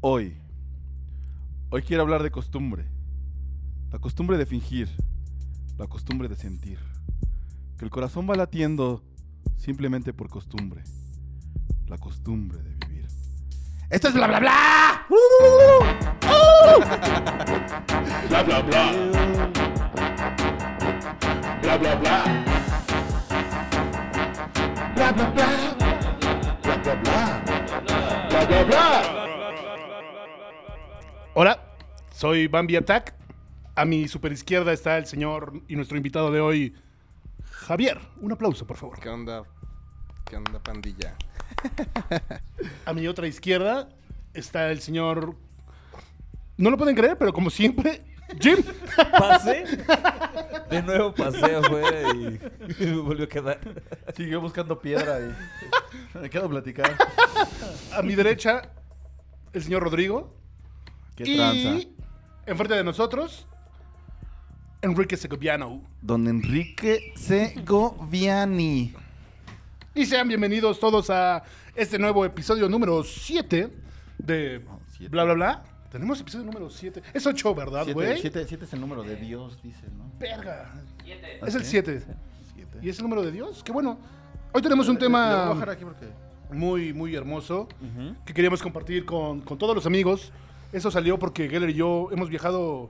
Hoy. Hoy quiero hablar de costumbre. La costumbre de fingir. La costumbre de sentir. Que el corazón va latiendo simplemente por costumbre. La costumbre de vivir. Esto es bla bla bla. ¡Uh! Bla bla bla. Bla bla bla. Bla bla bla. Bla bla bla. Bla bla bla. Hola, soy Bambi Attack. A mi super izquierda está el señor y nuestro invitado de hoy, Javier. Un aplauso, por favor. ¿Qué onda? ¿Qué onda, pandilla? A mi otra izquierda está el señor. No lo pueden creer, pero como siempre, Jim. Pasé. De nuevo pasé afuera y, y me volvió a quedar. Siguió buscando piedra y me quedo a platicar. A mi derecha, el señor Rodrigo. Qué y tranza. enfrente de nosotros, Enrique Segoviano. Don Enrique Segoviani. Y sean bienvenidos todos a este nuevo episodio número 7 de siete. Bla Bla Bla. Tenemos episodio número 7. Es 8, ¿verdad, Siete, güey? siete- siete es el número de Dios, dice, ¿no? Verga. Es Ok. el 7. Siete. ¿Y es el número de Dios? Qué bueno. Hoy tenemos Eh, un tema aquí porque... muy, muy hermoso que queríamos compartir con, con todos los amigos. Eso salió porque Geller y yo hemos viajado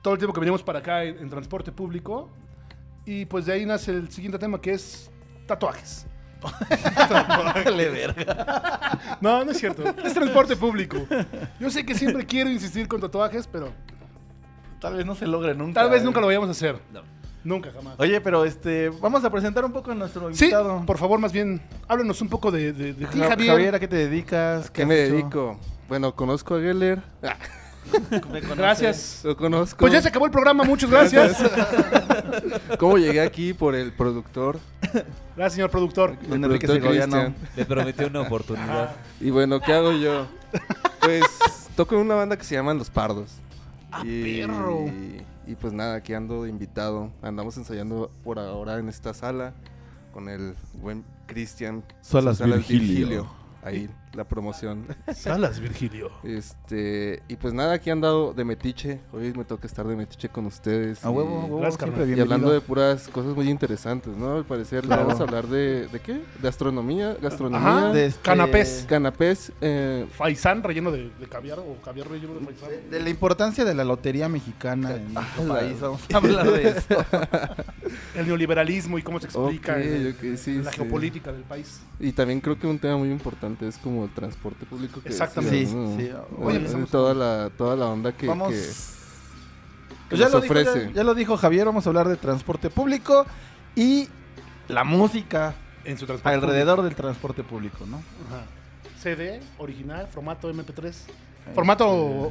todo el tiempo que venimos para acá en, en transporte público. Y pues de ahí nace el siguiente tema que es tatuajes. No, no es cierto. Es transporte público. Yo sé que siempre quiero insistir con tatuajes, pero Tal vez no se logre nunca. tal vez eh. nunca lo vayamos a hacer. No. Nunca, jamás. Oye, pero este, vamos a presentar un poco a nuestro Sí, invitado. por favor, más bien, háblanos un poco de, de- de ti, Ja- Javier. Javier, ¿a qué te dedicas? ¿A qué has me hecho? dedico? Bueno, conozco a Geller. Ah, Me conoce. Gracias. lo conozco. Pues ya se acabó el programa, muchas gracias. ¿Cómo llegué aquí? Por el productor. Gracias, señor productor. el Don Enrique productor Segoviano. Cristian. Te prometió una oportunidad. Y bueno, ¿qué hago yo? Pues toco en una banda que se llama Los Pardos. y, perro. Y pues nada, aquí ando de invitado. Andamos ensayando por ahora en esta sala con el buen Cristian. Salas Salas Virgilio. Ahí, la promoción. Salas, Virgilio. Este, y pues nada, aquí han dado de metiche. Hoy me toca estar de metiche con ustedes. A huevo, y- a huevo, Gracias, siempre carnal. Y bienvenido. hablando de puras cosas muy interesantes, ¿no? Al parecer Claro. vamos a hablar de, ¿de qué? De astronomía, gastronomía, Ajá, de este- canapés. canapés, eh, Faisán relleno de, de caviar o caviar relleno de faisán. De la importancia de la lotería mexicana en nuestro Ah, la- país, vamos a hablar de eso. El neoliberalismo y cómo se explica Ok, en- ok, sí, en la sí. geopolítica del país. y también creo que un tema muy importante es como el transporte público. Que Exactamente. decías, ¿no? Sí, sí. Eh, Oye, eh, empezamos toda la, toda la onda que... vamos. que- Pues que ya, nos lo dijo, ya- ofrece. ya lo dijo Javier, vamos a hablar de transporte público y la música En su transporte. alrededor del transporte público, ¿no? Ajá. CD, original, formato MP3. eh, Formato.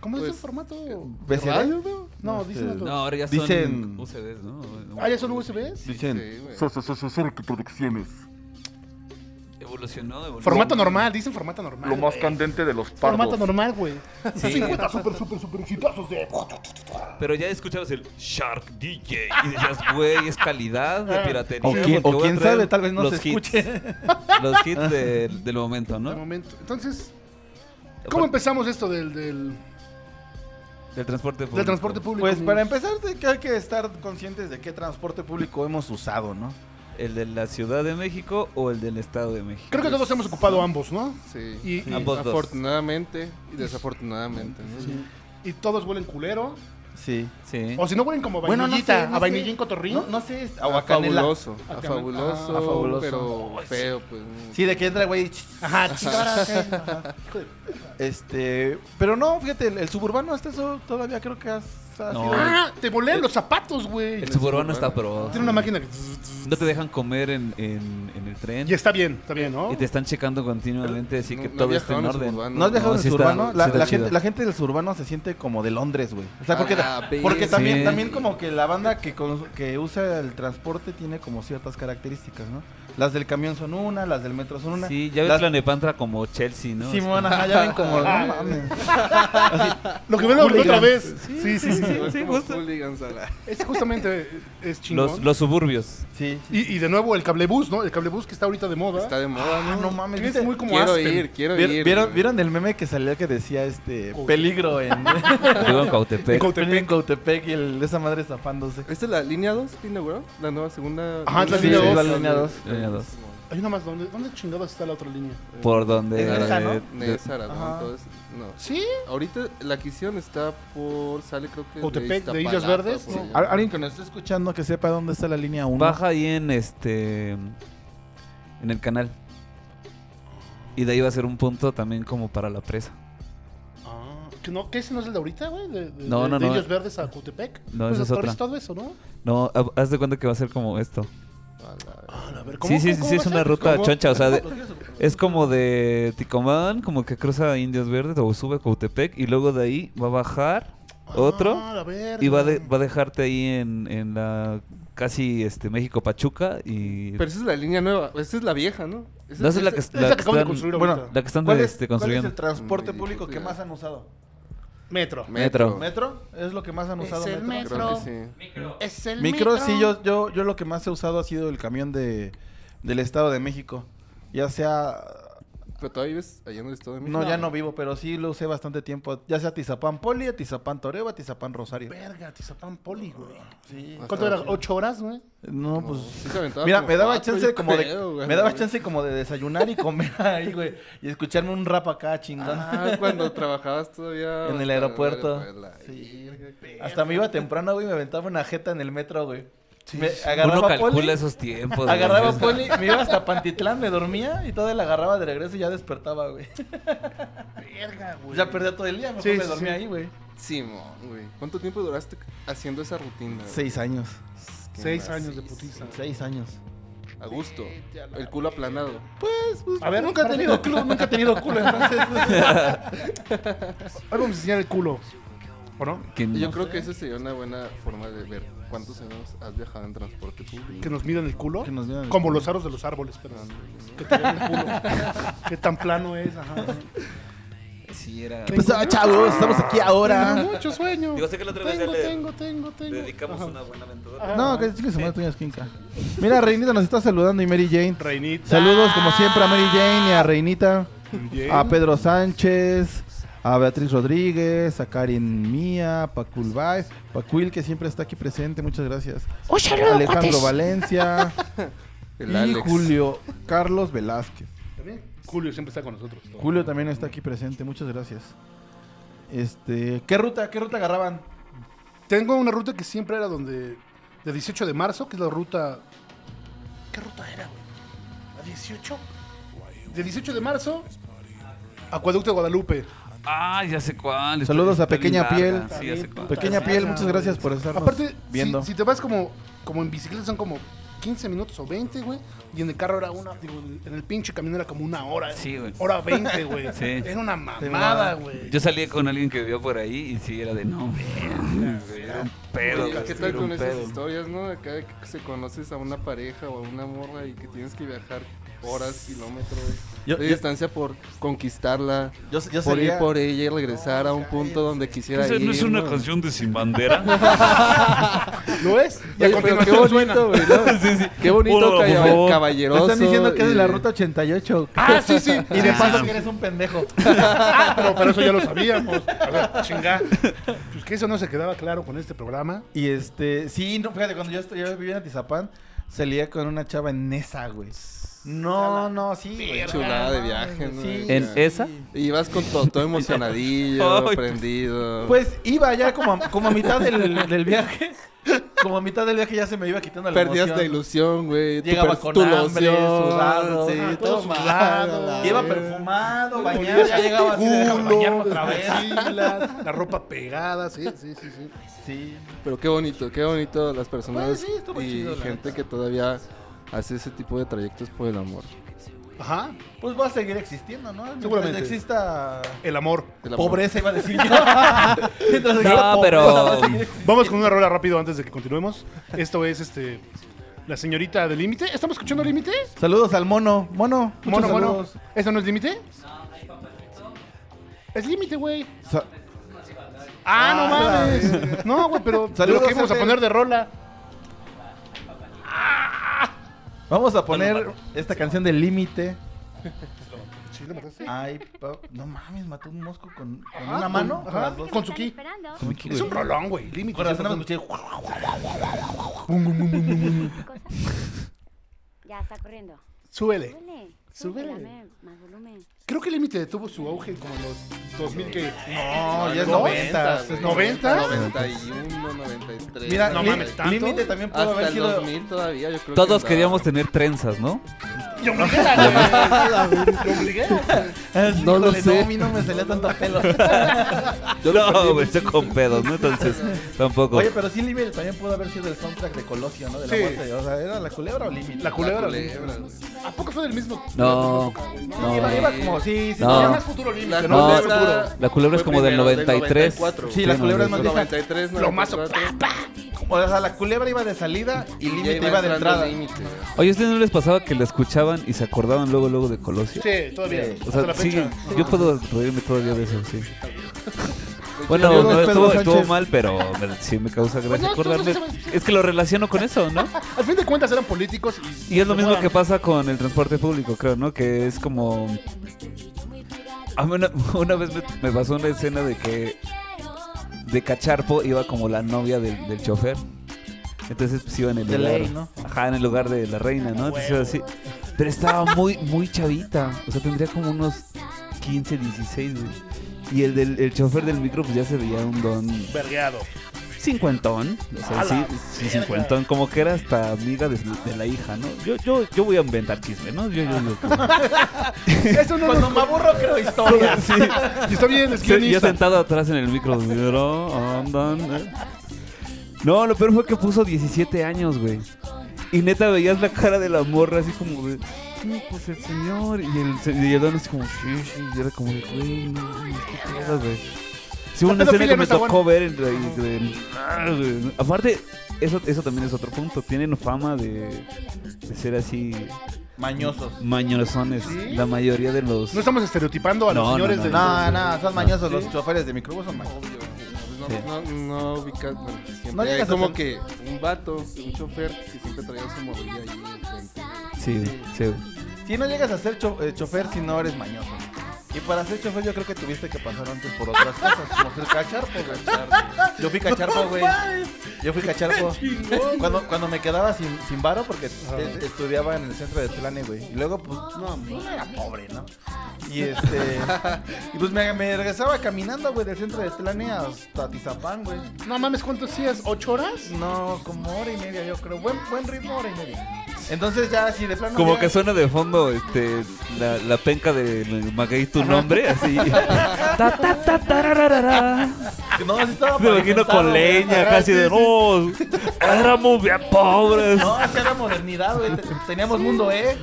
¿Cómo es Pues, el formato? ¿VCD? ¿Radio, no? No, Este, dicen otro. No, ahora ya son Dicen- UCDs, ¿no? Ah, ya son USBs. Dicen, Sí, güey. Producciones. Evolucionó, evolucionó. Formato normal, dicen formato normal. Lo más güey. candente de los Formato pardos. normal, güey. Sí. 50 super, super, super hitazos de. Pero ya escuchabas el Shark DJ y decías, güey, es calidad Ah. de piratería. O quién- porque o voy a quién traer sabe, tal vez no los se hits, Los hits de- del momento, De ¿no? momento. Entonces, Pues, ¿cómo empezamos esto del, del, Del transporte público. del transporte público? Pues para em- empezar, te- que hay que estar conscientes de qué transporte público hemos usado, ¿no? ¿El de la Ciudad de México o el del Estado de México? Creo que todos hemos ocupado ambos, ¿no? Sí. Y, y- Ambos dos. Afortunadamente y desafortunadamente. ¿no? y todos huelen culero. Sí. Sí. O si no huelen como a Bueno, no vainillita, sé, no a vainilla sé. en cotorrín. No, no sé, es- o A a canela. fabuloso, a Acá- fabuloso, ah, a fabuloso. pero feo, pues. Sí, de que entra, güey. Ajá, chingada. Este, pero no, fíjate, el, el suburbano hasta eso todavía creo que has, ha No. sido- ah, te volean los zapatos, güey. El suburbano está pro. Tiene una máquina que... No te dejan comer en, en- en el tren. Y está bien, está bien, ¿no? Y te están checando continuamente, así No- que no todo he está viajado en en orden. suburbano. ¿No has viajado No, en sí el está- suburbano? sí la, está la chido. gente, la gente del suburbano se siente como de Londres, güey. O sea, Ah, porque, la porque verga. también, Sí. también como que la banda que, con- que usa el transporte tiene como ciertas características, ¿no? Las del camión son una, las del metro son una. Sí, ya ves las... la Nepantra como Chelsea, ¿no? Simón, ajá, ya ven como. No mames. Lo que me lo otra vez. Sí, sí, sí. Sí, Como sí, justo. hooligans a la- Es justamente es chingón. Los, los suburbios. Sí, sí. Y, y de nuevo el cablebus, ¿no? El cablebus que está ahorita de moda. Está de moda, Ah, ¿no? no mames. Que ¿viste? es muy como Quiero Aspen. ir, quiero ¿Vieron- ir. ¿Vieron, güey. ¿Vieron el meme que salía que decía este peligro en Digo en Cautepec. peligro en Cautepec y el, esa madre zafándose? ¿Esta es la línea 2? ¿Línea, güey? La nueva segunda. Ajá, es la Sí, línea sí, dos. la línea 2. Línea dos. Hay una más donde dónde chingados está la otra línea. Por donde. Es esa, ¿no? De Saradón, Ajá. todo eso. No. Sí. Ahorita la que hicieron está por. Sale, creo que. Jutepec, de Iztapalapa, Islas Verdes, por ¿no? allá. Al- Alguien que nos esté escuchando que sepa dónde está la línea 1. Baja ahí en este. En el canal. Y de ahí va a ser un punto también como para la presa. Ah, que no, que ese no es el de ahorita, güey, de, de, No, de- no, de no. Indios Verdes a Cotepec. Pues, No, esa es pero otra. todo eso, ¿no? No, ha- haz de cuenta que va a ser como esto. Ah, a ver, sí, sí, sí, va es a una ser? ruta ¿Cómo? choncha. O sea, de- es como de Ticomán, como que cruza Indios Verdes o sube a Cautepec. Y luego de ahí va a bajar otro. Ah, la verga. Y va, de- va a dejarte ahí en, en la casi este México Pachuca y Pero esa es la línea nueva. Esta es la vieja, ¿no? no esa es la que, Es la que acaban de están- construir bueno, ahorita. la que están ¿Cuál de- es, este, cuál es construyendo. el transporte Mm, público que difícil. más han usado? Metro. Metro. ¿Metro? ¿Es lo que más han usado? el metro? metro. Creo que sí. Es el Micro, sí, yo, yo, yo lo que más he usado ha sido el camión de, del Estado de México. Ya sea... Pero todavía ves allá en el estado de México. No, ya no vivo, pero sí lo usé bastante tiempo. Ya sea Tizapán Poli, Tizapán Toreba, Tizapán Rosario. Verga, Tizapán Poli, güey. Sí. ¿Cuánto era? ¿Ocho horas, güey? No, No, pues... sí se aventaba Mira, como me daba cuatro, chance yo como creo, de... güey. Me daba chance como de desayunar y comer ahí, güey. Y escucharme un rap acá, chingón. Ah, cuando trabajabas todavía. En el hasta- aeropuerto. hasta la- Sí. Hasta me iba temprano, güey, y me aventaba una jeta en el metro, güey. Me Uno agarraba calcula poli, esos tiempos. güey. agarraba poli, me iba hasta Pantitlán, me dormía y todavía la agarraba de regreso y ya despertaba, güey. Verga, güey. Ya perdía todo el día, mejor Sí, me sí, dormía sí. ahí, güey. Simón, güey. ¿Cuánto tiempo duraste haciendo esa rutina? güey? Seis años. Qué Seis años de macizo. putiza. Seis años. A gusto. El culo aplanado. Pues, A ver, nunca he párate. tenido culo, nunca he tenido culo, entonces. Ahora vamos a enseñar el culo. ¿O no? Que no. Yo creo que esa sería una buena forma de ver cuántos años has viajado en transporte público. Que nos midan el culo. Que nos midan el Como culo. los aros de los árboles, pero. Que te vean el culo. Qué tan plano es, ajá. Sí, era- Pues, ah, chavos, estamos aquí ahora. Mucho sueño. Digo, sé que la otra vez ya tengo, le- tengo, tengo, tengo. Dedicamos Ajá. una buena aventura. Ajá. No, que chingue su madre, tú ya es quinca. Mira, Reinita nos está saludando y Mary Jane. Reinita. Saludos como siempre a Mary Jane y a Reinita. A Pedro Sánchez, a Beatriz Rodríguez, a Karin Mía, Pacul Baez, Pacuil que siempre está aquí presente, muchas gracias. Alejandro Valencia El y Alex. Julio Carlos Velázquez. También Julio siempre está con nosotros. ¿no? Julio también está aquí presente, muchas gracias. Este, ¿qué ruta, qué ruta agarraban? Tengo una ruta que siempre era donde. De 18 de marzo, que es la ruta. ¿Qué ruta era, güey? ¿La 18? De 18 de marzo, Acueducto de Guadalupe. Ah, ya sé cuál. está- Saludos a está bien Pequeña larga. Piel. Sí, ya sé cuál. Pequeña piel, muchas gracias por estarnos Aparte, viendo. Si, si te vas como, como en bicicleta son como 15 minutos o 20, güey. Y en el carro era una, digo, en el- en el pinche camión era como una hora. Sí, güey. Hora 20, güey. Sí. Era una mamada, güey. Yo salí con alguien que vivió por ahí y sí era de no. güey, Era un pedo. Oye, ¿Qué güey, tal era un con esas pedo. historias, no? Acá de que se conoces a una pareja o a una morra y que tienes que viajar horas, kilómetros Yo- de yo- distancia por conquistarla, Yo, yo por ir sería- por ella y regresar a un punto donde quisiera ¿Esa ir. no es una ¿no? canción de Sin Bandera? ¿Lo es? Y a Oye, pero qué continuación suena. bonito, güey, ¿no? Sí, sí. Qué bonito, Puro, por calla- favor. Me caballeroso. están diciendo que es de la y- ruta 88. Ah, sí, sí. Y de Ah, paso sí. que eres un pendejo. Ah, pero, pero eso ya lo sabíamos. A ver, chingá. Pues que eso no se quedaba claro con este programa. Y este, sí, no, fíjate, cuando yo, estu- yo vivía en Atizapán, salía con una chava en esa, güey. No, no, sí, güey. Chulada de viaje, ¿no? Sí. ¿En Ya. esa? Y vas con todo, todo Ay, emocionadillo, pues. prendido. Pues iba ya como a, como a mitad del, del viaje. Como a mitad del viaje ya se me iba quitando la Perdías la emoción. ilusión, güey. tu Llegaba per- con tu hambre, loción, sudado, sí, ajá, todo todo sudado. mal, Iba la verga. perfumado, bañado, ya llegaba así, de Culo, bañarme otra vez. mochilas, la ropa pegada, sí, sí, sí, sí. Sí. Pero qué bonito, qué bonito las personas Pues sí, estuvo y chido, la gente neta. que todavía hace ese tipo de trayectos por el amor. Ajá, Pues va a seguir existiendo, ¿no? Mientras Seguramente. exista el amor. El amor. pobreza, iba a decir yo. Mientras exista No, pobreza, va a pero. seguir Vamos con una rola rápido antes de que continuemos. Esto es este la señorita del límite. ¿Estamos escuchando límite? Saludos al mono. Mono, muchos Mono, mono. saludos. ¿Eso no es límite? Es límite, güey. Sa- Ah, no Ah, la mames. No, güey, pero de lo Saludos, que íbamos a Ángel. poner de rola. Vamos a poner esta canción de límite. Sí, lo mataste. Ay, pa- no mames, mató un mosco con, con Ajá, una con- mano. ajá. Con las dos. Con su ki. Esperando. Es un rolón, güey. Límite. Con razón, Sí, nada más escuché. Ya está corriendo. Súbele. Súbele. Súbele. dame Más volumen. Creo que límite tuvo su auge como en los 2000 que... No, ya es 90. noventas, Es güey. 90. 91, 93. Mira, No Lí- mames, ¿tanto? límite también pudo Hasta haber el sido. 2000 todavía, yo creo Todos que queríamos andaba. tener trenzas, ¿no? Yo me Lo obligué. No lo Híjole, sé. No, a mí no me salía tanto pelo. Yo no, güey, yo con pedos, ¿no? Entonces, tampoco. Oye, pero sí, límite también pudo haber sido el soundtrack de Colosio, ¿no? De la Sí. muerte. O sea, ¿era la culebra o límite? La culebra. Culebra, güey. ¿A poco fue del mismo? No, No, iba, no. iba como, sí, sí. No. tenía Ya más- más futuro límite, La ¿no? No, Más culebra- futuro. culebra La culebra es fue como del primero, 93. 94, Sí, la Sí, culebra es no, más no, vieja. 93, Lo más- 94, O sea, la culebra iba de salida y ya límite iba de entrando entrada. límite, güey. Oye, ¿a ¿ustedes no les pasaba que la escuchaban y se acordaban luego, luego de Colosio? Sí, todavía. Sí. O Hasta sea, la sí, fecha. yo puedo reírme todavía de eso, sí. Bueno, no, Saludos, Pedro estuvo, estuvo Sánchez. mal, pero me- sí me causa gracia Pues no, acordarme. no, no, no, no. Es que lo relaciono con eso, ¿no? Ah, Al fin de cuentas eran políticos y... Y es lo mismo que Bueno, pasa con el transporte público, creo, ¿no? Que es como... A mí una, una vez me, me pasó una escena de que de Cacharpo iba como la novia del, del chofer. Entonces pues iba en el De lugar... ley, ¿no? Ajá, en el lugar de la reina, ¿no? Entonces iba así. Pero estaba muy, muy chavita. O sea, tendría como unos 15, 16, güey. Y el, del, el chofer del micro pues ya se veía un don Vergueado. cincuentón, o sea, A sí, la sí, cincuentón, como que era hasta amiga de, su- de la hija, ¿no? Yo, yo, yo voy a inventar chisme, ¿no? Yo, yo, yo. Eso no Cuando me aburro, creo historia. Sí, Y está bien, es sí, yo guionista. sentado atrás en el micro, ¿no? Andan, ¿eh? No, lo peor fue que puso 17 años, güey. Y neta veías la cara de la morra así como de, "No, pues el señor. Y el, se- y el don así como, sí, sí. Y era como, de, güey, no, mames, qué pedo, güey. Sí, La una escena pedofilia que no me está tocó ver. en- en- en- ah, güey. Aparte, eso, eso también es otro punto. Tienen fama de, de ser así Mañosos. mañosones. ¿Sí? La mayoría de los. No estamos estereotipando a los No, no, señores no, de... No, no, son mañosos. Los choferes de microbús son mañosos. Obvio, no, Sí. no, no ubicas, bueno, siempre No hay llegas a como tan- que un vato, un chofer que siempre traía su morrilla ahí enfrente. Sí, sí. Si no llegas a ser cho- eh, chofer, si no eres mañoso. Y para ser chofer, yo creo que tuviste que pasar antes por otras cosas, como ser cacharpo, güey. Yo fui cacharpo, güey. Yo fui cacharpo. Cuando, cuando me quedaba sin, sin varo, porque es- estudiaba en el centro de Tlane, güey. Y luego, pues, no, no era pobre, ¿no? Y este. Y pues me, me regresaba caminando, güey, del centro de Tlane hasta Tizapán, güey. No mames, ¿cuánto hacías? ¿Ocho horas? No, como hora y media, yo creo. Buen, buen ritmo, hora y media. Entonces ya así de plano. Como ya- que suena de fondo este, la, la penca de Maguey tu nombre, así. Ta, ta, ta, tarararara. No, sí estaba Me pavimentado, imagino con güey. leña, Ajá, sí, casi de sí. no. Éramos bien pobres. No, así era modernidad, güey. Te- Teníamos mundo, ¿eh?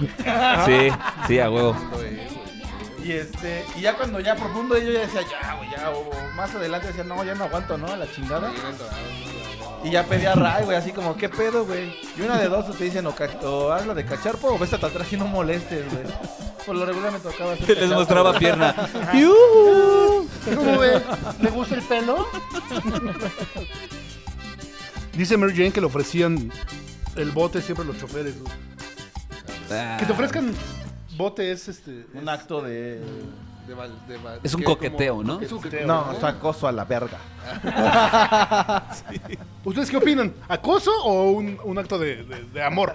Sí, sí, a huevo. Y este, y ya cuando ya profundo yo ya decía, ya, güey, ya, o o más adelante decía, no, ya no aguanto, ¿no? La chingada. Y ya pedía ray, güey, así como, ¿qué pedo, güey? Y una de dos o te dicen, o, ca- o hazlo de cacharpo o ves hasta atrás y no molestes, güey. Por lo regular me tocaba hacer. Les cacharpo, mostraba güey. pierna. ¡Yujú! uh, ¿Cómo ve? ¿Le gusta el pelo? Dice Mary Jane que le ofrecían el bote siempre a los choferes. güey. Ah. Que te ofrezcan bote es este. Un acto de. De val- de val- Es un que como- coqueteo, ¿no? es un coqueteo, No, o sea, acoso a la verga. ¿Ustedes qué opinan? ¿Acoso o un, un acto de, de- de amor?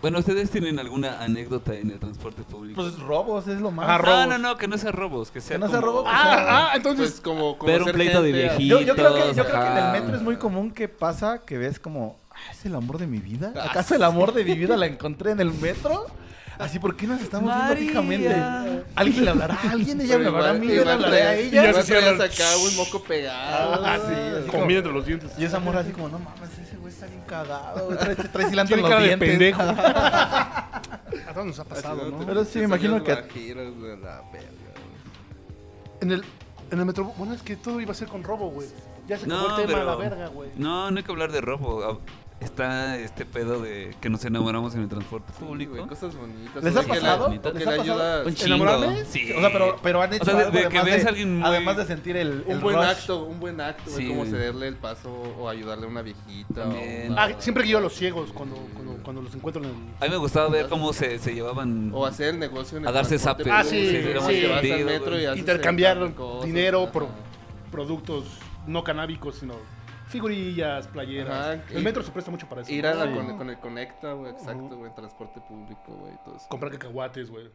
Bueno, ¿ustedes tienen alguna anécdota en el transporte público? Pues robos es lo más. Ajá, no, no, no, que no sea robos, que sea. Que no sea como- robo, pues, Ah, ah, entonces. Pues como Ver un conocer pleito de gente, ah, viejito. Yo, yo creo, que, yo Hitos, creo que en ajá. el metro es muy común que pasa que ves como, "Ah, ¿es el amor de mi vida? ¿Acaso el amor de mi vida la encontré en el metro? Así, ¿por qué nos estamos María. viendo fijamente? ¿Alguien le hablará a alguien? ¿Ella me pero hablará a mí? igual- ¿Yo le igual hablaré a traías- ella? se igual traías cierra el- acá un moco pegado. Ah, sí, así como- Comida entre los dientes. y esa morra así como, no mames, ese güey está bien cagado. güey, Trae, trae cilantro Tiene en los cara de dientes. pendejo. A todos nos ha pasado, ¿no? Pero sí, me imagino que- Guajiros de la verga. En el, en el metro. Bueno, es que todo iba a ser con robo, güey. Ya se acabó No, el tema a la pero- verga, güey. No, no hay que hablar de robo. Ah, está este pedo de que nos enamoramos en el transporte Sí, público. güey, cosas bonitas. ¿Les O sea, ha que la- pasado? bonito. que ¿Les la ha pasado? ayuda- Un chingo. ¿Enamorarme? Sí. O sea, pero, pero han hecho O sea, de- algo de que además, ves de, a alguien muy- además de sentir el, el Un buen rush. acto, un buen acto, güey, Sí, como güey. cederle el paso o ayudarle a una viejita. También. O, Ah, siempre guío a los ciegos cuando, cuando, cuando los encuentro en el... A mí me gustaba ver cómo se, se llevaban. o hacer el negocio en A el darse transporte zape, Ah, público, sí, que sí, vas sí. al Divertido, metro y güey. haces intercambiar el- cosas, dinero ajá. por productos no canábicos, sino figurillas, playeras. Ajá, el y- metro se presta mucho para eso. Ir a la Sí. con, con el Conecta, güey, exacto, Ujú. güey, en transporte público, güey, todo eso. Comprar cacahuates, güey.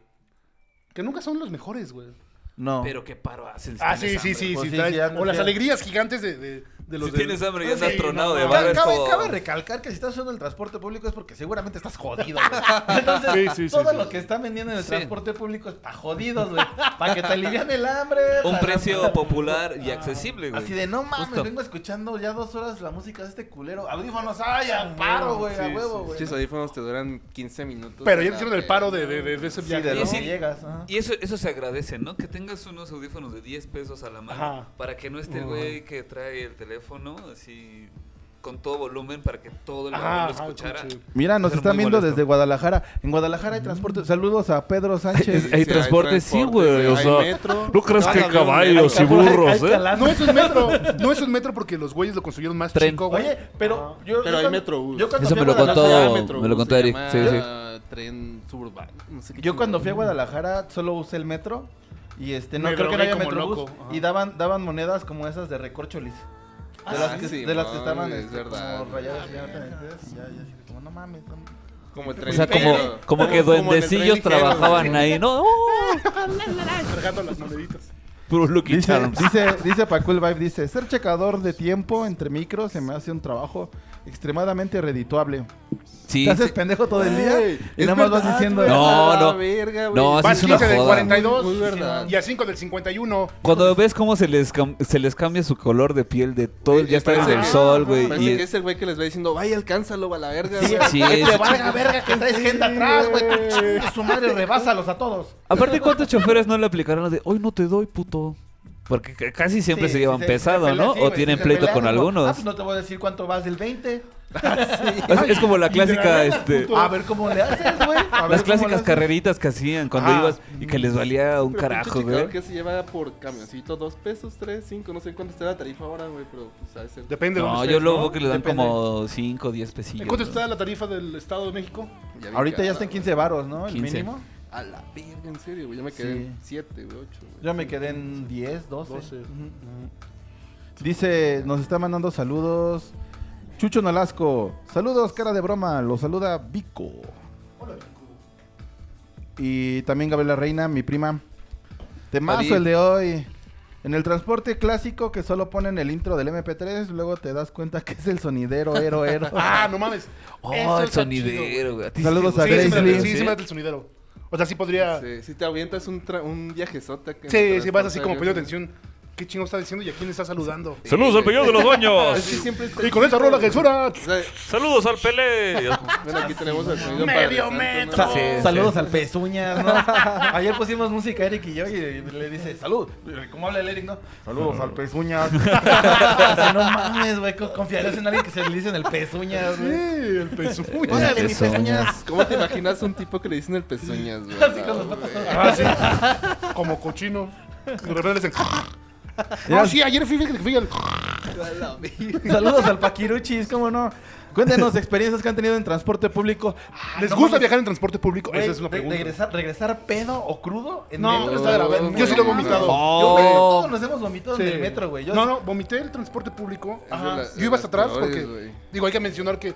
Que nunca son los mejores, güey. No. Pero qué paro hacen. si Ah, tienes sí, sí, hambre. sí, Pues sí, sí, traes- sí, andas O las ya. alegrías gigantes de, de, de los Si de- tienes hambre, ya Sí, estás tronado de no, barro. Ca- Cabe, esto- cabe recalcar que si estás usando el transporte público es porque seguramente estás jodido, güey. Entonces, Sí, sí, sí, todo sí, lo sí. que están vendiendo en el Sí. transporte público es para jodidos, güey. Para que te alivian el hambre. Un para- precio popular y accesible, güey. Así de, no mames, Justo. vengo escuchando ya dos horas la música de este culero. Audífonos, ay, a paro, güey, a Sí, huevo, sí. güey. Chis audífonos te duran 15 minutos. Pero de ya la hicieron el peda. paro de, de, de- de ese Sí, de viaje. lo Y que sí. llegas. ajá. Y eso, eso se agradece, ¿no? Que tengas unos audífonos de 10 pesos a la mano Ajá. para que no esté el güey que trae el teléfono así con todo volumen para que todo el Ajá, mundo lo ajá, escuchara. como si- Mira, nos Era están muy viendo molesto. desde Guadalajara. En Guadalajara hay transporte. Saludos a Pedro Sánchez. Sí, hay transporte, sí, güey, o sea, no creas Ah, que caballos y burros, ¿eh? No es un metro, no es un metro porque los güeyes lo construyeron más Tren. chico, güey. Oye, pero Pero yo. yo hay cuando- Metrobús. Yo cuando Eso fui a me lo Guadalajara- contó- llama me lo contó se Eric, llama, sí, sí. ah, Tren suburbano. no sé qué Yo cuando fui a chingada. Guadalajara solo usé el metro. Y este, no Me creo que no drogué haya como metrobús. loco, ajá. Y daban, daban monedas como esas de recorcholis. De, Ah, las, que, sí, de las que man, estaban es este, verdad. como rayadas. ya, ya, ya, así como, no mames. no mames. Como el O sea, tren como, ligero. como que Como en el tren duendecillos ligero, trabajaban güey. ahí, ¿no? Cargando las moneditas. Puro Lucky Dice, Charms. dice, dice Pacul Vibe, dice, ser checador de tiempo entre micros se me hace un trabajo extremadamente redituable. Sí, Te haces sí. pendejo todo el día Güey, y es nada más vas verdad, diciendo... güey, No, a Ah, la no. verga, güey. No, Ah, sí Vas es una 15 del joda. 42 Muy verdad. y a 5 del 51. Cuando ves cómo se les, cam- se les cambia su color de piel de todo el día estar en el Parece- sol, güey. Parece Y que es el güey que les va diciendo, vaya, alcánzalo a la verga, Sí, güey". sí, vete, sí. valga verga que traes gente atrás, güey. tú chingue Su madre, rebásalos a todos. Aparte, ¿cuántos choferes no le aplicaron la de hoy no te doy, puto? Porque ca- casi siempre Sí, se sí, llevan sí, pesado, se ¿no? pelean, sí, o güey, tienen sí, se pleito pelean, con como, Ah, algunos. pues no te voy a decir cuánto vas del 20. Es, es como la clásica, este, A ver cómo le haces, güey. a ver las cómo le clásicas haces. carreritas que hacían cuando Ah. ibas y que les valía Pero un pinche carajo, chicador güey. que se lleva por camioncito dos pesos, tres, cinco, no sé cuánto está la tarifa ahora, güey, pero pues a veces... Depende de No, dónde yo estés, luego ¿no? veo que le dan Depende. como 5 o 10 pesillos. ¿En cuánto ¿no? está la tarifa del Estado de México? Ah, Ahorita ya está en 15 varos, ¿no? El 15. mínimo. A la verga, en serio, güey, yo me quedé Sí. en siete, güey, ocho, güey. Yo me quedé en 10, 12. 12. Ujú. Dice, nos está mandando saludos. Chucho Nolasco. Saludos, cara de broma. Lo saluda Vico. Y también Gabriela Reina, mi prima. Temazo David. el de hoy. En el transporte clásico que solo ponen el intro del MP3, luego te das cuenta que es el sonidero, ero, ero. Ah, no mames. Eso Oh, el está chido, güey. sonidero, güey. A ti sí Saludos te a Sí, sí, gusta. me Grace late, Lee. sí, sí me late el sonidero. O sea, sí podría. Sí, Sí, si te avientas un, tra- un viajezote acá en sí, el vas así transporte, como poniendo güey. atención. ¿Qué chingo está diciendo y a quién está saludando? Saludos al peñón de los Es que baños. siempre está- Y con esa rola que suena. O sea, Saludos al Pelé. bueno, aquí tenemos el sonido Medio Padre Santo, metro. ¿no? Sí, Saludos al Pezuñas, ¿no? Ayer pusimos música Eric y yo y le dice, salud. ¿Cómo habla el Eric, no? Saludos al Pezuñas. no mames, güey, co- confiarías en alguien que se le dicen el Pezuñas, Sí, güey. el peso. Uy, El Órale, mi Pezuñas. Pezuñas. ¿Cómo te imaginas un tipo que le dicen el pezuñas, güey? Así con los patas. Ah, sí. Como cochino. De repente le dicen. No, sí, ayer fui, fui, fui al. Saludos al Paquiruchis, ¿cómo no? Cuéntenos experiencias que han tenido en transporte público. ¿Les Ah, no gusta mames. viajar en transporte público? Güey, Esa es una re- pregunta. regresar, regresar pedo o crudo en No, metro está está grave. grave. Yo sí lo he No, vomitado. Yo, güey, Oh. todos nos hemos vomitado en Sí. el metro, güey. Yo- No, no, vomité el transporte público. de Ajá. la- es Yo de iba hasta las atrás porque. peores, güey. Digo, hay que mencionar que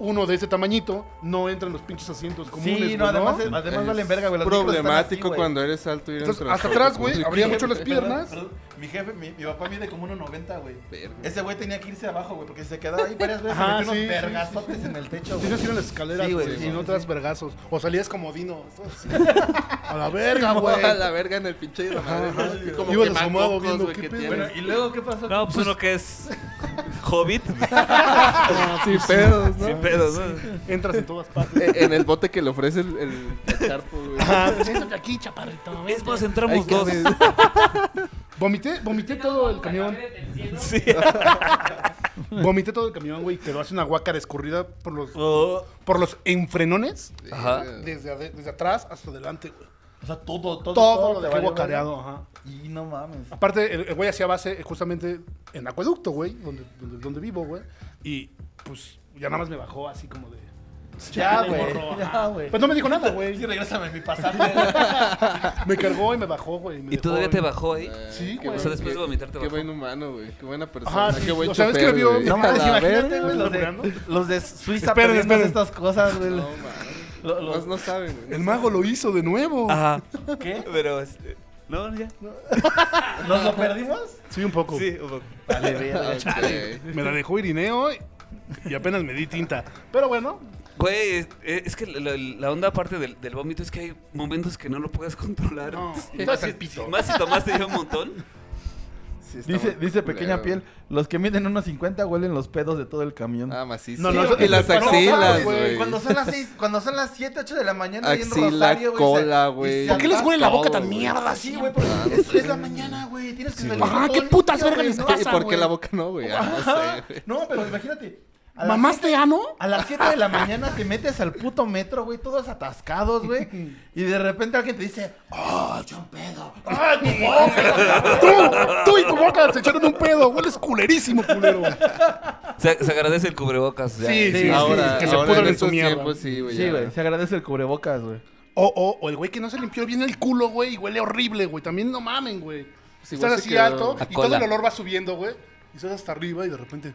uno de ese tamañito no entra en los pinches asientos comunes. Sí, güey, no, además, es- ¿no? además Es valen verga, güey. las micros están así, problemático güey. cuando eres alto ir en Entonces, hasta transporte atrás, güey, público. abría mucho las Perdón, piernas. eh, perdón. Mi jefe, mi, mi papá mide como 1.90, güey. Verga. Ese güey tenía que irse abajo, güey, porque se quedaba ahí varias veces. Ajá, metió unos sí, sí, vergazotes en el techo, güey. Tienes que ir a las escaleras, Sí, güey, güey, sí, y no sí, te das vergazos. O salías como Dino. así. A la verga, Como güey. a la verga en el pinche de la madre, güey. Como Ibas que asomado mangocos, viendo güey, qué que pedo. tienes. Bueno, ¿y luego qué pasó? No, pues, uno que es hobbit. Sí, pedos, ¿no? sin pedos, ¿no? Entras en todas partes. Eh, En el bote que le ofrece el, el, el carpo, güey. Siéntate aquí, chaparrito. Es más, entramos dos. Vomité, vomité todo el camión. Sí. Vomité todo el camión, güey. Quedó así una guácara escurrida por los, Oh. por los enfrenones. Ajá. Desde, ade- desde atrás hasta adelante, güey. O sea, todo, todo, Todo, lo te dejé valió, guacareado, ajá. güey. Y no mames. Aparte, el el güey hacía base eh, justamente en Acueducto, güey, donde, donde, donde vivo, güey. Y pues ya nada más me bajó así como de. Ya, Chale, morro, güey. ajá. Ya, güey. Este Pues no me dijo nada, güey. Güey, sí, regrésame mi pasaje. Me cargó y me bajó, güey. me ¿Y dejó, todavía te güey. bajó ahí? Sí, qué güey. O sea, después de vomitar te Qué bajó. buen humano, güey. Qué buena persona. Ajá, sí, qué buen o sea, es que chofer, vio- güey. No mames, A la imagínate, verga, güey, los de, ¿Laburando? los de Suiza Esperen, perdiendo esperen. estas cosas, güey. No, Pues mames. Lo- lo- No, no saben, güey. El mago lo hizo de nuevo. Ah. Ajá. ¿Qué? Pero este. No, ya. ¿Nos lo perdimos? Sí, un poco. Sí, un poco. Vale, Ah, verga. ok. Me la dejó Irineo y, y apenas me di tinta. Pero bueno, Güey, es, es que la, la onda aparte del, del vómito es que hay momentos que no lo puedes controlar. No, Y no más, es el si- pito. más si tomaste ya un montón. Sí, está Dice, muy dice culero, Pequeña Piel, los que miden unos 50 huelen los pedos de todo el camión. güey. Ah, macizo. No, no, eso- y las eso es cuando- axilas, güey, güey. Cuando son las seis, cuando son las 7, 8 de la mañana ahí en Axila, Rosario, güey. se- cola, y se güey. atasca ¿Por qué les huele la boca tan todo, güey? mierda Ah, así, güey? Porque es, es la mañana, güey. Tienes que salir. Ajá, ¿qué putas verga les ¿Y por qué la boca no, güey? Ah, no sé, güey. No, pero imagínate. a las ¿mamás siete- te ano? A las 7 de la mañana te metes al puto metro, güey, todos atascados, güey. Y de repente alguien te dice, ¡Oh, yo un pedo! ¡Ah, tu boca! Tú, tú y tu boca se echaron un pedo. Hueles culerísimo, culero. Se, se agradece el cubrebocas. eh, ya. Sí, sí, sí. ahora, que se ahora en pudren en su estos mierda. tiempos, sí, güey. sí, ya. güey, se agradece el cubrebocas, güey. O, o, o el güey que no se limpió bien el culo, güey, y huele horrible, güey. También no mamen, güey. Sí, Estás güey, se así quedó- alto A y todo el cola. olor va subiendo, güey. Y estás hasta arriba y de repente.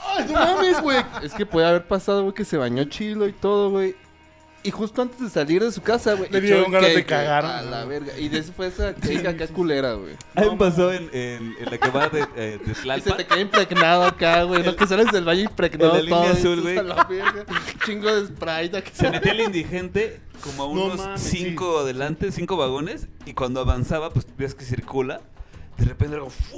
¡Ay, Ah, no mames, güey! Es que puede haber pasado, güey, que se bañó chilo y todo, güey. Y justo antes de salir de su casa, güey. Le echó dieron un ganas de cake, güey. cagar. A la verga. Y de eso fue esa cake acá culera, güey. A mí me pasó en, en- en la quemada de, eh, de Y se Tlalpan. te queda impregnado acá, güey. Lo que sales del baño impregnado En la todo. línea dices, azul, güey. "A la verga. Chingo de Sprite acá. Se metía el indigente como a No unos mames, cinco adelante, cinco vagones, y cuando avanzaba, pues ves que circula. De repente algo, ¡fu!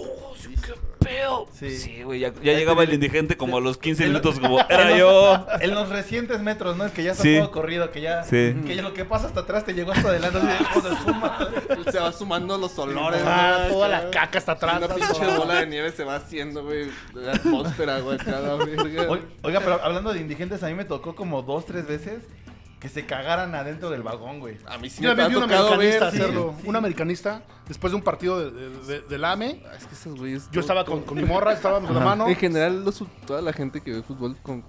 ¡Qué pedo! Sí. Sí, güey, ya, ya llegaba el indigente como a los 15 minutos, como, En ¡era los- yo! En los recientes metros, ¿no? Es que ya está Sí. todo corrido, que ya. Sí. Que ya lo que pasa hasta atrás te llegó hasta adelante. así de, hijo de su madre. Se va sumando los olores, Ah, güey, toda acá. la caca está atrás. Una pinche bola de nieve se va haciendo, güey. La atmósfera, güey, acá, la verga. Oy- Oiga, pero hablando de indigentes, a mí me tocó como dos, tres veces que se cagaran adentro del vagón, güey. A mí sí Mira, me me ha vi un tocado ver. americanista sí. hacerlo. Un americanista, después de un partido de- de- de- del AME, Ah, Es que esos güeyes. yo todo- estaba con, con mi morra, estábamos de la Ajá. mano. En general, los- toda la gente que ve fútbol con.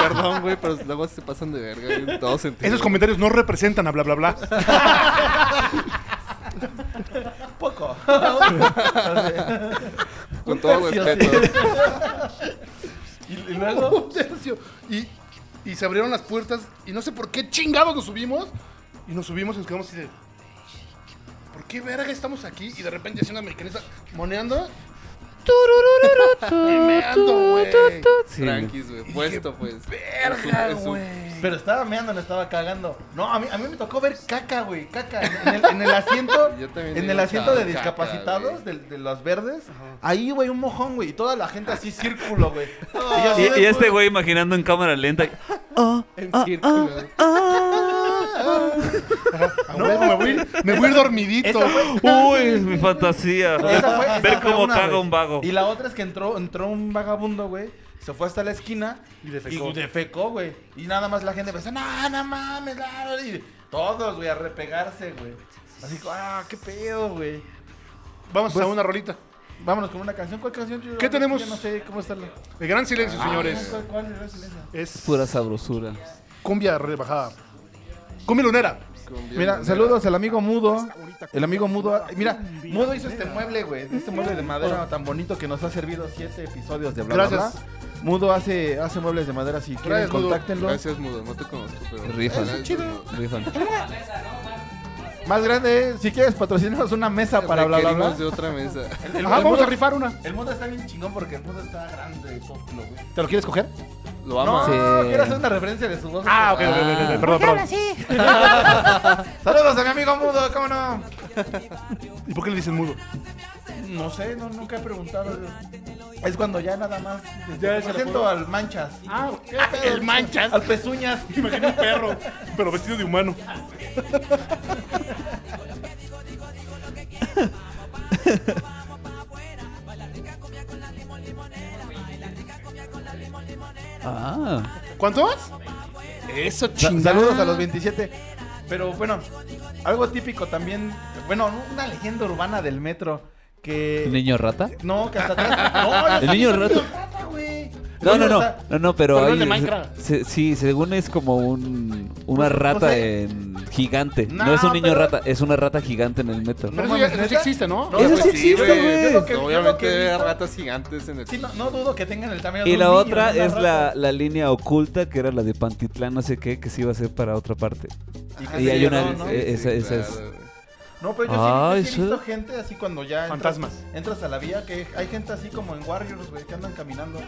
Perdón, güey, pero luego se pasan de verga güey, en todos sentidos. Esos comentarios no representan a bla, bla, bla. Poco. Con todo tercio, respeto. Y, y luego. Un tercio. Y, y se abrieron las puertas y no sé por qué chingados nos subimos. Y nos subimos y nos quedamos así de... ¿Por qué verga estamos aquí? Y de repente así una americanista moneando. y meando, güey. Tranquis, güey. Puesto, pues. Verga, Es un- es un- güey. Pero estaba meando, no estaba cagando. No, a mí, a mí me tocó ver caca, güey, caca. En el, en el asiento, Yo también en digo el asiento de caca, discapacitados, güey. del- de, los verdes. Ahí, güey, un mojón, güey. Y toda la gente así, círculo, güey. Y yo así Y, de, y este güey imaginando en cámara lenta. En círculo. güey. Ah. A huevo, me, voy, a ir- me voy a ir dormidito. Esa fue- ¡Uy, es mi fantasía! Esa fue- esa Ver fue cómo una, caga güey. un vago. Y la otra es que entró, entró un vagabundo, güey. Se fue hasta la esquina y defecó. Y defecó, güey. Y nada más la gente pensó, no, no mames, claro. Y todos, güey, a repegarse, güey. Así que, ah, qué pedo, güey. Vamos a una rolita. Vámonos con una canción. ¿Cuál canción? Yo- ¿Qué yo tenemos? No sé cómo está la... El gran silencio, señores. ¿Cuál, cuál es esa? Es Pura sabrosura. cumbia rebajada. Cumbia lunera. Con bien Mira, manera. saludos al amigo Mudo. El amigo Mudo, ah, mira, Mudo hizo este mueble, güey, este mueble de madera tan bonito que nos ha servido siete episodios de bla, bla, bla. Gracias. Mudo hace, hace muebles de madera, si quieren Gracias, Mudo. contáctenlo. Gracias, Mudo. No te conozco, pero. Rifa. Gracias, Mudo. Rifan. Más grande, si quieres patrocinarnos una mesa para bla, bla, bla. Requerimos de otra mesa. El- el- Ajá, el vamos Mudo- a rifar una. El Mudo está bien chingón porque el Mudo está grande y sófilo, güey. ¿Te lo quieres coger? Lo amo. No, Sí. quiero hacer una referencia de su voz. Ah, ok, ok, ok, ok, perdón, perdón. Saludos a mi amigo Mudo, ¿cómo no? ¿Y por qué le dicen mudo? No sé, no, nunca he preguntado. Es cuando ya nada más Ya ya se la presento puedo- al Manchas, Ah, el manchas. al Pezuñas. Imagina un perro, pero vestido de humano. Ah. ¿Cuántos? Eso, Sa- chingada. Saludos a los 27. Pero bueno, algo típico también, bueno, una leyenda urbana del metro que... ¿El niño rata? No, que hasta atrás... No, ¿El niño rato? güey. No, Oye, no, o no, sea, no, no, pero pero no es hay, de Minecraft. se- sí, según es como un, una Pues, rata pues, eh. en gigante. No, No, es un niño pero- rata, es una rata gigante en el metro. Pero eso, mames, ya, eso sí ¿neta? existe, ¿no? No, Eso pues sí existe, güey. güey. Yo lo que- yo lo que he Obviamente visto- ratas gigantes en el. Sí, no, no dudo que tengan el tamaño de Y un la niño, otra una es rata. la, la línea oculta, que era la de Pantitlán, no sé qué, que se iba a hacer para otra parte. y hay una- no, no, eh, esa- esa es- No, pero yo Ah, sí, yo sí he eso- visto gente así cuando ya entras- Fantasmas. entras a la vía, que hay gente así como en Warriors, güey, que andan caminando.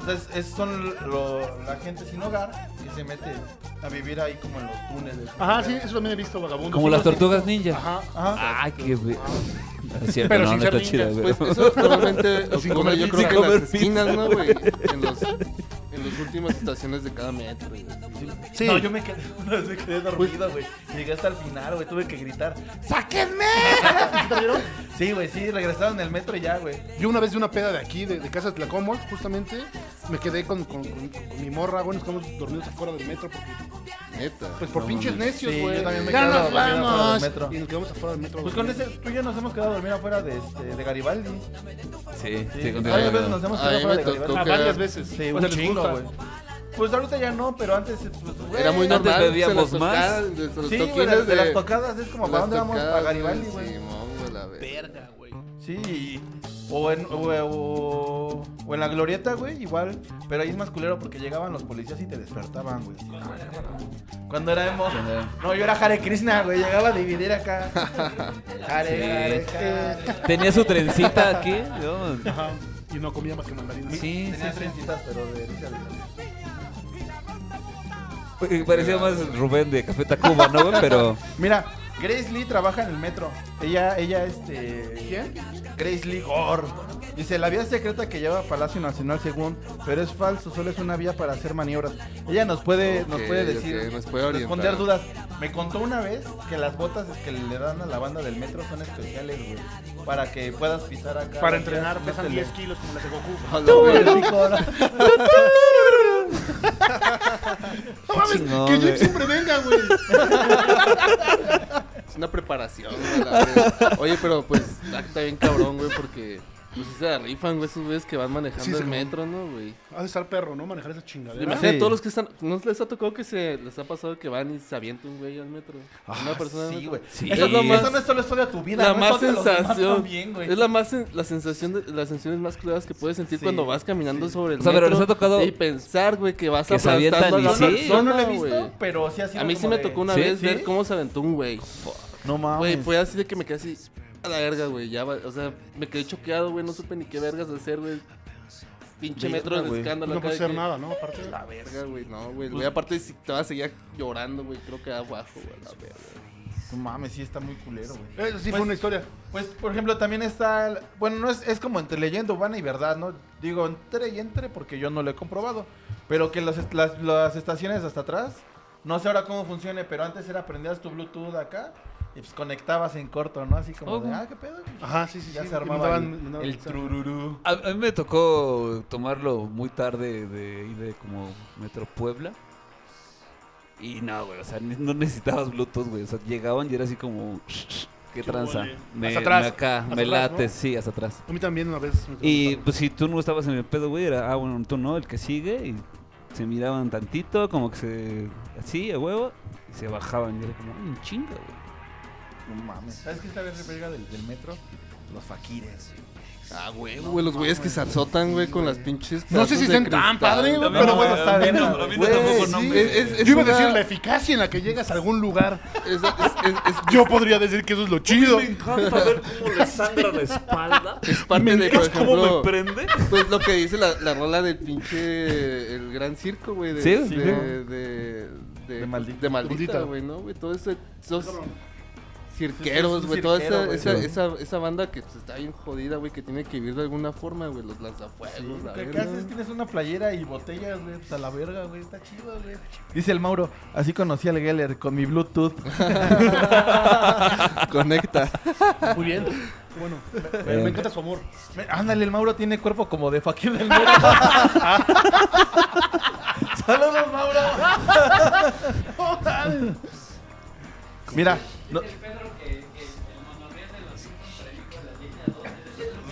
Entonces, es, son lo- la gente sin hogar que se mete a vivir ahí como en los túneles. Ajá, sí, Ah, eso también he visto, vagabundo. Como Sí, las sí. tortugas ninja. Ajá. Ajá. Ay, qué be- No es cierto, Pero no, sin no ser está ninjas, chida, güey. Pues eso probablemente Sin ocurre, comer yo pizza. creo que Sin en las comer esquinas, ¿no, güey? En los, en las últimas estaciones de cada metro. güey. Sí. Pues- No, yo me quedé, una vez me quedé dormido, güey. Llegué hasta el final, güey, tuve que gritar. ¡Sáquenme! sí, güey, sí, regresaron en el metro y ya, güey. Yo una vez de una peda de aquí, de, de casa de Tlacomol, justamente, me quedé con, con- con- con mi morra, güey, nos quedamos dormidos afuera del metro porque, Neta. pues por pinches necios, Sí, güey. yo también me ya quedé nos dormido afuera del vamos. metro. Y nos quedamos afuera del metro. Pues con güey. ese, tú y yo nos hemos quedado a dormir afuera de, este, de Garibaldi. Sí, Sí, sí, con varias Garibaldi. veces nos hemos A mí quedado afuera me de tocó Garibaldi. Ah, que- varias veces. Sí, O un sea, les chingo, gusta. güey. Pues ahorita ya no, pero antes, pues, güey, Era muy antes- normal. se bebíamos las más. tocaban, de- se los Sí, güey, pues toquines de, de las tocadas es como, de ¿para las dónde vamos? Para tocadas, Garibaldi, güey. Simón, güey, la verga. Verga, güey. Sí, y- o en, o, o- o en la glorieta, güey, igual. Pero ahí es más culero porque llegaban los policías y te despertaban, güey. Cuando era emo. No, yo era Hare Krishna, güey. Llegaba a dividir acá. Hare, Sí. Hare, Hare. Tenía su trencita aquí. ¿no? Ajá. Y no comía más que mandarinas. Sí, Tenía trencitas, pero de risa, de- sí. Parecía más Rubén de Café Tacuba, ¿no, güey? Pero Mira, Grace Lee trabaja en el metro. Ella, ella, este. ¿Quién? Grace Lee Gore. Dice, la vía secreta que lleva a Palacio Nacional según, pero es falso, solo es una vía para hacer maniobras. Ella nos puede, nos Ok, puede decir, ok, nos puede responder orientar. dudas. Me contó una vez que las botas que le dan a la banda del metro son especiales, güey, para que puedas pisar acá. Para Las entrenar vías, pesan métele. Ah, 10 kilos como las de Goku. A la verga. No mames, chingón, que Jim güey. siempre venga, güey. Es una preparación, güey, la verga. Oye, pero pues está está bien cabrón, güey, porque pues sí se la rifan, güey, esos güeyes que van manejando Sí, se el como- metro, ¿no, güey? Ha de estar perro, ¿no? Manejar esa Yo chingadera. Imagínate todos los que están. ¿No les ha tocado que se les ha pasado que van y se avienta un güey al metro? una persona. al Ah, Sí, metro? güey. Sí. Eso, Es lo eso más- no es solo historia de tu vida, La no es más solo de los demás sensación. también, güey. Es la más sen- la sensación de, las sensaciones más claras que puedes sentir Sí, cuando vas caminando sobre el O sea, pero metro les ha tocado- y pensar, güey, que vas que se aplastando a la avientan y sí. Yo no lo he persona, visto, güey. pero sí ha sido A mí sí como me de- tocó una ¿Sí? vez ¿Sí? ver cómo se aventó un güey. No mames. Güey, fue así de que me quedé así a la verga, güey. Ya, va- o sea, me quedé choqueado, güey. No supe ni qué vergas hacer, güey. Pinche metro de escándalo. No acá puede de hacer que- nada, ¿no? Aparte. La verga, güey. No, güey. Güey, aparte si te vas a seguir llorando, güey. Creo que abajo, güey. La verga. No mames, sí está muy culero, güey. Eso sí Pues- fue una historia. Pues, por ejemplo, también está. el- Bueno, no es, es como entre leyenda urbana y verdad, ¿no? Digo, entre y entre porque yo no lo he comprobado. Pero que los est- las, las estaciones hasta atrás, no sé ahora cómo funcione, pero antes era prendías tu Bluetooth acá y pues conectabas en corto, ¿no? Así como de, ah, qué pedo. Ajá, sí, sí. Ya sí. se Y armaba mandaban- el- mandaban el mensaje. trururú. a, a mí me tocó tomarlo muy tarde de ahí de como Metro Puebla. Y no, güey, o sea, ni- no necesitabas Bluetooth, güey. O sea, llegaban y era así como, "Shh, shh, qué tranza. huele? Me, Hasta atrás, me acá, hasta me atrás, late, ¿no? sí, hasta atrás. A mí también una vez. me Y preguntaron. pues si tú no estabas en el pedo, güey, era, ah, bueno, tú no, el que sigue, y se miraban tantito, como que se, así, a huevo, y se bajaban, y era como, un chingo, güey. No mames. ¿Sabes qué está bien verga del, del metro? Los faquires. Ah, güey, güey. Los güeyes que se azotan, güey, con las pinches. No sé si pedazos estén de tan cristal, padre, güey, güey. pero bueno. está bien. A mí Güey, tampoco no sí, me- es- es- es Yo iba a una- decir la eficacia en la que llegas a algún lugar. es- es- es- es- Yo podría decir que eso es lo chido. encanta ver cómo le sangra la espalda. es parte de, por ¿Ves cómo me ejemplo, prende? Pues lo que dice la, la rola del pinche el gran circo, güey. De, Sí, de, sí, de, güey. de- De Maldita. Maldita. de maldita, güey, ¿no? Güey, todo ese, esos cirqueros, Sí, sí, es un güey, toda cirquero, esa, güey. esa, esa, esa banda que pues, está bien jodida, güey, que tiene que vivir de alguna forma, güey, los lanzafuegos, la ¿Qué, qué verga. haces? Tienes una playera y botellas, güey. Pues a la verga, güey. Está chido, güey. Dice el Mauro, así conocí al Geller con mi Bluetooth. Conecta. Muy bien. Bueno, me, Bien. me encanta su amor. Me- Ándale, el Mauro tiene cuerpo como de Fakir del Moro. Saludos, Mauro. Mira, no-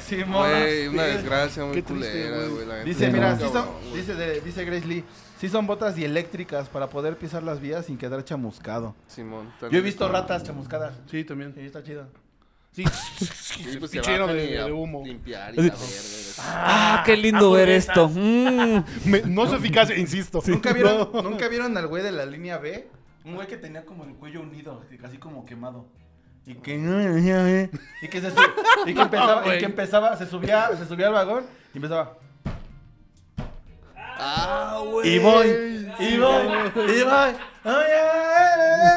Sí, Güey, una desgracia muy Qué triste, culera, güey. güey. la neta. Sí, Está Dice, no. mira, sí cabrón, son, güey. dice, de- dice Grace Lee, sí son botas dieléctricas para poder pisar las vías sin quedar chamuscado. Simón, tan- Yo he visto ratas chamuscadas. Sí, también. Sí, está chido. Sí, Sí, pues, se pinche lleno bajan de, y a de humo. Limpiar y la verga, güey. Ah, qué lindo ver esto. Mm. Me- no es eficaz, insisto. ¿Nunca vieron, No. ¿Nunca vieron al güey de la línea B? Un güey que tenía como el cuello unido, así- así como quemado. Y que, y que, se su- y que empezaba, y que empezaba, se subía, se subía al vagón y empezaba. Ah, güey. Y voy, y voy, y voy. Ay, ay,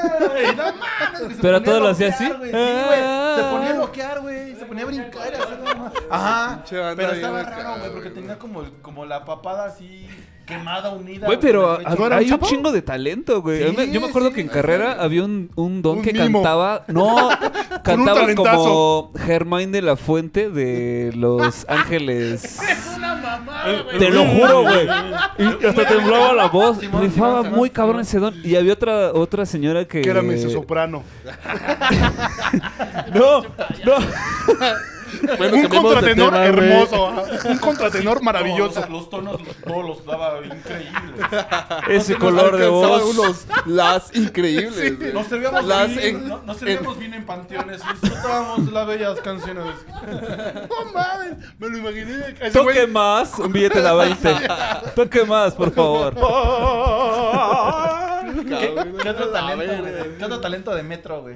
ay. No mames, güey, se Pero ponía todo a lo hacía loquear, así. güey, sí, güey. Se ponía a loquear, güey. Se ponía a brincar y hacer nada más. Ajá. Pinche banda Pero bien estaba acá, raro, güey, güey. porque tenía como, el- como la papada así quemada, unida. Güey, pero güey, a- con el pecho. hay un chingo de talento, güey. A mí me- Sí, yo me acuerdo sí. que en carrera había un, un don Un que mimo. cantaba. No, cantaba talentazo. como Germain de la Fuente de Los Ángeles. Eh, Te lo juro, güey. Y hasta temblaba la voz. Simón, Rifaba Simón, Simón, muy cabrón ese don. Y había otra, otra señora que. Que era Eh, mezzo soprano. No, no. un cambiemos de contratenor tema, güey. hermoso. ajá. Un contratenor maravilloso. Los, los tonos, los- todos los daba increíbles. Ese Nos color de alcanzaba voz. unos las increíbles, güey. Nos servíamos, las bien, en- no- nos servíamos bien en panteones. Disfrutábamos las bellas canciones. No mames, me lo imaginé. Ese Toque güey- más, un billete de la 20. Toque más, por favor. Ah, ¿Qué, qué otro la talento, verga. güey? ¿Qué otro talento de metro, güey?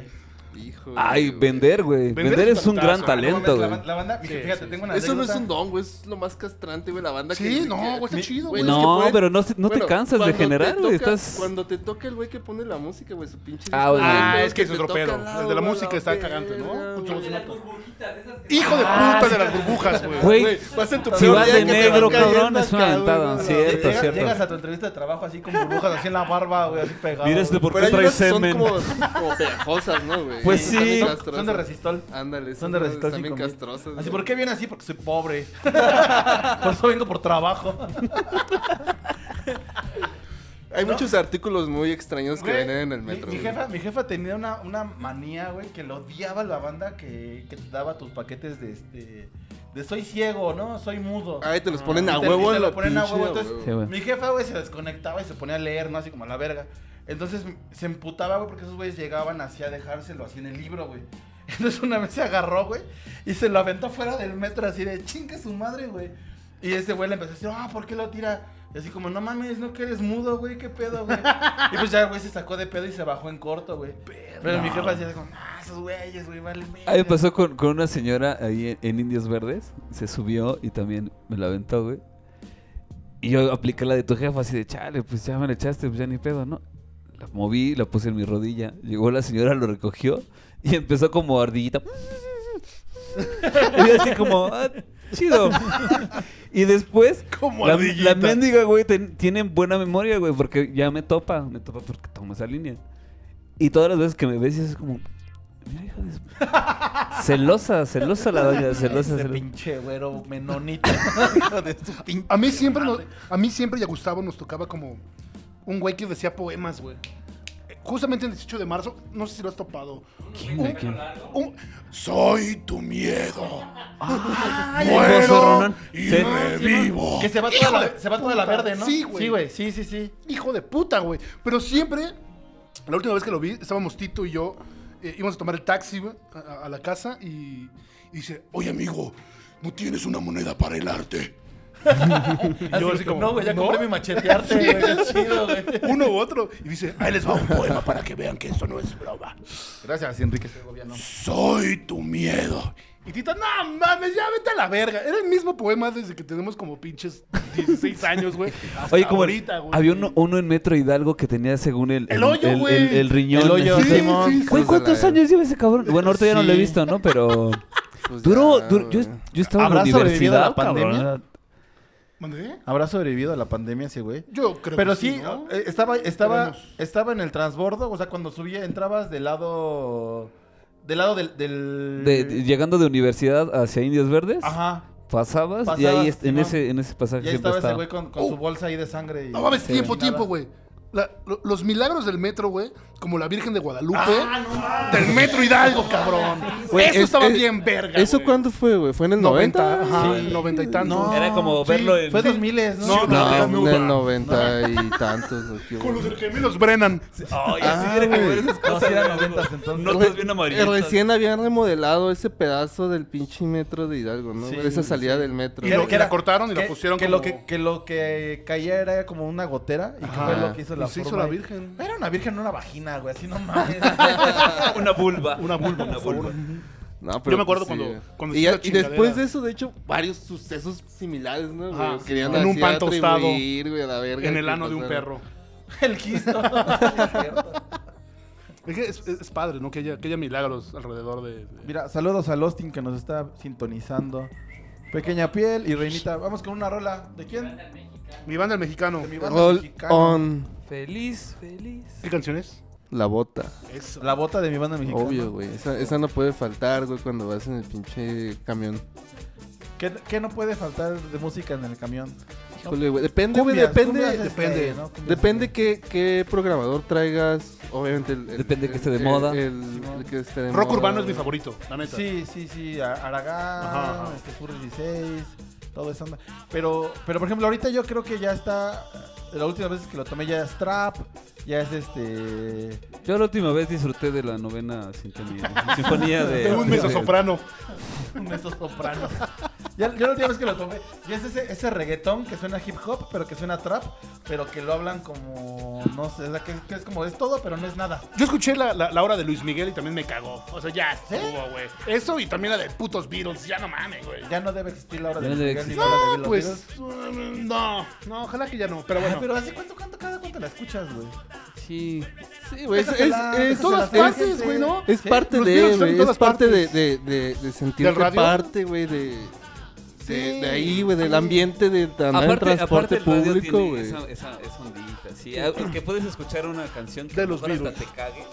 Hijo, Ay, güey. vender, güey. Vender Vender es es un gran talentazo, ¿eh? talento, la, güey. ban- la banda, mire, fíjate, tengo una Eso no es anécdota. un don, güey. Es lo más castrante, güey. La banda que. Sí, ni no, siquiera- güey, está Ni- chido, güey, güey. es que No, pueden- pero no se- no te Bueno, cansas de cuando te generar, güey, toca- estás- Cuando te toca el güey que pone la música, güey, su pinche. Ah, bueno. Ah, güey, es que es te otro toca pedo. al lado, El de la güey, música está cagante, ¿no? verga, Mucho güey. más alto. Hijo de Ah, puta sí. de las burbujas, güey. Güey, Vas en tu si peor vas día que de te negro, van cayendo cabrón, es una acá, güey, ventana. no, Cierto, Llega- Llegas cierto. a tu entrevista de trabajo así con burbujas así en la barba, güey, así pegado. Mira este güey. por Pero qué hay trae unas que son semen. como, como pegajosas, ¿no, güey? Pues Y sí. también Son- castrosas. son de resistol. Ándale, Son de resistol También 5000. castrosas. Así, güey. ¿por qué viene así? Porque soy pobre. por eso vengo por trabajo. Hay muchos artículos muy extraños que Güey, venden en el mi- metro. Mi, güey. jefa, mi jefa tenía una, una manía, güey, que lo odiaba la banda que, que te daba tus paquetes de este. De soy ciego, ¿no? Soy mudo. Ay, te los ponen Y a te- y huevo te en lo la ponen a pinche, huevo, a entonces- huevo. Sí, güey. Mi jefa, güey, se desconectaba y se ponía a leer, ¿no? Así como a la verga. Entonces m- se emputaba, güey, porque esos güeyes llegaban así a dejárselo así en el libro, güey. Entonces una vez se agarró, güey, y se lo aventó fuera del metro así de chingue su madre, güey. Y ese güey le empezó a decir, ah, ¿por qué lo tira? Y así como, no mames, no que eres mudo, güey, qué pedo, güey. y pues ya, güey, se sacó de pedo y se bajó en corto, güey. Pero mi jefa decía como, ah, esos güeyes, güey, vale, A mí me pasó con, con una señora ahí en, en Indios Verdes. Se subió y también me la aventó, güey. Y yo apliqué la de tu jefa, así de chale, pues ya me la echaste, pues ya ni pedo, ¿no? La moví, la puse en mi rodilla. Llegó la señora, lo recogió y empezó como ardillita. y yo así como, "Ah, chido. Y después, Como la, ardillita. la mendiga, güey, ten- tiene buena memoria, güey, porque ya me topa, me topa porque tomo esa línea. Y todas las veces que me ves, es como, mira, hija de su- Celosa, celosa la doña, celosa, Ese celosa. pinche güero menonita. hijo de su pinche A mí siempre, nos- a mí siempre y a Gustavo nos tocaba como un güey que decía poemas, güey. Eh, Justamente el 18 de marzo, no sé si lo has topado. ¿Quién, a quién? Un- Soy tu miedo. Ay, Muero vocerronón. y Sí. revivo. Que se va Hijo toda, de la, se va toda la puta. verde, ¿no? Sí, güey. Sí, güey. Sí, sí, sí. Hijo de puta, güey. Pero siempre, la última vez que lo vi, estábamos Tito y yo, eh, íbamos a tomar el taxi güey, a, a la casa y, y dice, oye amigo, ¿no tienes una moneda para el arte? Así, yo así como, no, güey, ya ¿no? compré mi machetearte, güey. Qué chido, güey. Uno u otro. Y dice, ahí les va un poema para que vean que esto no es broma. Gracias, Enrique Segovia, no. Soy tu miedo. Y Tito, no mames, ya vete a la verga. Era el mismo poema desde que tenemos como pinches 16 años, güey. Hasta Oye, como el- ahorita, güey. había uno, uno en Metro Hidalgo que tenía según el, El hoyo, el, güey. el- el riñón. El hoyo, así. Simón. Güey, Hijos de ¿cuántos la- años lleva ese cabrón? Bueno, ahorita ya no lo he visto, ¿no? Pero Pues duró, ya, duró- yo, güey. yo estaba en la ¿Habrá sobrevivido a universidad, la pandemia? cabrón. ¿Mandé? ¿Habrá sobrevivido a la pandemia ese güey? Yo creo Pero que sí, ¿no? eh, estaba, estaba, Esperemos. estaba en el transbordo, o sea, cuando subía, entrabas del lado Del lado del. del- De- de- llegando de universidad hacia Indios Verdes. Ajá. Pasabas, y Pasabas, ahí est- en, Simón. ese, en ese pasaje Y ahí siempre estaba ese estaba. güey con, con su bolsa ahí de sangre. Y, No mames, Sí. tiempo, eh, nada. tiempo, güey. La- lo- los milagros del metro, güey, como la Virgen de Guadalupe, Ah, no mames. del metro Hidalgo, cabrón. Güey, eso es- estaba es- bien verga. ¿Eso güey. cuándo fue, güey? ¿Fue en el 90? Ajá, 90 y tantos. No, Era como sí, verlo en- Fue 2000, ¿no? No, No, no, en el 90 y tantos. güey, qué Con bueno. los gemelos Brennan. Ay, Ah, así era como güey. esas No, cosas. sí eran güey. 90s entonces. Notas bien amarillentas. Recién habían remodelado ese pedazo del pinche metro de Hidalgo, ¿no? Sí, Esa salida del metro. Y lo- la cortaron y la pusieron que como- lo que, que lo que caía era como una gotera y que Ajá. fue lo que hizo Y la Pues se hizo forma la ahí. virgen. Era una virgen, no una vagina, güey, así no mames. Una vulva. Una vulva, por favor. No, pero me acuerdo pues, cuando- güey. cuando y, hicieron la ya- y después chingadera. de eso, de hecho, varios sucesos similares, ¿no? güey? Ajá, Querían en un así pan tostado, atribuir, güey, a la verga En que el ano de un pasaron. perro. El quisto. Es, que es- es padre, ¿no? Que haya, que haya milagros alrededor de. de- Mira, saludos a Lostin que nos está sintonizando. Pequeña piel y reinita. Vamos con una rola. ¿De quién? Mi banda el mexicano. Mi banda Roll mexicana. on Feliz, feliz. ¿Qué canciones? la bota. La bota de mi banda mexicana. Obvio, güey. Esa, esa no puede faltar, güey, cuando vas en el pinche camión. ¿Qué, qué no puede faltar de música en el camión? Híjole, güey. Depende, güey, Cumbias, depende, cumbias, este, depende. ¿no? Cumbias, depende qué, qué programador traigas. Obviamente, el, el- Depende el- que esté de el- moda. El, el que esté de Rock moda, urbano es mi güey. favorito, la neta. Sí, sí, sí. a- Aragán, Ajá, ajá. este, Furry 16, todo eso. anda. Pero, pero, por ejemplo, ahorita yo creo que ya está. La última vez que lo tomé ya es trap. Ya es este. Yo la última vez disfruté de la novena sintonía. sinfonía de. De un mezzosoprano. Un beso soprano. Ya, yo la última vez que lo tomé, ya es ese, ese reggaetón que suena hip hop, pero que suena trap, pero que lo hablan como, no sé, o sea, que, que es como, es todo, pero no es nada. Yo escuché la, la, la hora de Luis Miguel y también me cagó. O sea, ya estuvo, güey. Eso y también la de putos Beatles. Ya no mames, güey. Ya no debe existir la hora Ya de no Luis debe Miguel ni existir. la hora de No, los pues. mm, No, no, ojalá que ya no. Pero bueno. pero ¿hace cuánto, cuánto, cada cuánto la escuchas, güey? Sí. Sí, güey. Es, es, Déjasela, es- déjasela todas a la partes, gente. güey, ¿no? ¿Eh? Es parte Los de, Beatles están en güey. todas Es parte de, partes. de, de, de ¿Del sentirte radio? parte, güey, de... De, de ahí, güey, del ambiente de andar en Aparte, aparte transporte el radio público, tiene güey. esa, esa, esa ondita, sí, ah, que puedes escuchar una canción que De a lo los mejor hasta Beatles. te cague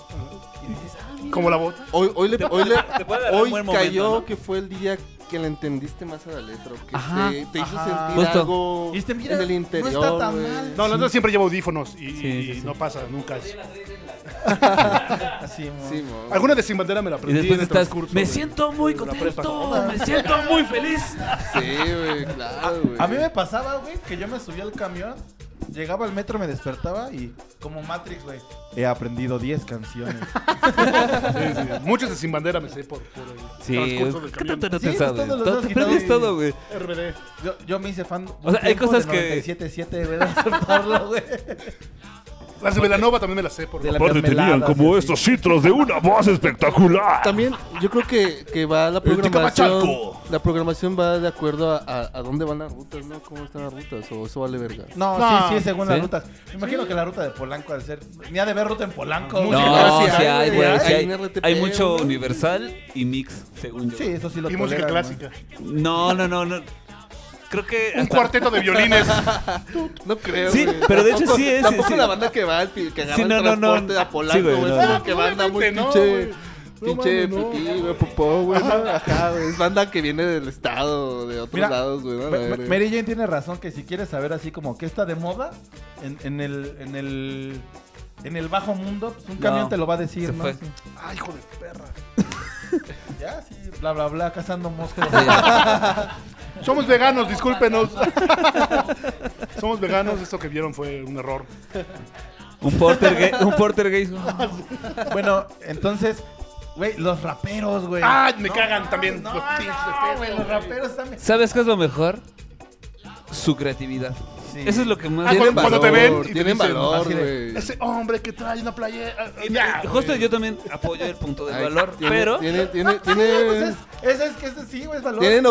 y dices, ah, mira, Como la bota. Hoy, hoy, le, Te hoy, le- puede- te puede dar un hoy buen momento, cayó ¿no? que fue el día que le entendiste más a la letra, o que Ajá, te, te hizo ajá. sentir Justo. algo Y dijiste, mira, en el no interior. está tan güey. mal. No, nosotros siempre llevo audífonos y, Sí, y sí, sí. no pasa nunca eso. Así, mo. Sí, mo. Alguna de Sin Bandera me la Y aprendí. después en el estás. transcurso Me de- siento muy de la prepa". contento. Me siento muy feliz. Sí, güey, claro, güey. A mí me pasaba, güey, que yo me subía al camión, llegaba al metro, me despertaba y como Matrix, güey. He aprendido 10 canciones. Sí, sí, sí. Muchas de Sin Bandera me sé por, por el transcurso del ¿Qué camión. tanto no Sí, te pues, sabes? todos los Todo- dos te quitados aprendes y- todo, güey. RBD. Yo, yo me hice fan. O sea, hay cosas que- 7 güey, de aceptarlo, güey. Las de Velanova también me las sé por De la Aparte tenían mermelada, como sí, estos citros de una voz espectacular. También yo creo que, que va la programación. La programación va de acuerdo a, a, a dónde van las rutas, ¿no? ¿Cómo están las rutas? O eso vale verga. No, No. sí, sí, según las ¿Sí? rutas. Me imagino que la ruta de Polanco, al ser. Ni ha de haber ruta en Polanco. No, güey. No, Muchas sí gracias, hay, güey. güey. sí Hay hay, un RTP, hay mucho ¿no? universal y mix, según yo. Sí, eso sí lo Y música toleran, güey. clásica. No, no, no, no. Creo que. Un hasta- cuarteto de violines. No creo. Sí, güey. pero de hecho Tampoco- sí es- Tampoco sí. la banda que va, al pi- que agarra Sí, no, el no, no. transporte de a Polanco, Sí, güey, güey. no, es no. como que banda muy Obviamente no, pinche. güey. No Pinche mames, no. pipí, güey, popó, güey. ¿no? Ajá, güey. Es banda que viene del estado, de otros Mira, lados, güey. ¿no? La Ma- Ma- verga. Mary Jane tiene razón que si quieres saber así como qué está de moda en, en el en el en el bajo mundo, pues un camión te lo va a decir, se ¿no? fue. Así, Ay, hijo de perra. ya, sí, bla bla bla, cazando moscas. Somos veganos, discúlpenos. Somos veganos, esto que vieron fue un error. Un porter gay. Un porter gay. bueno, entonces, güey, los raperos, güey. ¡Ah! Me cagan también No, los no, pinches de pedo, güey, los güey. raperos también. ¿Sabes qué es lo mejor? Su creatividad. Sí. Eso es lo que más. Ah, Tienen cuando- valor, cuando te ven y te tienen dicen, valor, así de, güey. Ese hombre que trae una ah, playera. Y- Ya, y Ah, Justo güey. yo también apoyo el punto del Ay, valor, tiene- pero. Ah, Tiene, tiene, tiene, Pues es, ese es que ese sí, güey, es valor. tienen Hay que pulirlo,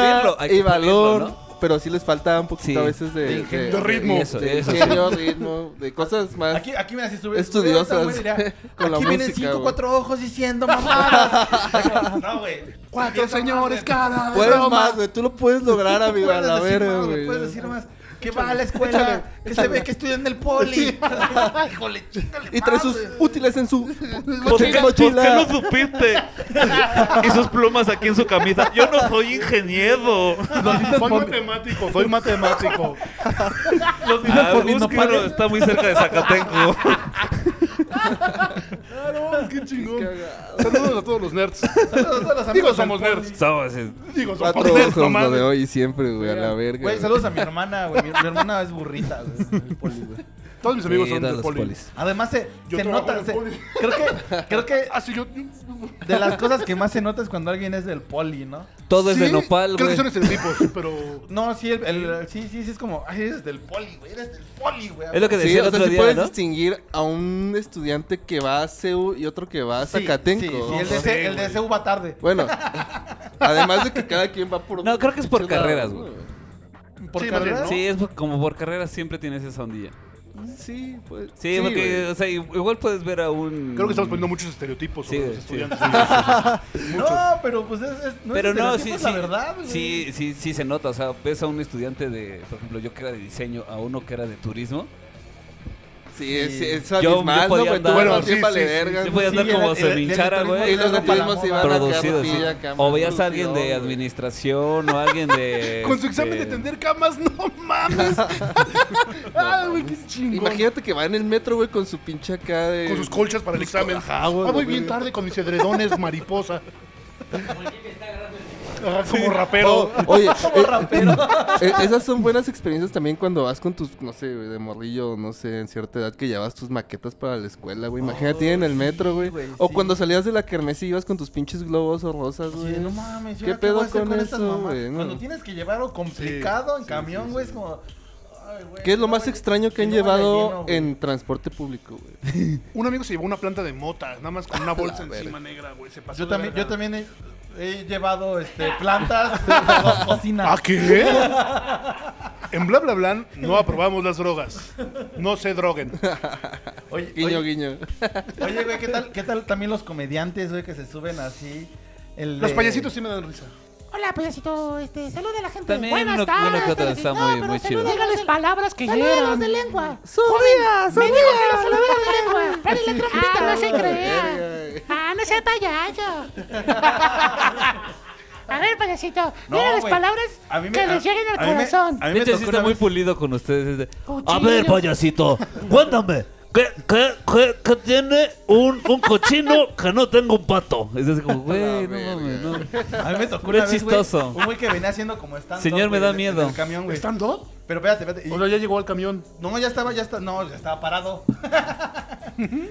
autoestima hay que y valor, pulirlo, pero sí les falta un poquito Sí. a veces de, de, de ritmo. Eso, de eso. ingenio, ritmo, de cosas más. Aquí, aquí mira, si estuviera Estudiosas estuviera esta, güey, diría, con la Aquí vienen música, cinco, güey. cuatro ojos diciendo mamadas. no, güey. Cuatro señores, cara. de Puedes broma. más, güey. Tú lo puedes lograr, amigo. A Puedes la decir verga, más, güey, güey. Puedes decir más. que va a la escuela, que se ve que estudia en el poli. Híjole, chingale. Y trae sus madre. útiles en su ¿Por qué, mochila. por qué pues no supiste? y sus plumas aquí en su camisa. Yo no soy ingeniero. Soy matemático, soy matemático. Los ah, búsquenlo, está muy cerca de Zacatenco. Claro, es que chingón. Saludos a todos los nerds. Saludos a los amigos Digo, del somos poli. nerds. Estamos en- Digo, somos Cuatro nerds, ojos no lo de mames. hoy y siempre, güey, a la verga. Güey, saludos a mi hermana, güey. Mi, mi hermana es burrita, güey. en el poli, güey. Todos mis amigos son Mira del los poli. polis. Además, se, Yo se trabajo en nota. el se- poli. creo que, creo que Ah, sí, yo. yo- de las cosas que más se nota es cuando alguien es del poli, ¿no? Todo es de Sí, nopal, Creo güey. que son estereotipos, pero. No, sí, el, el- sí, sí, sí, es como, ay, eres del poli, güey, eres del poli, güey. Es lo que Sí, decía el o sea, otro sí día, puedes ¿no? distinguir a un estudiante que va a CEU y otro que va a Sí, Zacatenco. Sí, sí, el de, Sí, C- el de güey. CEU va tarde. Bueno, además de que cada quien va por... No, creo que es por pinches carreras, lados, güey. Por Sí, más bien, carrera. ¿no? Sí, es por- como por carrera siempre tienes esa ondilla. Sí, pues... Sí, porque, o sea, igual puedes ver a un. Creo que estamos poniendo muchos estereotipos Sí, sobre los güey, sí. estudiantes. Ah, No, pero pues es, es- no Pero es no, estereotipo, sí, es sí. la verdad, güey. sí, sí, sí se nota. O sea, ves a un estudiante de, por ejemplo, yo que era de diseño, a uno que era de turismo. Sí, es, es Yo- yo abismal, ¿no, podía güey? Tú andar- bueno, Bueno, sí, sí, vale sí, verga. Yo podía sí, andar el- como el- el- semichara, el- güey. Y los Era de turismo se para la iban moda. a Producido, sí. carretilla acá, O muy veías a alguien de producido, güey. administración o alguien de. Con su examen de tender camas, no mames. Ay, güey, qué chingón. Imagínate que va en el metro, güey, con su pinche acá de... Con sus colchas para el examen. Ajá, güey, Ah, voy güey. bien tarde con mis edredones, mariposa. Ajá, como rapero. Oh. Oye, eh, eh, esas son buenas experiencias también cuando vas con tus, no sé, güey, de morrillo, no sé, en cierta edad que llevas tus maquetas para la escuela, güey. Imagínate en el metro, güey. güey, o sí. cuando salías de la kermés y ibas con tus pinches globos o rosas, Sí, güey. no mames, ¿y ¿Qué ahora ¿qué pedo voy a hacer con, con estas eso, mamás? güey? No. Cuando tienes que llevar algo complicado en camión, güey, es como... ay, güey, ¿Qué es lo no, más güey, extraño que si han no vale llevado lleno, güey. en transporte público, güey? Un amigo se llevó una planta de mota, nada más con una bolsa verga. encima negra, güey. Se pasó. Yo de también, verga. yo también he, he llevado este, plantas de la cocina. ¿Ah, qué? En bla bla bla no aprobamos las drogas. No se droguen. Oye, Guiño, oye, guiño. oye, güey, ¿qué tal, ¿qué tal también los comediantes, güey, que se suben así? El Los de- payasitos sí me dan risa. Hola, payasito, este, saluda a la gente. También Buenas uno- tardes. uno que otro está muy- muy chido. las palabras que saluda a los de lengua. ¡Subida! Me dijo que los saludaron de lengua. Espérenle, trompita. Ah, no se Verga. crea. Ah, no sea payaso. A ver, payasito, No, mira las güey. palabras A mí me- que a- les lleguen a al mí me- corazón. a mí De me hecho, sí tocó está una muy vez- pulido con ustedes. es de, Cuchillo. A ver, payasito, cuéntame. ¿Qué, qué, qué, qué tiene un, un cochino que no tenga un pato? Es así como, güey, La no mames, no. A mí me tocó Pero una es vez, güey, chistoso. un güey que venía haciendo como stand Señor, me da miedo. En el camión, güey. ¿Están dos? Pero espérate, espérate. y- O sea, ya llegó al camión. No, ya estaba, ya está, no, ya estaba parado.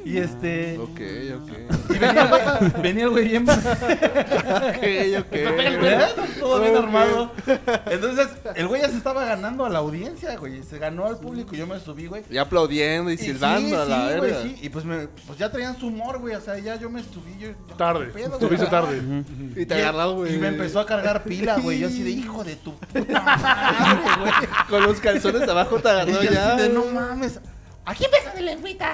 y este... Ok, ok. Y venía, el güey- venía el güey bien... Ok, El ok. güey, ¿eh? Todo bien armado. Entonces, el güey ya se estaba ganando a la audiencia, güey. Se ganó al público. Yo me subí, güey. Y aplaudiendo y Y silbando sí, a la sí, güey, verga. sí. Y pues, me, pues ya traían su humor, güey. O sea, ya yo me subí. Yo, yo- Tarde. ¿qué pedo, Estuviste güey? tarde. Y te agarras, güey. Y me empezó a cargar pila, güey. Yo así de hijo de tu puta madre, güey. Con los calzones de abajo te Y agarró yo ya. así de no mames. Aquí empieza de lengüita.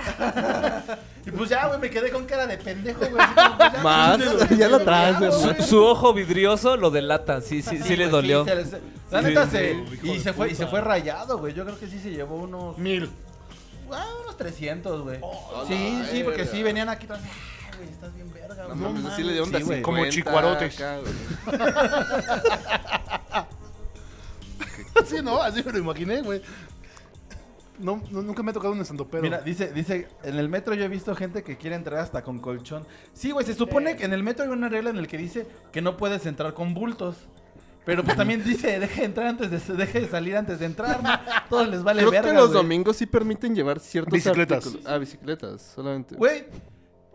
Y pues ya, güey, me quedé con cara de pendejo, güey. así como, pues, ya, Más, pues, de- ya la de- traes, de- güey. Su, su ojo vidrioso lo delata. Sí, sí, sí, güey, le dolió. se le- se- la Sí, neta sí. se. Hijo Y de se, fue, y se puta. fue rayado, güey. Yo creo que sí se llevó unos. Mil. Ah, unos 300, güey. sí, sí, Oh, porque verga. sí, venían aquí todos. "Ah, güey, estás bien verga, No güey. mames, No así le dieron mames". de Sí, 50 güey. Como chicuarotes. acá, güey. Sí, no, así me lo imaginé, güey. No, no, nunca me ha tocado un estandopero. Mira, dice, dice, en el metro yo he visto gente que quiere entrar hasta con colchón. Sí, güey, se supone que en el metro hay una regla en la que dice que no puedes entrar con bultos. Pero pues también dice, deje de entrar antes de, deje de salir antes de entrar, ¿no? Todos les vale Creo verga, que los güey. domingos sí permiten llevar ciertos Bicicletas. artículos. Ah, bicicletas, solamente. Güey,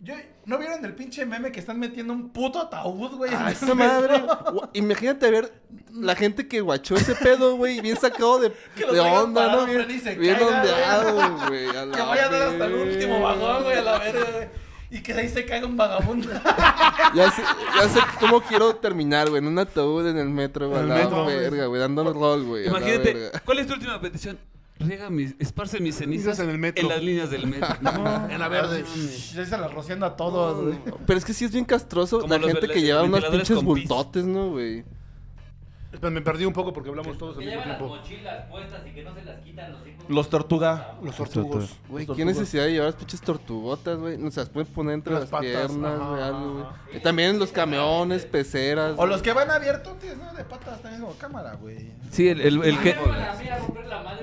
yo- ¿no vieron el pinche meme que están metiendo un puto ataúd, güey? en Ah, el esa madre. metro? Gua- Imagínate ver la gente que guachó ese pedo, güey, bien sacado de, Que lo de traigan onda, parado, ¿no? Bien, Freddy, se bien caiga, ondeado, güey. a la Que vaya a dar hasta el último verga. vagón, güey, a la verga, güey. Y que de ahí se caiga un vagabundo. Ya sé, ya sé cómo quiero terminar, güey, en un ataúd en el metro, güey. A En el la metro, güey. verga, güey, dándonos rol, güey. a la Imagínate, verga. ¿cuál es tu última petición? Riega mis, esparce mis cenizas Cenizas en el metro. en las líneas del metro. en la verde. Ya se la rociando a todos, güey. Pero es que sí es bien castroso Como la los gente vele- que lleva unos ventiladores pinches con pis. bultotes, ¿no, güey? Espera, Me perdí un poco porque hablamos todos al Que mismo llevan las tiempo. mochilas puestas y que no se las quitan los hijos. Los tortuga. Los tortugos. Güey, Los ¿qué tortugos. necesidad de llevar las pinches tortugotas, güey? No se las pueden poner entre Las las, patas, piernas, ajá, güey, algo, güey. Eh, También los camiones, peceras. O los que van abiertos, tío, ¿no? De patas también como cámara, güey. Sí, el, el- el que.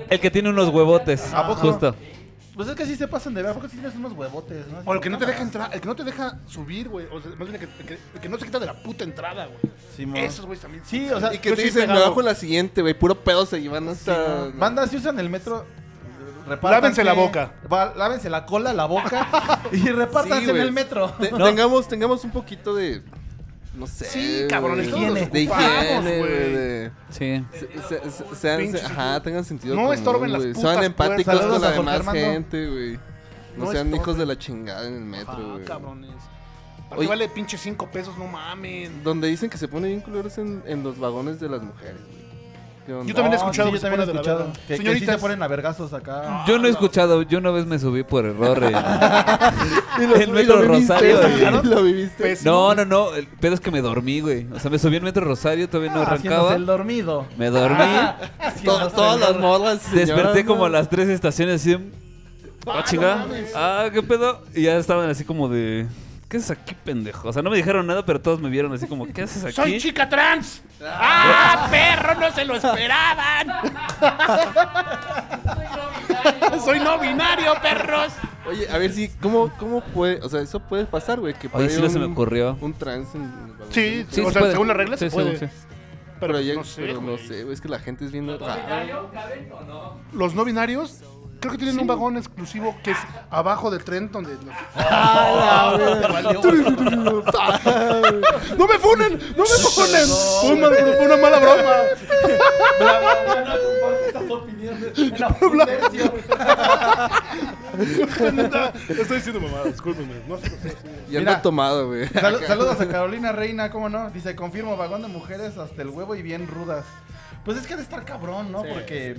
El que tiene unos huevotes. ¿A poco? Justo. Pues es que sí se pasan de ver, porque sí tienes unos huevotes, ¿no? O el que no te deja entrar, el que no te deja subir, güey. O sea, más bien el que, el que- el que no se quita de la puta entrada, güey. mo. Esos güeyes también. Sí, o sea, y que yo te sí dicen, pues me pegado. bajo la siguiente, güey. Puro pedo se llevan hasta. Banda, si usan el metro, repártanse. Lávense la boca. Va- lávense la cola, la boca y repártanse Sí, en güey. el metro. Te- tengamos, tengamos un poquito de. No sé. Sí, güey, cabrones, todos nos De ocupamos, higiene, güey. güey. de- Sí. Se- se- se- sean- Pinches- ajá, tengan sentido. No común, estorben las güey. putas Sean empáticos puertas. con la Saludos a Jorge demás Armando. gente, güey. No, No sean estorben. hijos de la chingada en el metro, Ah, güey. cabrones. Aparte Oye- vale pinche 5 pesos, no mamen. Donde dicen que se pone bien culeros en, en los vagones de las mujeres, güey. ¿Qué onda? Yo también he No, escuchado sí, que yo se también he pone de la escuchado. verga. Que- que sí Señoritas, se ponen a vergazos acá. Yo no he escuchado, yo una vez me subí por error en, en y Metro lo viviste, Rosario. güey, güey. y lo viviste. No, no, no, el pedo es que me dormí, güey. O sea, me subí en Metro Rosario, todavía no Ah, haciéndose arrancaba. el dormido. Me dormí. To- todas las morras Desperté llorando. como a las tres estaciones así. de, Ah, chinga. Ah, qué pedo. Y ya estaban así como de. ¿Qué haces aquí, pendejo? O sea, no me dijeron nada, pero todos me vieron así como, ¿qué haces aquí? ¡Soy chica trans! ¡Ah, perro! ¡No se lo esperaban! ¡Soy no binario, perros! Oye, a ver si, ¿cómo, cómo puede? O sea, eso puede pasar, güey. Que puede sí, haber no se un- me ocurrió. Un trance en en los vagones. Sí, Sí, o se sea, puede. según las reglas se Sí, puede. según sí. Pero, ya- no sé, pero no güey. sé, güey. Es que la gente es bien rara. ¿Binario? ¿Caben o no? Los no binarios creo que tienen un vagón exclusivo que es abajo del tren donde los- ¡Ah, ¡No me funen! ¡No me funen! Fue una, fue una mala broma. Estoy diciendo mamada, discúlpenme. No, sé, no sé. Ya Mira. anda tomado, güey. Sal- saludos a Carolina Reina, ¿cómo no? Dice, confirmo, vagón de mujeres hasta el huevo y bien rudas. Pues es que ha de estar cabrón, ¿no? Sí, Porque,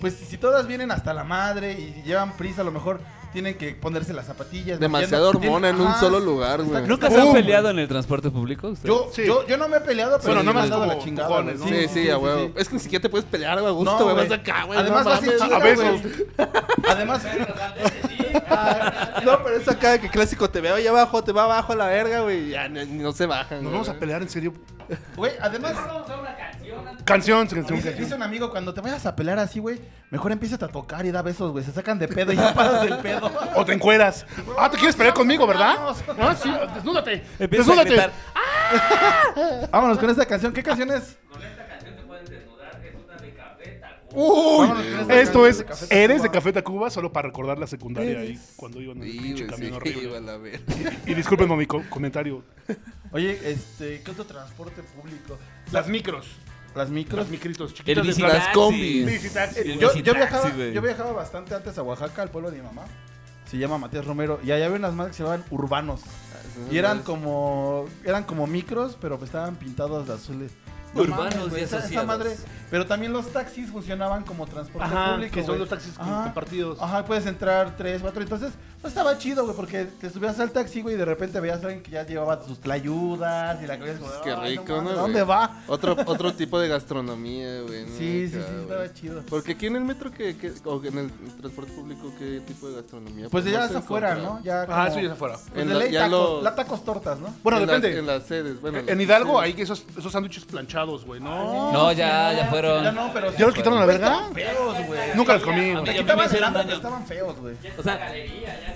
pues si todas vienen hasta la madre y llevan prisa, a lo mejor tienen que ponerse las zapatillas. ¿no? Demasiada Ya no- hormona en tienen- un Ajá, solo sí. lugar, güey. ¿Nunca se han peleado en el transporte público? ustedes? Yo, yo, yo no me he peleado, pero Bueno, sí no me más han dado como la chingada. empujones, güey. ¿no? Sí, sí, a huevo. Es que ni siquiera te puedes pelear, güey, a gusto, No, güey. güey. Vas acá, güey. Además, no vas mames, en A chinga, besos. güey. Además, Ah, No, pero es acá de que clásico te veo ahí abajo, te va abajo a la verga, güey. Ya ni- ni no se bajan. Nos güey. vamos a pelear en serio. güey, además, Canción, canción. dice, canción. dice un amigo, cuando te vayas a pelear así, güey, mejor empiezas a tocar y da besos, güey. Se sacan de pedo y ya pasas el pedo. O te encueras. Ah, ¿te quieres pelear conmigo, verdad? Ah, sí, desnúdate. Empiezas a Desnúdate. gritar. Vámonos con esta canción. ¿Qué canción es? Con esta canción te puedes desnudar. Es una de café, tal cual. Uy, Vámonos con esta esto canción es de Café Tacuba. Eres de Café Tacuba, solo para recordar la secundaria ahí cuando iban en el Sí, pinche güey, camino sí, horrible. a la verga. Y discúlpenme mi co- comentario. Oye, este, ¿qué otro transporte público? Las micros. Las micros. Las micritos El chiquitas. de visitaxi. "Ah, Las combis. Visitaxi, güey. Yo, Sí, yo taxi, viajaba, güey. yo viajaba bastante antes a Oaxaca, al pueblo de mi mamá. Se llama Matías Romero. Y allá había unas más que se llamaban urbanos. Ah, Y eran como eran como micros, pero pues estaban pintados de azules. Urbanos güey, y esa- esa asociados. madre. Pero también los taxis funcionaban como transporte Ajá, público. que son güey. los taxis Ajá. compartidos. Ajá, puedes entrar tres, cuatro. Entonces, pues estaba chido, güey, porque te subías al taxi, güey, y de repente veías a alguien que ya llevaba sus tlayudas y la cabeza como, Qué "Ay, rico, mames, ¿no, ¿a ¿Dónde güey? va? Otro, otro tipo de gastronomía, güey. ¿no? Sí, sí, sí, Acá, güey. estaba chido. Porque aquí en el metro, que, que- o en el transporte público, ¿qué tipo de gastronomía? Pues ya no es se afuera, encuentra. ¿no? Ya Ajá, como- eso Ah, ya es afuera. Pues En de la- ley ya tacos, los- la tacos tortas, ¿no? Bueno, En la- depende. en las sedes, bueno. En Hidalgo hay que esos, esos sándwiches planchados, güey, ¿no? No, ya, ya fueron. Ya no, pero Ah. ¿Ya los quitaron a la verga? feos, güey. Nunca los comí, A mí güey. ya me Estaban hicieron grandes, pero daño. estaban feos, güey. O sea,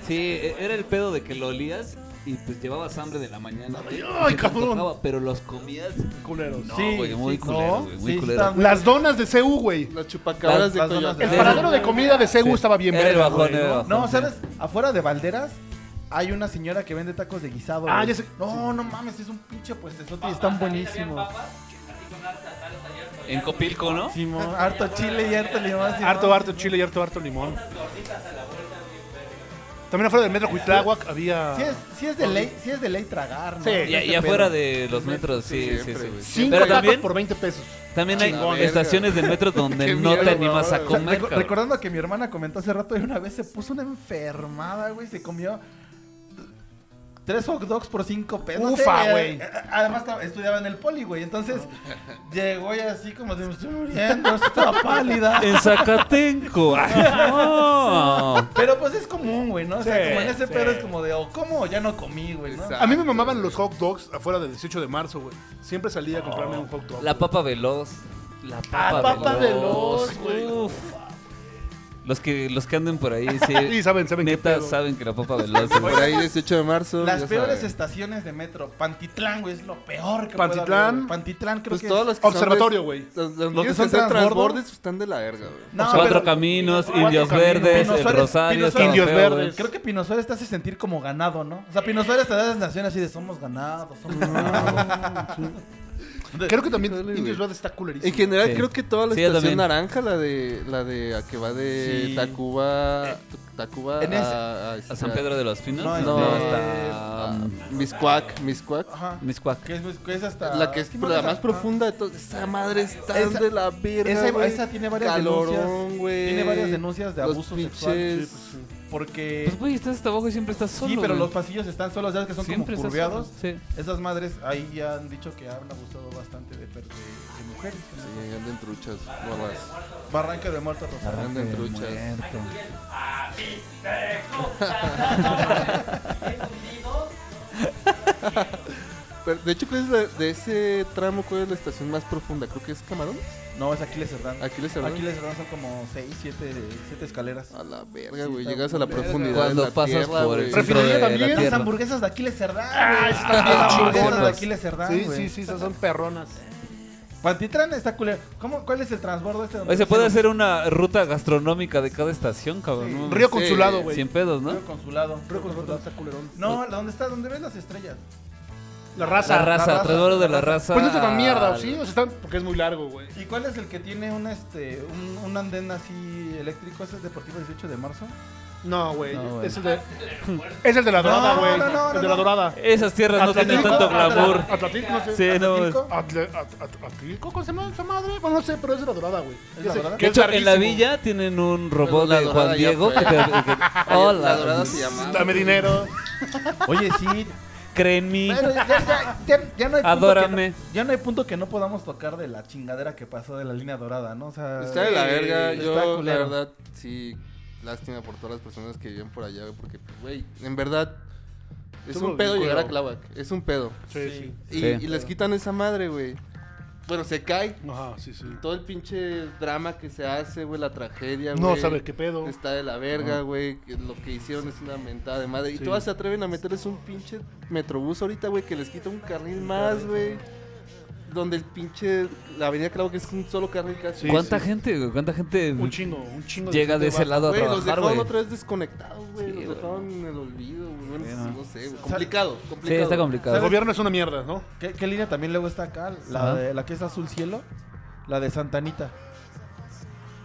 sí, e- era el pedo de que lo olías y pues llevabas hambre de la mañana. güey, Ay, y te cabrón. antojaba, pero los comías. Culeros. No, Sí, güey, muy sí, culero, no, güey, muy sí, culero. está- Las donas de CU, güey. Las chupacabras de Las- las Coyoacán. donas El Sí. paradero de comida de CU Sí. estaba bien Era el verga, bajón, güey, era el ¿no? bajón. No, ¿sabes? Afuera de Valderas hay una señora que vende tacos de guisado. Ah, güey. ya sé. No, no mames, es un pinche puestezote y Papas, están también habían buenísimos. papas, así con harta sal, o sea, ya En Copilco, ¿no? Simón, harto chile y harto limón. Simón. Harto, harto chile y harto, harto limón. También afuera del metro Cuitláhuac había... Sí es, sí es de ley, sí es de ley tragar, ¿no? Sí. Y, y afuera de los metros, sí, sí, siempre, sí. güey. sí. Cinco Pero tacos también, por 20 pesos. también hay Chingón. estaciones de metro donde Qué no te mierda, animas a güey. O sea, comer. recu- cabrón. recordando que mi hermana comentó hace rato y una vez se puso una enfermada, güey, se comió Tres hot dogs por cinco pesos. Ufa, Sí, güey. eh, Además tra- estudiaba en el poli, güey. Entonces llegó y así como de me estoy muriendo, estaba pálida. En Zacatenco. No. Pero pues es común, güey, ¿no? O sea, Sí, como en ese sí. pedo es como de, o como ya no comí, güey, ¿no? A mí me mamaban los hot dogs afuera del 18 de marzo, güey. Siempre salía a comprarme un hot dog. La papa veloz. La Ah, papa, papa veloz. veloz, güey. Uf. Los que, los que anden por ahí, sí. Sí, saben, saben qué Neta, pedo. saben que la papa veloz. es- Por ahí 18 de marzo. Las ya peores saben. estaciones de metro. Pantitlán, güey, es lo peor que puede Pantitlán. haber, güey. Pantitlán creo Pues que todos es- los que son de- Los, los que este son transbordes pues, están de la verga, güey. No, Cuatro pero- caminos, Cuatro indios caminos. verdes, el Pino Suárez- Pino rosario. estaba Suárez- feo, güey. Creo que Pino Suárez te hace sentir como ganado, ¿no? O sea, Pino Suárez te da la sensación así de somos ganados, somos ganados. Creo que también Indios Verdes está culerísimo. En general, creo que toda la Sí, yo también. estación naranja, la de la de a que va de Sí. Tacuba, Tacuba en ese- a, este, ¿A San Pedro de los Pinos? No, este, No, no, hasta- hasta Miscuac, Miscuac. Ajá. Miscuac. Que es, pues, que es hasta... La que es Sí, la bueno, más ajá. profunda de todas. Esa madre está Esa- de la verga. Esa, güey. esa tiene varias Calorón, denuncias. güey. Tiene varias denuncias de Los abuso sexual. pinches- Sí, pues sí. Porque. Pues, güey, estás hasta abajo y siempre estás solo, Sí, pero güey. los pasillos están solos, ya ves que son Siempre como estás curveados. solo, Esas madres ahí ya han dicho que han abusado bastante de, per- de- de mujeres. Sí, andan truchas, morras. Barranca de muertos Rosario. Andan truchas. A mí te gusta. ¿Es hundido? Pero, de hecho, ¿cuál es la- de ese tramo cuál es la estación más profunda? Creo que es Camarones. No, es Aquiles Cerdán. Aquiles Ah, Cerdán. Aquí les son como 6, 7 escaleras. A la verga, Sí, güey. está Llegas a la culero. profundidad Cuando de la pasas tierra, por el güey. centro de la Las tierra. hamburguesas de Aquiles Cerdán. Ah, Ah, esas están están bien las hamburguesas chingonas. de Aquiles Cerdán. Sí, güey. sí, sí, esas son perronas. Pantitlán está culero. ¿Cómo, ¿Cuál es el transbordo este? donde Oye, se hacen puede los- hacer una ruta gastronómica de cada estación, cabrón. ¿no? Río Consulado, güey. Sin pedos, ¿no? Río Consulado. Río Consulado está culerón. No, la- ¿dónde está? ¿Dónde ves las estrellas? La raza. La raza, transbordo de la raza. Pues no está tan mierda, ¿o sí? O sea, están- porque es muy largo, güey. ¿Y cuál es el que tiene un, este, un, un andén así eléctrico? ¿Es el Deportivo 18 de marzo? No, güey. No, güey. es, el de, es el de la dorada, No, güey. no, no, el no, de la no. dorada. Esas tierras no tienen tanto glamour. Atlatilco, no sé. Sí, no. Atlatilco. Atle- at- at- Atlatilco, ¿cómo se llama esa madre? Bueno, no sé, pero es de la dorada, güey. ¿Es la Ese- dorada? que De es hecho, en la larguísimo. villa tienen un robot Pero la de dorada Juan ya Diego. fue. que te- que- Hola. La dorada se llamaba. Dame dinero. Oye, sí. Creen mí. Bueno, ya, ya- ya- ya no hay punto Adórame. que no- ya no hay punto que no podamos tocar de la chingadera que pasó de la línea dorada, ¿no? O sea, Está de la eh, verga. está Yo, la culero. verdad, sí, lástima por todas las personas que viven por allá, güey, porque, güey, en verdad, es Estuvo un pedo bien llegar a culero. Clavac. Es un pedo. Sí, sí. Y, Sí. y les quitan esa madre, güey. Bueno, se cae. Ajá, sí, sí. Todo el pinche drama que se hace, güey, la tragedia, güey. No sabe qué pedo. Está de la verga, No. güey. que Lo que hicieron es una mentada de madre. Y Sí. todas se atreven a meterles un pinche metrobús ahorita, güey, que les quita un carril más, güey. Donde el pinche. La avenida Clavo, que es un solo carril casi. ¿Cuánta gente, güey? ¿Cuánta gente Un chingo, un chingo llega de, ese lado a Güey, los trabajar, dejaron güey? otra vez desconectados, güey. Sí, los güey. dejaron en el olvido, güey. Bueno, Sí, no. no sé, güey. Complicado, Sí, complicado. está complicado. ¿Sabes? El gobierno es una mierda, ¿no? ¿Qué, qué línea también luego está acá? La, Ajá. de- la que es azul cielo. La de Santanita.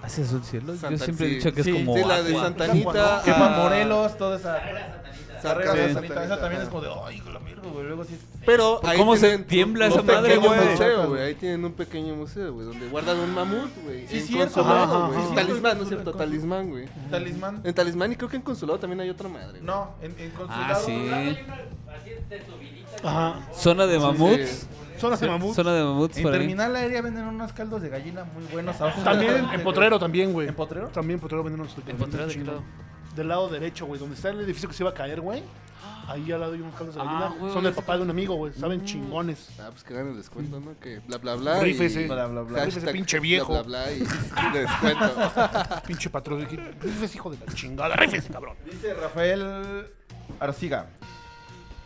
¿Hace Ah, azul cielo? Yo Santa- siempre he sí. dicho que es Sí, como. sí, la de agua. Santa Anita Que va a- Morelos, toda esa- Carrera Carrera de de Santanita, Santanita, Esa también ajá. es como de, ay, la mierda, güey. Luego sí. Pero Pues, ahí ¿cómo se tienen tiembla un esa madre, pequeño güey? museo, güey. Ahí tienen un pequeño museo, güey, donde guardan un mamut, güey. Sí, en cierto. Consulado, Ajá, güey. ajá. Talismán, no Sí, es cierto, consul- talismán, güey. Talismán. En talismán y creo que en consulado también hay otra madre. güey. No, en, en consulado. Ah, sí. Ajá. Zona de Sí, mamuts. sí. Zonas de mamuts. Zona de mamuts En por ahí. terminal aérea venden unos caldos de gallina muy buenos. a ojos de la También gente, en güey. Potrero, también, güey. ¿En Potrero? También Potrero venden unos ¿En Potrero de qué chingo. lado? Del lado derecho, güey. Donde está el edificio que se iba a caer, güey. Ahí al lado hay unos cables de Ah, gallina. güey, Son del ese papá de un amigo, güey. Saben Mm. chingones. Ah, pues que hagan el descuento, ¿no? Que bla, bla, bla. Rífese. y- Bla, bla, bla. hashtag Rífese, pinche viejo. Bla, bla, bla y descuento. Pinche patrón. Rífese, hijo de la chingada. Rífese, cabrón. Dice Rafael Arciga.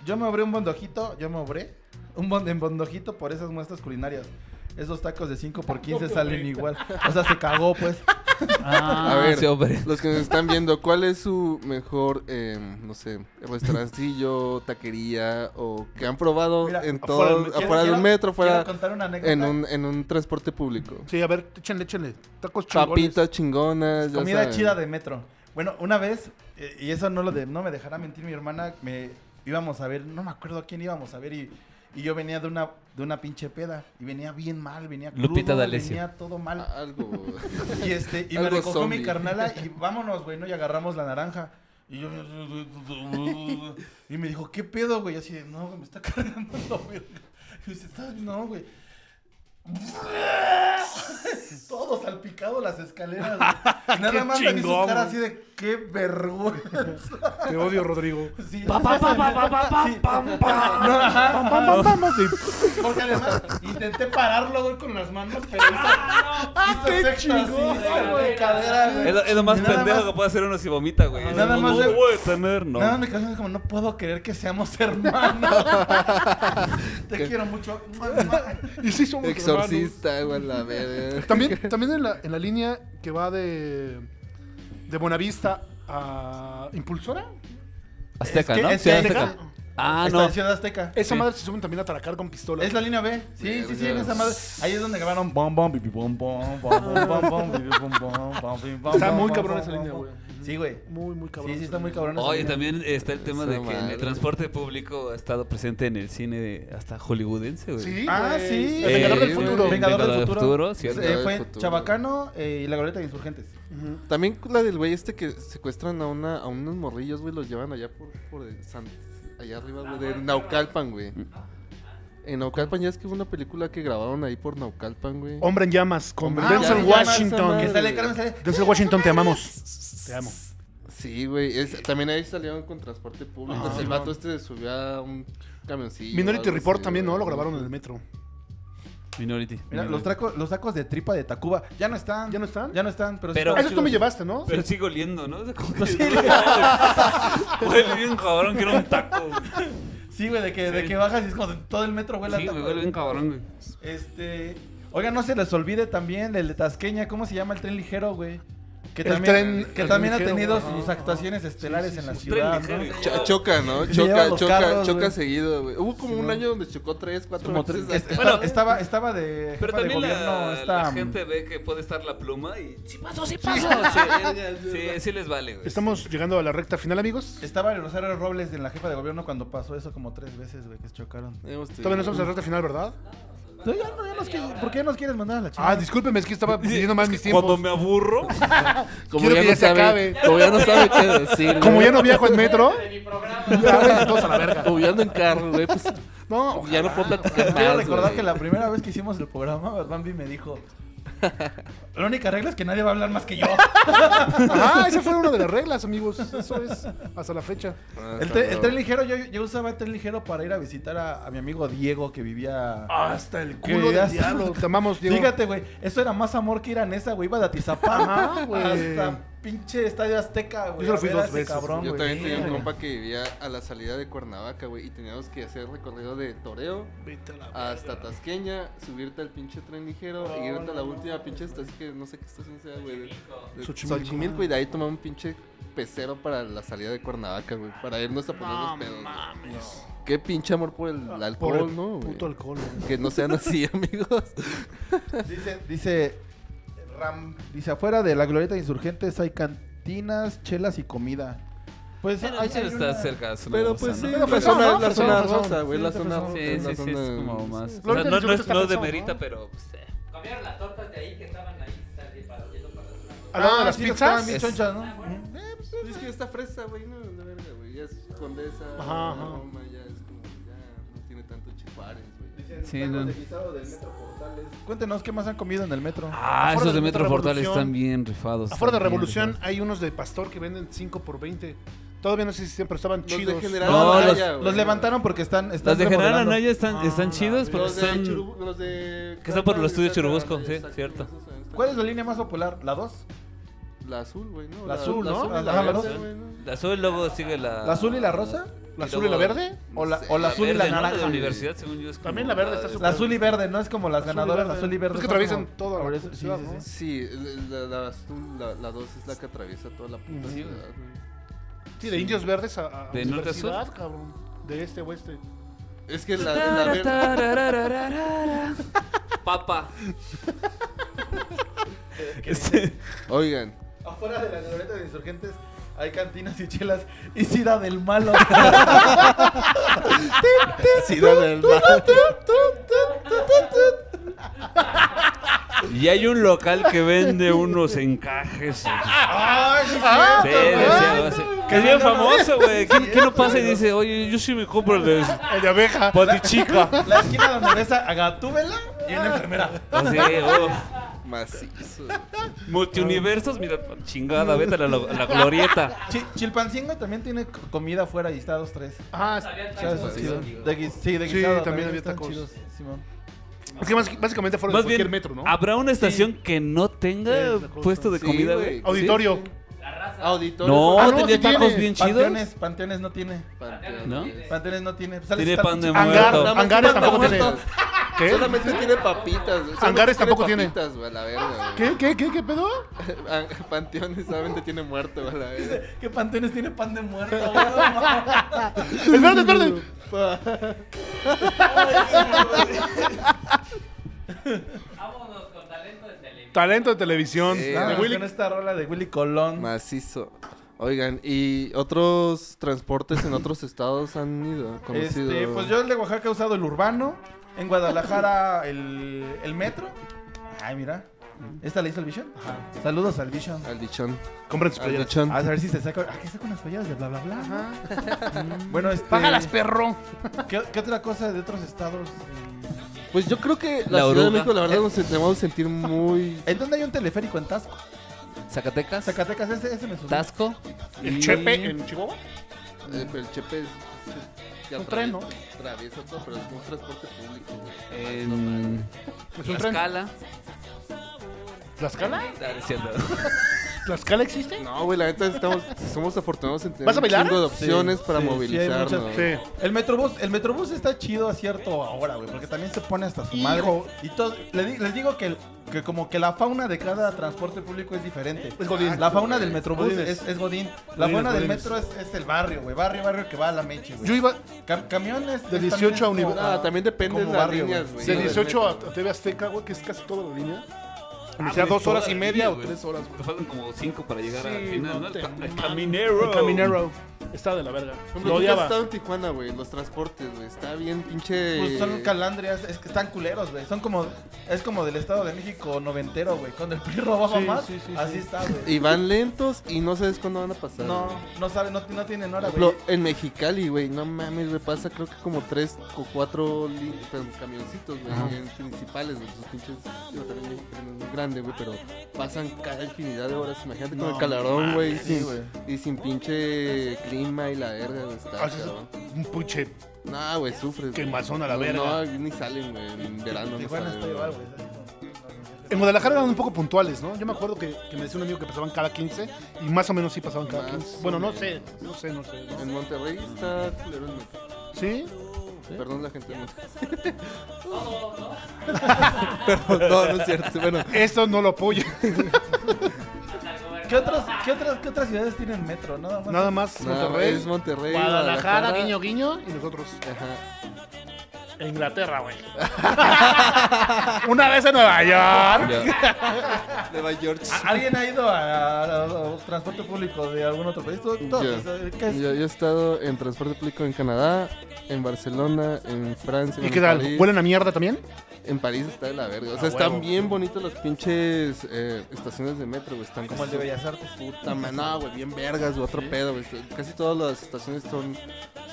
Yo me obré un bondojito, yo me obré un bon- en bondojito por esas muestras culinarias. Esos tacos de 5 por 15 salen igual. O sea, se cagó, pues. Ah, A ver, los que nos están viendo, ¿cuál es su mejor, eh, no sé, restaurancillo, taquería o que han probado Mira, en afuera todo, del- quiero- afuera de quiero- un metro, fuera quiero contar una anécdota. en un, en un transporte público? Sí, a ver, échenle, échenle. Tacos chingones. Papitas chingonas, ya Comida saben. chida de metro. Bueno, una vez, eh, y eso no, lo de- no me dejará mentir mi hermana, me íbamos a ver, no me acuerdo a quién íbamos a ver, y, y yo venía de una, de una pinche peda, y venía bien mal, venía crudo, Lupita D'Alessio. venía todo mal. Algo. Y este, y me Algo recogió mi zombie. carnala y vámonos, güey, ¿no? Y agarramos la naranja. Y yo. Y me dijo, ¿qué pedo, güey? Y Así de, no, güey, me está cargando la verga. Y me dice, "Estás- No, güey. Todo salpicado las escaleras. güey. Y Qué Nada más le vi su chingón, cara güey. así de, qué vergüenza. Te odio, Rodrigo. Sí. Pa, pa, pa, pa, pa, pa, Sí. pam, pam. No, ajá. Pam, pam, pam, pam, así. Porque además intenté pararlo, güey, con las manos, pero hizo, hizo ¡Qué secta así, chingón, de güey! cadera, güey. Es lo, es lo más Y nada pendejo que puede hacer uno si vomita, güey. Y nada No, más no de- lo voy a tener, no. Nada, me quedé como, no puedo creer que seamos hermanos. Te quiero mucho. Y sí somos Exorcista, güey, la verga. También, también en, la, en la línea que va de, de Buenavista a Impulsora. Azteca, Es que- ¿no? es que Ciudad hay- Azteca. Ah, Está no. en Ciudad Azteca. Esa Sí. madre se suben también a atracar con pistola. Es la línea B. Sí, sí, sí, en esa madre. Ahí es donde grabaron. Bom, bom, bibi, bom, bom, bom, bom, bom, bom, bibi, bom, bom, bom, bim, bom, Está bom, muy bom, cabrón bom, esa bom, línea, bom. güey. Sí, güey. Muy, muy cabrón. Sí, sí, está muy cabrón. esa Oye, línea. también está el tema Esa de que madre. el transporte público ha estado presente en el cine de- hasta hollywoodense, güey. Sí, Ah, güey. sí. El Vengador del sí, Futuro. güey. Vengador, Vengador del del futuro. Futuro, cierto. Eh, Vengador del fue Futuro. Chabacano eh, y la goleta de insurgentes. También la del güey este que secuestran a una a unos morrillos, güey, los llevan allá por, por el San, allá arriba, güey, de Naucalpan, güey. En Naucalpan ya es que hubo una película que grabaron ahí por Naucalpan, güey. Hombre Ah, en llamas con Hombre Ah, en Denzel llamas, esa Washington. madre. Que sale Carmen, sale- Denzel Washington, te amamos. Te amo. Sí, güey, es- también ahí salieron con transporte público. Ah, el sí, vato este subió a un camioncillo. Minority algo Report así, también, güey. ¿no? Lo grabaron en el metro. Minority. Mira, los, traco- los tacos de tripa de Tacuba ya no están. ¿Ya no están? Ya no están, pero, sí Pero- estaban Eso tú me chidos. llevaste, ¿no? Pero sigo oliendo, ¿no? O sea, como que- Sí, Huele bien cabrón que era un taco. güey. Sí, güey, de que, de que bajas y es como de- todo el metro huele a Sí, taco. güey, huele bien cabrón, güey. Este. Oiga, no se les olvide también el de Tasqueña, ¿cómo se llama el tren ligero, güey? Que El también, tren- que el también ha ligero, tenido ajá, sus ajá. actuaciones estelares en la Un tren ciudad, ligero, ¿no? güey. Cho- choca, ¿no? Se Choca, llevan choca, los carros, choca güey. seguido, güey. Hubo como un año donde chocó tres, cuatro Como veces. tren- es- a- esta- Bueno, estaba, estaba de Pero jefa de también gobierno, la, esta- la gente ve que puede estar la pluma y... Sí pasó, sí pasó. pasó. Sí, sí, sí les vale, güey. Estamos llegando a la recta final, amigos. Estaba el Rosario Robles en la jefa de gobierno cuando pasó eso como tres veces, güey, que se chocaron. Todavía no Hemos tenido- estamos en la recta final, ¿verdad? No, ya no, ya nos que- ¿Por qué nos quieres mandar a la chica? Ah, discúlpeme, es que estaba pidiendo más mis tiempos. Cuando me aburro... Como Quiero ya, que no ya se sabe, acabe. como ya no sabe qué decir. Como güey. ya no viajo en metro, De mi programa. ya ven, todos a la verga. Como ya ando en carro, güey, pues No, ya no puedo platicar Quiero más, recordar güey. que la primera vez que hicimos el programa, Bambi me dijo... La única regla es que nadie va a hablar más que yo. Ah, esa fue una de las reglas, amigos. Eso es hasta la fecha. Ah, El, está tre- el cabrón. tren ligero, yo, yo usaba el tren ligero para ir a visitar a, a mi amigo Diego que vivía... Hasta el que culo vivía del hasta- diablo. Te amamos, Diego. Fíjate, güey, eso era más amor que ir a Nesa, güey, iba de Atizapán Ajá, güey. hasta pinche Estadio Azteca, güey. Yo solo a fui ver dos a ese veces, Cabrón, Yo güey. también tenía un compa que vivía a la salida de Cuernavaca, güey, y teníamos que hacer recorrido de Toreo Vete a la verga. hasta Tasqueña, subirte al pinche tren ligero y irte a la última pinche estación que no sé qué estación sea, güey. de- de Xochimilco. Xochimilco, y de ahí tomamos un pinche pecero para la salida de Cuernavaca, güey, para irnos a poner los pedos. güey. Qué pinche amor por el alcohol, Ah, Por el ¿no? güey? puto alcohol. güey. Que no sean así, amigos. Dice, Dice, Ram, dice, afuera de la glorieta de insurgentes hay cantinas, chelas y comida. pues Pero hay- eso hay está una- cerca. es una Pero cosa, pues sí, ¿no? la fresón, zona, ¿no? la zona Fresón, rosa, güey, sí, la está zona... fresón. Sí, la sí, sí, es zona- como más... O sea, Ahorita no, el no es, está no es cansado, demerita, ¿no? pero... pues, eh. Cambiaron las tortas de ahí que estaban ahí, sale, para- yendo para otro lado. Al lado de Ah, las sí, estaban pizzas. bien chonchas, ¿no? Ujú. Eh, pues, Es que está fresa, güey, no, la verga, güey. Ya es condesa, Ajá, ajá. Roma, ya es como, ya no tiene tanto chipares, güey. Sí, no. Cuéntenos qué más han comido en el metro. Afuera Ah, esos de del Metro Metro Portal Revolución. están bien rifados. Afuera de están bien Revolución rifados. hay unos de pastor que venden 5 por 20. Todavía no sé si existen, pero estaban de chidos. General- No, No, los, ya, los güey. levantaron porque están. están Las de General remodelando. Anaya están, están chidos porque Los de están... Churubusco, los de... que están por los estudios Churubusco, sí, exacto, cierto. esos están- están- ¿Cuál es la línea más popular? ¿La 2? La azul, güey, ¿no? La azul, ¿no? La azul, y la Ajá, la verde, azul. güey, ¿no? La azul y luego sigue la... Ah, ¿La azul y la rosa? ¿La azul y la verde? ¿O la, sé, o la la azul y la verde, ¿no? de naranja? universidad, según yo, es como También la verde está de- súper- La azul y verde, no es como las Azul y ganadoras, la verde. azul y verde. Pues que son atraviesan como- toda la Por eso- ciudad, sí, sí, ¿no? sí. Sí, la, la azul, la, la dos es la que atraviesa toda la puta Sí, güey. ciudad, güey. Sí, de indios verdes a, a De norte a sur. universidad, cabrón. De este a oeste. Es que la, la verde... Papa. Oigan, Afuera de la glorieta de insurgentes hay cantinas y chelas y sida del malo. sí, la verdad. Y hay un local que vende unos encajes. ¡Ay, sí, Ah, sí, cierto, sí, güey. sí, algo así. Que es bien famoso, güey. ¿Quién, quién no pasa y dice, oye, yo sí me compro el de, El de abeja. Patichica? La esquina donde ves a a Gatúbela y una enfermera. Así, oh. Multiuniversos, mira, chingada, vete a la, a la glorieta. Chi- Chilpancingo también tiene c- comida afuera y está a dos, tres. Ah, ¿sabes? tacos. Sí, de gui- Sí, sí, de guisado también había están tacos. chidos, Simón. Es que más- básicamente fueron Más de bien, cualquier metro, ¿no? ¿habrá una estación que no tenga puesto de Sí, comida, güey. güey? Auditorio. Auditorio. No, Ah, tenía sí tacos tiene. bien Panteones, chidos. Panteones no tiene. Panteones. ¿No? Panteones no tiene. Pues, sales Tiene está pan de pinche- muerto. Nada más Hangares tiene tampoco pan tiene. muerto. ¿Qué? Solamente tiene papitas. güey. Solamente Hangares tampoco tiene. papitas, güey, a la verga, güey. ¿Qué, qué, qué, qué pedo? Ah, Panteones solamente tiene muerto, güey, a la verga. ¿Qué panteones tiene pan de muerto? güey? No mames. Espérate, espérate. Vámonos con talento de televisión. Talento de televisión. Sí, de Ah, Willy. Con esta rola de Willy Colón. Macizo. Oigan, ¿y otros transportes en otros estados han ido? Conocido? Este, pues yo el de Oaxaca he usado el urbano. En Guadalajara el, el metro. Ay, mira. ¿Esta la hizo el Vision? Saludos al Vision. Al dichón. Compren sus Al playeras. dichón. A ver si se saca. Ah, que saca unas playeras de bla bla bla. Mm. Bueno, este. perro! ¿Qué, qué otra cosa de otros estados? Pues yo creo que la, La Ciudad de oruga. México, la verdad, nos sentimos sentir muy. ¿En dónde hay un teleférico en Tasco? Zacatecas, Zacatecas, ese, ese me suena. Tasco. ¿El y- Chepe en Chihuahua? eh, el Chepe es. es- que Un atraviesa- tren, ¿no? Atraviesa todo, pero es un transporte público. güey. En ¿Es un tren? Tlaxcala. ¿Tlaxcala? Ah, no es cierto. ¿Tlaxcala existe? No, güey, la neta estamos, somos afortunados en tener ¿Vas a un bailar? chingo de opciones para sí, sí, hay movilizarnos. muchas- Sí. El Metrobús, el Metrobús está chido a cierto ahora, güey, porque también se pone hasta su madre. Y todo, le di- les, digo que, el- que como que la fauna de cada transporte público es diferente. Es Godín. La fauna del Metrobús Godines. es, es Godín. La Godines, fauna del Godines. metro es, es el barrio, güey. Barrio, barrio que va a la meche, güey. Yo iba Cam- camiones. De es 18 a también univer- como- Ah, también depende de como las barrio, líneas, güey. güey. de Sí, 18 a, a TV Azteca, güey, que es casi toda la línea. Me sea Ah, dos toda horas y la media línea, o güey. tres horas. Te faltan como cinco para llegar Sí, al final, no ¿no? El te ca- el mames. El caminero. Caminero. Está de la verga. Hombre, Lo Yo he odiaba. estado en Tijuana, güey, los transportes, güey. Está bien pinche. Pues son calandrias, es que están culeros, güey. Son como, es como del Estado de México noventero, güey. Cuando el PRI robaba Sí, más, sí, sí, así sí. está, güey. Y van lentos y no sabes cuándo van a pasar. No, güey. no sabe, no, no tienen Por hora, ejemplo, güey. en Mexicali, güey, no mames, güey, pasa creo que como tres o cuatro li- perdón, camioncitos, güey, en principales, güey, sus pinches, digo, también Mexicali no es muy grande, güey, pero pasan cada infinidad de horas, imagínate con el calorón, güey, y sin- y sin pinche clima y la verga, güey, está, Ah, Haces cabrón. un puche. Nah, güey, sufres. güey. Quemazón a la No, verga. No, ni salen, güey, en verano no Tijuana salen. está güey. igual, güey. En Guadalajara eran un poco puntuales, ¿no? Yo me acuerdo que, que me decía un amigo que pasaban cada 15 y más o menos sí pasaban cada Más 15. o Bueno, no menos. sé, no sé, no sé. ¿no? En Monterrey está culero el metro. ¿Sí? Perdón la gente de Monterrey. Perdón, no, no es cierto. Bueno, Esto no lo apoya. ¿Qué, otros, qué, otras, ¿Qué otras ciudades tienen metro? Nada más. Nada más no, Monterrey, es Monterrey, Guadalajara, guiño, guiño y nosotros. Ajá. Inglaterra, güey. Una vez en Nueva York. Nueva York. ¿A- ¿Alguien ha ido a, a- a- a transporte público de algún otro país? Todo, todo, Yo. o sea, ¿qué Yo, es? yo he estado en transporte público en Canadá, en Barcelona, en Francia. ¿Y en qué tal? París. ¿Huelen a mierda también? En París está de la verga. O sea, A están huevo. bien bonitos los pinches eh, estaciones de metro, güey. Están Como el de Bellas Artes. Puta man, no, güey, bien vergas, güey, otro pedo, güey. Casi todas las estaciones son,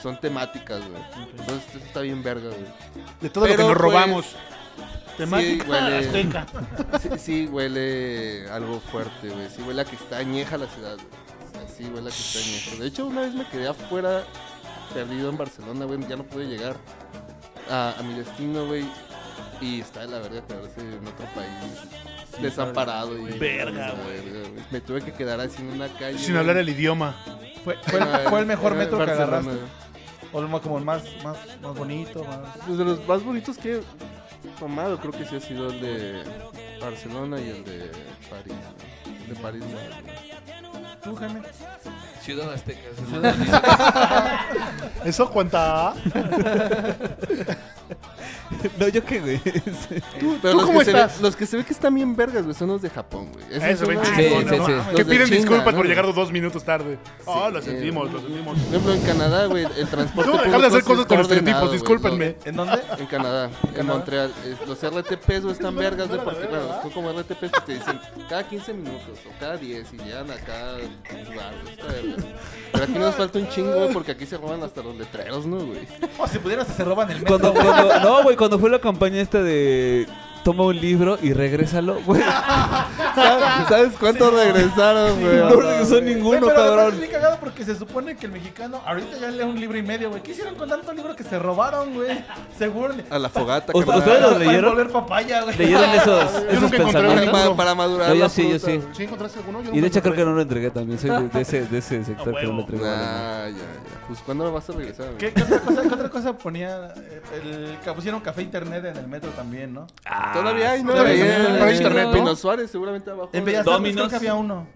son temáticas, güey. Entonces eso está bien verga, güey. De todo lo Pero, que nos pues, robamos. Temática huele- azteca. Sí, sí huele algo fuerte, güey. Sí huele a que está añeja la ciudad, güey. Sí huele a que está añeja. De hecho, una vez me quedé afuera, perdido en Barcelona, güey. Ya no pude llegar a, a mi destino, güey. Y está de la verga quedarse en otro país. Desamparado y. Verga, güey. Me tuve que quedar así en una calle. Sin güey. hablar el idioma. Fue, fue el, fue el mejor Era metro que Barcelona, agarraste. güey. O lo más- como el más, más, más bonito, más. Pues de los más bonitos que he tomado, creo que sí ha sido el de Barcelona y el de París. güey. El de París, no. Tú, Jaime. Ciudad Azteca. es ¿Eso cuenta? No, yo qué, güey. Tú, Pero los los que que se Se ve- los que se ve que están bien vergas, güey, son los de Japón, güey. Esos Eso, son ven los- chingón, no mames. Que Los de piden China, disculpas ¿no? por llegar dos minutos tarde. Ah, lo eh, sentimos, lo sentimos. Por ejemplo, en Canadá, güey, el transporte. No, dejar de público hacer sí cosas está con estereotipos, ordenado, güey. discúlpenme. Lo- ¿En dónde? En Canadá, en, Canadá. Montreal. Eh, Los RTPs, güey, están vergas, güey, porque, bueno, son como RTPs que te dicen cada 15 minutos o cada 10 y llegan acá al lugar, güey, está verga. Pero aquí nos falta un chingo, güey, porque aquí se roban hasta los letreros, ¿no, güey? O si pudieras, se roban el metro. Cuando, cuando- no, güey, cuando fue la campaña esta de toma un libro y regrésalo, güey. ¿Sabes- ¿Sabes cuántos regresaron, güey? No regresó Güey, ninguno, pero además cabrón. es bien cagado porque se supone que el mexicano ahorita ya lee un libro y medio, güey. ¿Qué hicieron con tanto libro que se robaron, güey? Seguro. le- A la fogata. ¿Ust- carnal. ¿Ustedes los Para leyeron? envolver papaya, güey. ¿Leyeron esos, Yo esos nunca encontré pensamientos? alguno. Para- para madurar No, yo la sí, yo fruta, sí. güey. ¿Sí encontraste alguno? Yo Y de nunca hecho creo encontré. que no lo entregué también. Soy de ese, de ese sector que no lo entregó. Ah, ya, ya. Pues, ¿cuándo lo vas a regresar, güey? ¿Qué, qué otra cosa, qué otra cosa ponía? eh, El, que pusieron café internet en el metro también, ¿no? Todavía hay, ¿no? Ah, Todavía Ahí hay, en- todavía hay, en ¿no? Pino Suárez, seguramente abajo. En Bellas Artes creo que había uno.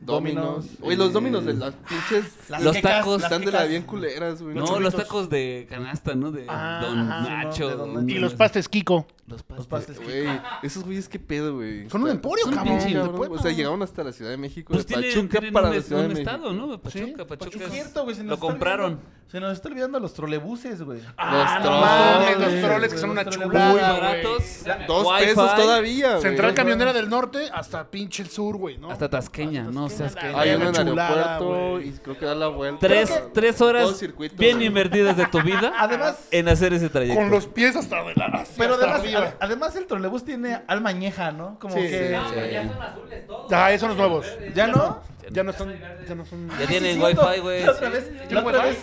Dominos. Oye, los dominos de las pinches. Las Los quecas, tacos. las Están de la quecas. bien culeras, güey. No, los tacos de canasta, ¿no? De Don Nacho. don- Y los pastes Kiko. Los Los pastes, güey. Esos güeyes, qué pedo, güey. Son un Está- emporio, son cabrón, pinche de cabrón. Puebla. O sea, llegaron hasta la Ciudad de México. Pues de tienen- Pachuca tienen para un la es- Ciudad de un México. estado, ¿no? Pachuca, Pachuca. Es cierto, güey. se nos Lo está compraron. Ah, olvidando- se nos está olvidando los trolebuses, güey. Los no troles. mames, Los troles que son los una trolebuses. chulada, Muy baratos. güey. Dos Wi-Fi. pesos todavía, güey. Central Camionera del Norte hasta pinche el sur, güey, ¿no? Hasta Tasqueña, no seas que. Hay uno en el chulada, aeropuerto y creo que da la vuelta. Tres, Creo que- tres Todo horas circuito, bien güey. invertidas de tu vida ah, Además- en hacer ese trayecto. Con los pies hasta de la. hacia Pero hasta además, arriba. ad- además el trolebús tiene alma añeja, ¿no? Como Sí, que... sí, Pero ya son azules todos. Ya, esos son los nuevos. ¿Ya no? Ya no están. Ya no son. Ya tienen Sí, es cierto. wifi, güey. La otra vez, la Tienen otra wifi. vez,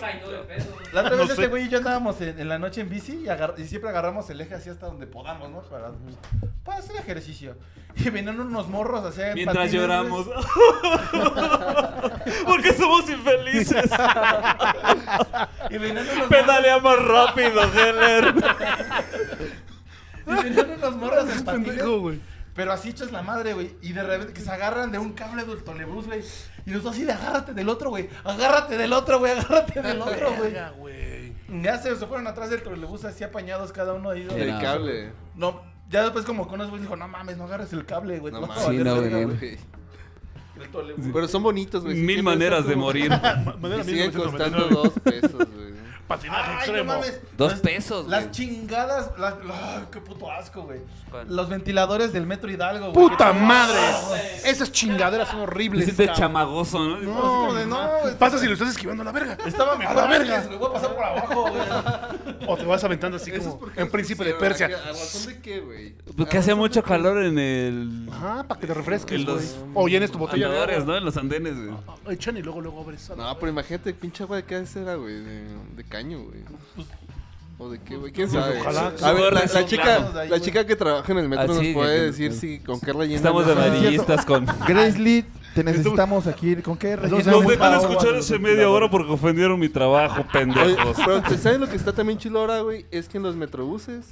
la otra vez este güey y yo andábamos en, en la noche en bici y, agar- y siempre agarramos el eje así hasta donde podamos, ¿no? Para, pues, para hacer ejercicio. Y venían unos morros así en Mientras patines, lloramos. güey. Porque somos infelices. Y venían unos Pedalea más rápido, Heller. Y venían unos morros en patines. Pendejo, güey. Pero así hechos la madre, güey. Y de repente que se agarran de un cable del trolebús, güey. Y nosotros así de agárrate del otro, güey. Agárrate del otro, güey. Agárrate del otro, güey. Verga, güey. Ya se, se fueron atrás del trolebús así apañados cada uno ahí. Del cable. No, ya después como con unos güeyes dijo, no mames, no agarres el cable, güey. No te vas a mames. valer verga, güey". güey. El trolebús. Pero son bonitos, güey. sí, Mil siempre maneras son de como- morir. Y Manera siguen 1999. costando dos pesos, güey. Patinaje Ay, no extremo. mames. Dos Las- pesos, Las güey. chingadas, las, ay, qué puto asco, güey. ¿Cuál? Los ventiladores del Metro Hidalgo, güey. Ah, ¡Puta Que- madre! Esas chingaderas son horribles. Dices "Pues, de cabrón. chamagoso, ¿no? No, como de, no, güey. Pasas y lo estás esquivando a la verga. Estaba mejor. A la verga. antes, güey, Voy a pasar por abajo, güey. O te vas aventando así Eso es como porque en los príncipe de pusieron, ¿a Persia. qué- ¿A razón de qué, güey? Pues, Porque hace mucho calor en el. Ajá, para que te refresques, pues, En güey. los O llenes tu botella de Andadores, agua. ¿no? En los andenes, güey. Echan y luego, luego abres. a la- No, pero imagínate, pinche agua de qué era, güey. De, de caño, güey. ¿O de qué, güey? ¿Quién Pues, sabe? ojalá. A ver, la, Corre, la son chica, planos la ahí, güey. chica que trabaja en el metro Ah, sí, nos puede que- decir si con qué relleno. Estamos de amarillistas con. Grace Lee, te necesitamos aquí. ¿Con qué Los rellenamos dejan la ova escuchar de hace los media hora porque ofendieron mi trabajo, Oye, pendejos. pero ¿te ¿sabes lo que está también chilo ahora, güey? Es que en los metrobuses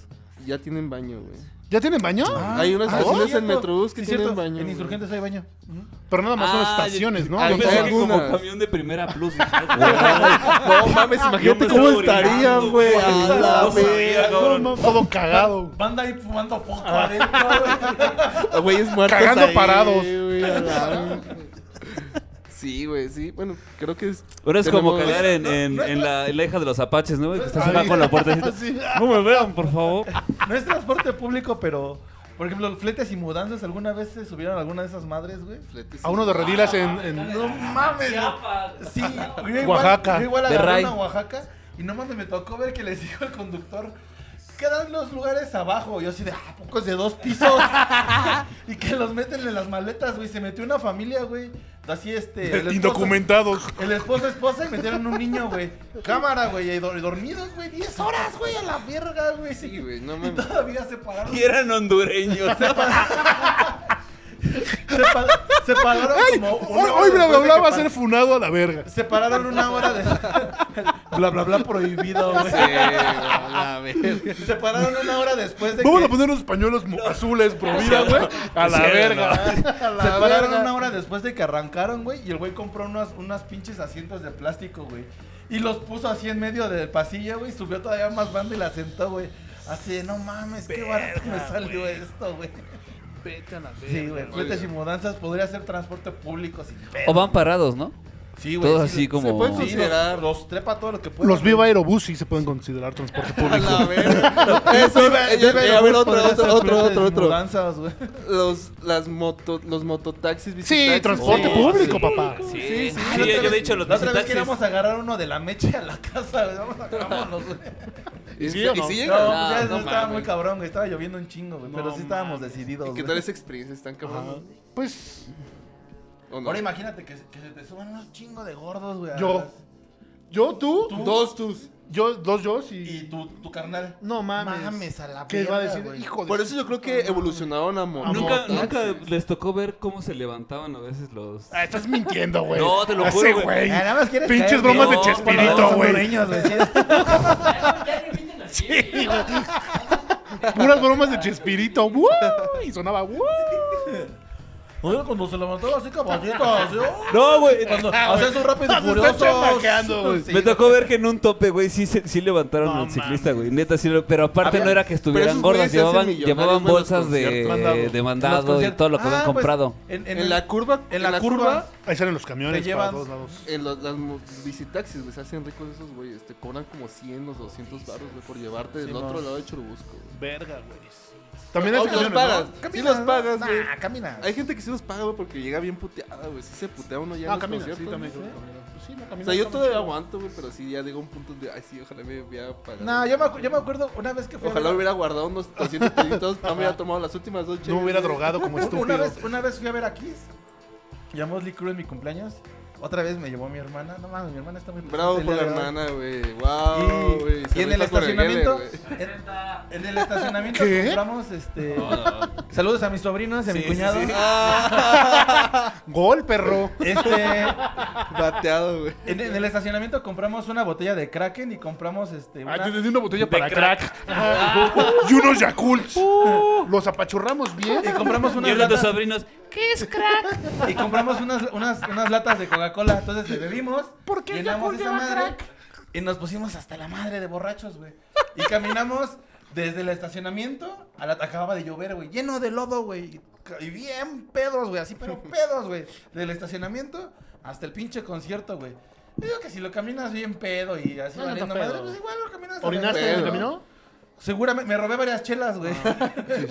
ya tienen baño, güey. ¿Ya tienen baño? Hay unas Ah, estaciones sí, en cierto. Metrobús que Sí, tienen cierto, baño. En güey. Insurgentes hay baño. Ujú. Pero nada más son Ah, estaciones, ¿no? yo Hay pensé que algunas. como camión de primera plus. dije, No mames, imagínate Yo me cómo estoy estaría, orinando, güey. Ah, güey. A No la sabía, verga. cabrón. No, no, todo cagado. Banda ahí fumando foco Ah. adentro, güey. Güeyes muertos. Cagando ahí, parados. güey, a la- Sí, güey, sí. Bueno, creo que es. Ahora es como tenemos- cagar en, en, en la, en la hija de los apaches, ¿no? Que estás abajo en la puerta. así, Sí. No me vean, por favor. No es transporte público, pero. Por ejemplo, fletes y mudanzas, ¿alguna vez se subieron a alguna de esas madres, güey? A uno de redilas en. en- No mames. güey. Sí, yo igual, Oaxaca. Yo igual De agarré Ray. una Oaxaca y no mames, me tocó ver que les dijo el conductor. Quedan los lugares abajo. Yo así de, ah, pocos de dos pisos. y que los meten en las maletas, güey. Se metió una familia, güey. Así este. el esposo- Indocumentados. El esposo, esposa y metieron un niño, güey. Cámara, güey. Y dor- dormidos, güey. 10 horas, güey, a la verga, güey. Sí, güey, no Y mames. todavía se pararon. Y eran hondureños. Se, pa- se pararon como. una Hoy, hora hoy bla después bla de bla que va a pas- ser funado a la verga. Se pararon una hora de. bla, bla, bla prohibido, güey. Sí, güey, a la verga. Se pararon una hora después de Vamos Este que. a poner unos pañuelos mo- azules, pro vida, güey. Ah, A la Sí, verga. se pararon verga. Ah, una hora después de que arrancaron, güey. Y el güey compró unas, unas pinches asientos de plástico, güey. Y los puso así en medio del pasillo, güey. Subió todavía más banda y la sentó, güey. Así de, no mames, qué barato me salió esto, güey. Vete a la verga. Sí, güey. Fletes y mudanzas podría ser transporte público sin pedo. O van parados, ¿no? Sí, güey. Todos sí, así se como. pueden considerar. Los, los trepa todo lo que puedan. Los Viva Aerobús sí se pueden considerar transporte público. A ver, eso, Viva- eh, Viva a ver, Aerobús otro, podría ser otro, otro, flete otro, de otro. mudanzas, güey. Los, las moto, los mototaxis, Sí, transporte público, papá. Sí, Sí, sí, Ah, Ah, sí, yo- yo he dicho los La otra vez visitaxis. queríamos agarrar uno de la meche a la casa, güey. Vamos a vámonos, güey. ¿Y sí o no? No, pues No, ya no estaba mames. muy cabrón, güey. Estaba lloviendo un chingo, güey. Pero No sí estábamos mames. decididos, ¿Y qué güey. tal esa experiencia? ¿Están cabrón? Ajá. Pues. ¿O no? Ahora imagínate que, que se te suban unos chingos de gordos, güey. Yo. Yo, tú. Dos tus. Yo, dos yo y. Y tu, tu carnal. No mames. Mames, a la ¿Qué va a verga, decir? güey. Hijo de Por su- eso yo creo Ah. que evolucionaron a moto. Nunca, nunca les tocó ver cómo se levantaban a veces los. Ah, estás mintiendo, güey. No, te lo juro, Ese güey. güey. Ah, nada más quieres Pinches caer, bromas güey. de No, Chespirito, Todos güey. hondureños, güey. sí eres- Sí, güey. Puras bromas de Chespirito. ¡Woo! Y sonaba. ¡Woo! Oye, cuando se levantaba así caballito, así, oh, No, güey. cuando hacías un rápido y furioso. güey. Sí, Me tocó ver que en un tope, güey, sí, se- sí levantaron al ciclista, güey. Neta, sí lo- Pero aparte Había- no era que estuvieran esos güeyes gordas, se hacen llevaban, millonarios, llevaban güey, en los bolsas de, conciertos. de en los mandado y conciertos. todo lo que Ah, habían pues, comprado. en, en En el- la curva, en la curva, Ahí salen los camiones Te para llevan- todos lados. En los, las mo- visitaxis, güey, se hacen ricos esos güeyes. Te cobran como 100 o 200 baros, güey, por llevarte del Sí, otro mon. lado de Churubusco, güey. Verga, güey. También O hay los camiones, pagas. ¿no? Sí Camina, los ¿no? pagas, Nah, güey. camina. Hay gente que sí los paga, güey, porque llega bien puteada, güey. Sí se putea uno ya Ah, en los camina, sí, conciertos, también. güey. Pues sí, no, O camina, sea, yo está todavía muy aguanto, güey, pero sí ya llega un punto de, ay, sí, ojalá me hubiera pagado. No, yo me, acu- yo me acuerdo una vez que fui a Ojalá ver- hubiera guardado unos 200 peditos, no me hubiera tomado las últimas dos chido. No me hubiera chelas, güey. drogado como estúpido. Una vez, una vez fui a ver a Kiss. Y a Motley Crue en mi cumpleaños. Otra vez me llevó mi hermana. No mames, mi hermana está muy Bravo presente, por la verdad. hermana, güey. Wow, güey. Y, se y en el rifa con estacionamiento. Geller, güey. en, en el estacionamiento ¿Qué? compramos este. No, no, no. Saludos a mis sobrinos y a mi Sí, sí, cuñado. sí. Gol, perro. Este, Bateado, güey. en, en el estacionamiento compramos una botella de Kraken y compramos este. Una, Ah, te di una botella para crack. y unos Yakults. Los apachurramos bien. y compramos Y unas uno de tus latas, sobrinos. y compramos unas, unas, unas latas de Coca-Cola. Entonces le bebimos, llenamos esa madre y nos pusimos hasta la madre de borrachos, güey. Y caminamos desde el estacionamiento a la acababa de llover, güey, lleno de lodo, güey. y ca- Y bien pedos, güey, así pero pedos, güey. Del estacionamiento hasta el pinche concierto, güey. Yo Digo que si lo caminas bien pedo y así No, no está valiendo madre, pedo. pues igual lo caminas. ¿Orinaste en el Pero- camino? Seguramente me robé varias chelas, güey.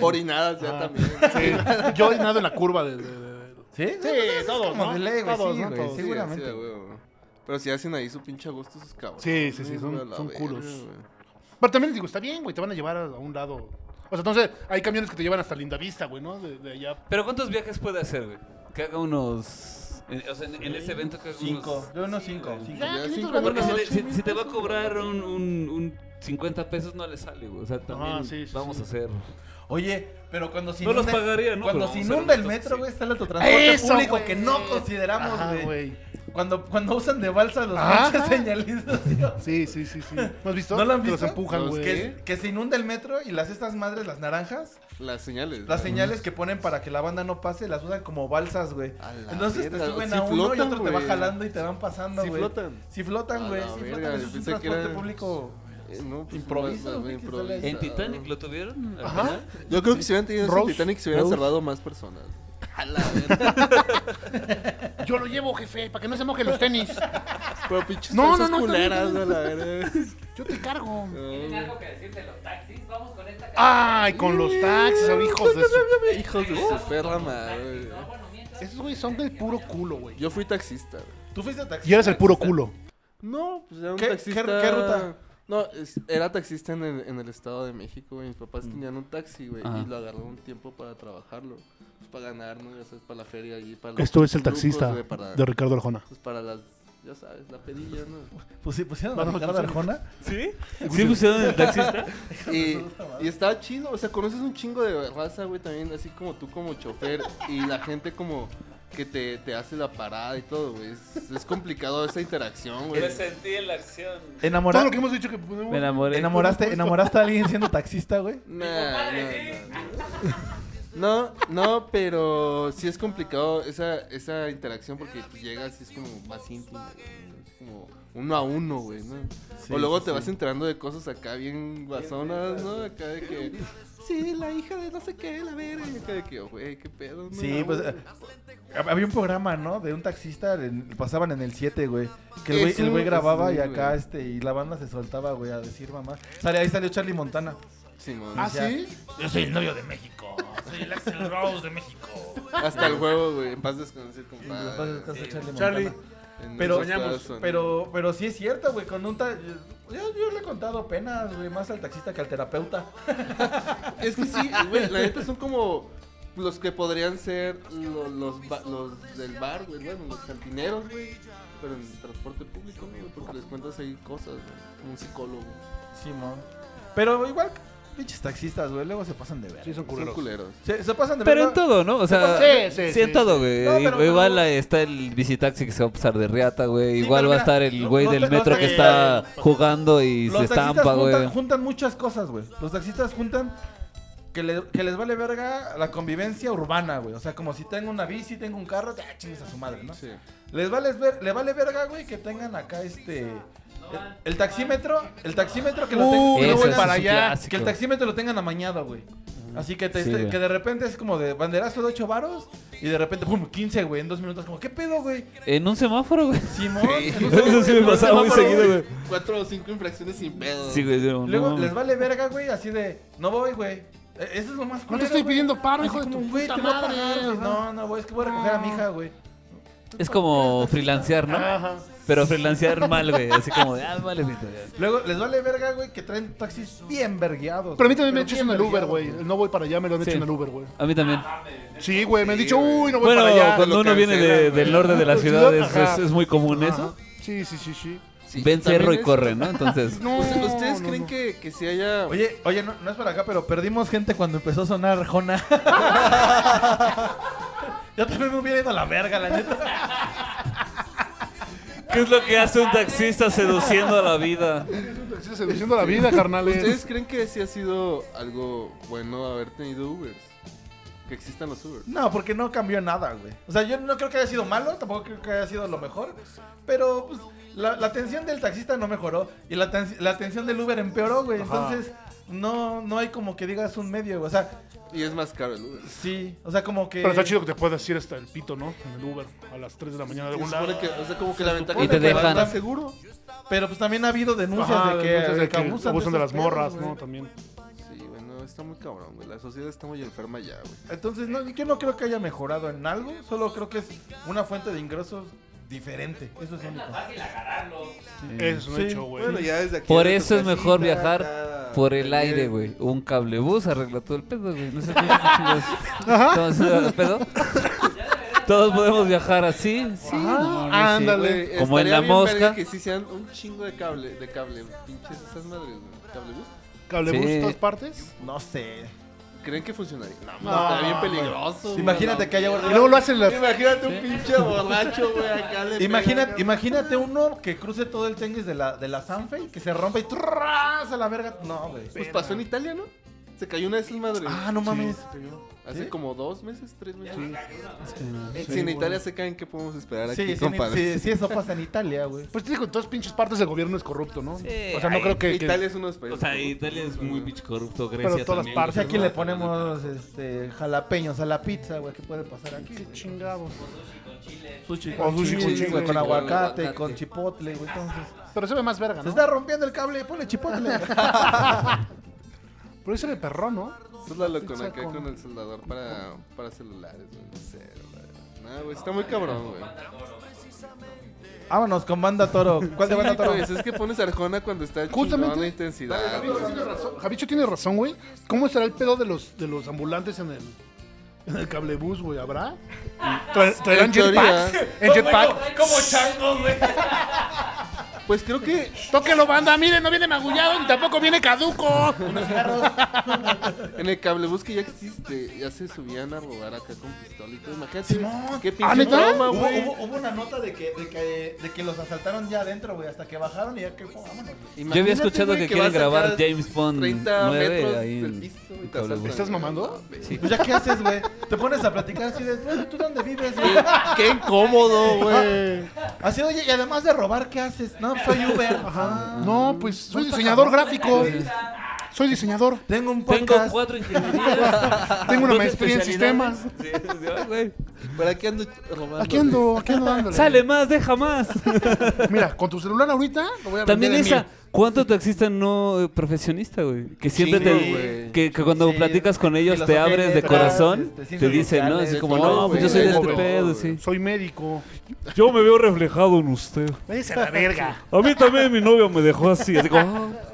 Orinadas ya también. Ah, Sí. Yo orinado en la curva de. de- de- de- ¿Sí? Sí, Entonces, es todos, como ¿no? de ley, güey, Todos, sí, ¿no? güey, Todos. Sí, seguramente. sí, a huevo. Pero si hacen ahí su pinche gusto sus cabros. Sí, sí, sí, son- güey, a la son verga, culos. güey. Pero también digo, está bien, güey, te van a llevar a un lado. O sea, entonces hay camiones que te llevan hasta Lindavista, güey, ¿no? De, de allá. Pero ¿cuántos viajes puede hacer, güey? Que haga unos. en- o sea, en, en ese evento Pues, que haga Cinco. unos. Yo unos cinco. cinco. Ya, Ya, 500 cinco varos. Porque si, Bueno, le- ocho si- mil si te va a pesos, cobrar un, un, un 50 pesos, no le sale, güey. O sea, también sí, sí, vamos sí. a hacer. Oye, pero cuando se No los pagaría, ¿no? Pero Cuando vamos se a ser inunda el honestos, metro, sí. güey, está el autotransporte Eso, público güey. que no consideramos, Ajá, güey. güey. Cuando, cuando usan de balsa los Ajá. pinches señalizados. Sí, sí, sí, sí. ¿No has visto? ¿No lo han Que visto? Los empujan, Los güey. Que, que se inunda el metro y las estas madres, las naranjas, Las señales. las güey. señales que ponen para que la banda no pase, las usan como balsas, güey. A la Entonces te verga, suben sí a uno y flotan, otro te va güey. jalando y te van pasando, Sí güey. flotan. Sí flotan, A güey. la Sí verga, flotan. Eso es un pensé que transporte era- público. Eh, no, pues, Improviso, más- más güey, bien que sale ahí. ¿En improvisado. Titanic lo tuvieron? al final? Yo creo que si hubieran tenido eso en Rose. Titanic se hubieran Rose. salvado más personas. A la verga. Yo lo llevo, jefe, para que no se mojen los tenis. Pero pinches No, cosas no, no, culeras, no, a la verga. Yo te cargo. No, ¿Tienen algo que decir de los taxis? Vamos con esta Ay, con los taxis, oh, hijos de su... Hijos de su perra madre. güey. Esos güey son del puro culo, güey. Yo fui taxista. güey. ¿Tú fuiste taxista? Y eres el puro culo. No, pues era un ¿Qué- qué- taxista. qué ruta? No, es- era taxista en el, en el Estado de México, güey. Mis papás Mm. tenían un taxi, güey. Y lo agarró un tiempo para trabajarlo. Pues para ganar, ¿no? Ya sabes, para la feria y para los Esto es el trucos, taxista güey, para- de Ricardo Arjona. Pues para las, ya sabes, la pedilla, ¿no? Pues sí, pusieron a Ricardo Arjona. ¿Sí? ¿Sí pusieron el taxista? Y, y estaba chido, o sea, conoces un chingo de raza, güey, también, así como tú como chofer y la gente como que te, te hace la parada y todo, güey. Es, es complicado esa interacción, güey. Me sentí en la acción. Todo Enamorado. lo que hemos dicho que pues, podemos... Me enamoré. ¿Enamoraste, ¿Enamoraste a alguien siendo taxista, güey? Nah, no, no, no. No, no, pero sí es complicado esa, esa interacción porque pues, llegas y es como más íntimo. güey, Es como uno a uno, güey, ¿no? Sí, o luego sí, te sí. vas enterando de cosas acá bien guasonas, ¿no? Acá de que. Sí, la hija de no sé qué, la verga. Y acá de que, güey, qué pedo, ¿no? Sí, pues eh, había un programa, ¿no? De un taxista, en- pasaban en el 7, güey. Que el güey- Eso, el güey grababa sí, y acá, güey. este, y la banda se soltaba, güey, a decir mamá. Sale, ahí salió Charlie Montana. Simón. Y ¿Ah, decía, sí? Yo soy el novio de México. Soy el Axel Rose de México. Hasta el huevo, güey. En paz descanse, compadre. En paz descanse, Charlie Charlie. En Pero, nuestros soñamos, corazones. pero, pero sí es cierto, güey, con un ta- yo, yo le he contado penas, güey, más al taxista que al terapeuta. Es que sí, güey, la neta son como los que podrían ser lo- los, ba- los del bar, güey, bueno, los cantineros, güey, pero en transporte público, güey, porque les cuentas ahí cosas, güey, como un psicólogo. Simón. Pero igual, pinches taxistas, güey, luego se pasan de ver. Sí, son culeros. culeros. Se, se pasan de Pero verga. en todo, ¿no? O Se sea, pasan- sí, en todo, güey. No, pero- Igual eh, está el visitaxi que se va a pasar de reata, güey. Igual pero va a mira, estar el lo- güey los del ta- metro los que taxistas- está jugando y se Los taxistas estampa, güey. juntan, juntan muchas cosas, güey. Los taxistas juntan que, le- que les vale verga la convivencia urbana, güey. O sea, como si tengo una bici, tengo un carro, ah, chingues a su madre, ¿no? Les vale, ver, le vale verga, güey, que tengan acá este... El, el taxímetro, el taxímetro que lo Uh, tengan no que lo voy tengan- para allá. que el taxímetro lo tengan amañado, güey. Así que, te- Sí, este- güey. que de repente es como de banderazo de 8 varos y de repente, pum, 15, güey, en dos minutos, como, ¿qué pedo, güey? En un semáforo, güey. Simón. en un Eso sí me semáforo, pasaba muy güey. seguido, güey. Cuatro o cinco infracciones sin pedo. Sí, güey, sí, no Luego mames. les vale verga, güey, así de, no voy, güey. E- Eso es lo más No te estoy pidiendo paro, hijo de tu güey, puta te voy a madre, pagar, güey. ajá. No, no, güey, es que voy a recoger a mi hija, güey. Es como freelancear, ¿no? Ajá. Pero freelancear mal, güey. Así como de, ah, vale, güey. Luego les vale verga, güey, que traen taxis bien vergueados. Pero a mí güey, también me han pero hecho en bien el Uber, vergueados, güey. El No voy para allá me lo han hecho Sí. en el Uber, güey. A mí también. Sí, güey, me han dicho, uy, no voy Bueno, para allá. cuando Lo uno viene de- cancelan, del güey. norte de la ciudad es, Ajá. es- es muy común eso. Sí, sí, sí, sí. Ven cerro y es- corre, ¿no? Entonces. No, ¿Ustedes no, creen Que, que si haya... Oye, oye, no, no es por acá, pero perdimos gente cuando empezó a sonar Jona. Yo también me hubiera ido a la verga, la neta. ¿Qué es lo que hace un taxista seduciendo a la vida? Sí, seduciendo la vida, carnales. ¿Ustedes creen que sí ha sido algo bueno haber tenido Ubers? Que existan los Ubers. No, porque no cambió nada, güey. O sea, yo no creo que haya sido malo, tampoco creo que haya sido lo mejor, pero pues, la, la atención del taxista no mejoró y la, aten- la atención del Uber empeoró, güey. Ajá. Entonces, no, no hay como que digas un medio, güey. O sea, Y es más caro el Uber. sí, o sea, como que... Pero está chido que te puedas ir hasta el pito, ¿no? En el Uber, a las 3 de la mañana de Se algún supone lado. que- o sea, como que la Se ventaja supone es que que vas van- más seguro. Pero pues también ha habido denuncias Ajá, de que, denuncias de de que que abusan de esos las morras, pedos, güey. ¿no? También. Sí, bueno, está muy cabrón, güey. La sociedad está muy enferma ya, güey. Entonces, no, yo no creo que haya mejorado en algo, solo creo que es una fuente de ingresos diferente. Eso es lo único. Eso es un hecho, güey. Bueno, ya desde aquí. Por desde eso tu es mejor casita, viajar acá, por el también. aire, güey. Un cablebús arregla todo el pedo, güey. No sé qué chingados. Entonces, ¿el pedo? Todos podemos viajar así. Sí, no mames, sí, Ándale. güey. Como en estaría la bien verga mosca. Que sí sean un chingo de cable, de cable. Pinches esas madres, güey. ¿Cable bus? ¿Cablebús Sí. todas partes? No sé. ¿Creen que funcionaría? No, No, no, estaría bien güey. peligroso. güey. Imagínate que haya- No. Y luego lo hacen las- Imagínate un Sí. pinche borracho, güey, acá le Imagina- pegan. imagínate uno que cruce todo el tenguis de la, de la Sanfe, que se rompa y ¡tras! a la verga. No, güey. Pues pasó en Italia, ¿no? Se cayó una de esas madres. Ah, no mames. Hace ¿Sí? como dos meses, tres meses. Eh, Sí, si en güey. Italia se caen, ¿qué podemos esperar Sí, aquí, sí, compadre? sí, sí, eso pasa en Italia, güey. Pues te digo, en todas pinches partes el gobierno es corrupto, ¿no? Sí, o sea, no ay, creo que. que- Italia es uno de los países. O sea, corruptos, Italia es ¿no? muy bicho corrupto. Pero Grecia todas también, partes, güey. Aquí le ponemos este, jalapeños a la pizza, güey. ¿Qué puede pasar aquí? Qué güey? chingados. Sushi O sushi con chile. güey, Con con aguacate, aguacate. con chipotle, güey. Entonces, Ah, Pero se ve más verga, se ¿no? está rompiendo el cable, ponle chipotle. Pero ahí se ve perrón, ¿no? Eso es la locona Pizza acá con- con el soldador para, para celulares, güey. No sé, güey. No, güey, está muy cabrón, güey. Vámonos con banda toro. ¿Cuál de banda toro? Pues es que pones Arjona cuando está chingón Justamente. la intensidad. Javicho güey. tiene razón- Javicho tiene razón, güey. ¿Cómo será el pedo de los, de los ambulantes en el, en el cablebús, güey? ¿Habrá? Tra- ¿Traerán En teoría. jetpacks? ¿En jetpack? Como chango, güey. Pues creo que Tóquelo, banda. Miren, no viene magullado ni tampoco viene caduco. en el cablebús que ya existe, ya se subían a robar acá con pistolitos. Imagínate. Simón. ¿Qué ¿Ah, pinche neta? broma, Hubo, güey? hubo- hubo una nota de que, de, que, de que los asaltaron ya adentro, güey, hasta que bajaron y ya que oh, vámonos. Yo había Imagínate, escuchado güey, que vas quieren acá grabar James Bond Mm, 30 metros 9 ahí del en- piso y te en Cabo asaltan. Blanco. ¿Estás mamando? Sí. Pues ya qué haces, güey. Te pones a platicar así de, "Oye, ¿tú dónde vives, güey? Qué incómodo, güey. Así, oye, y además de robar, ¿qué haces? No, pues, soy Uber. Ah. No, pues soy diseñador gráfico. Soy diseñador. Tengo un Tengo cuatro ingenierías. Tengo una Dos maestría en sistemas. especialidades. Sí, sí, güey. ¿Para qué ando robando? Aquí ando, aquí ando dándole. Sale más, deja más. Mira, con tu celular ahorita lo voy a También vender en esa, ¿cuánto taxista no eh, profesionista, güey? Que siempre Chingo, te. güey. Que, que cuando Sí. platicas con Y ellos los te abres de ojetes, corazón, este, sin te dicen, ¿no? sociales, Así como, todo, no, pues yo güey. soy de este Todo, pedo, güey. sí. mil. Soy médico. Yo me veo reflejado en usted. Váyase a la verga. A mí también mi novio me dejó así. así como, "Ah".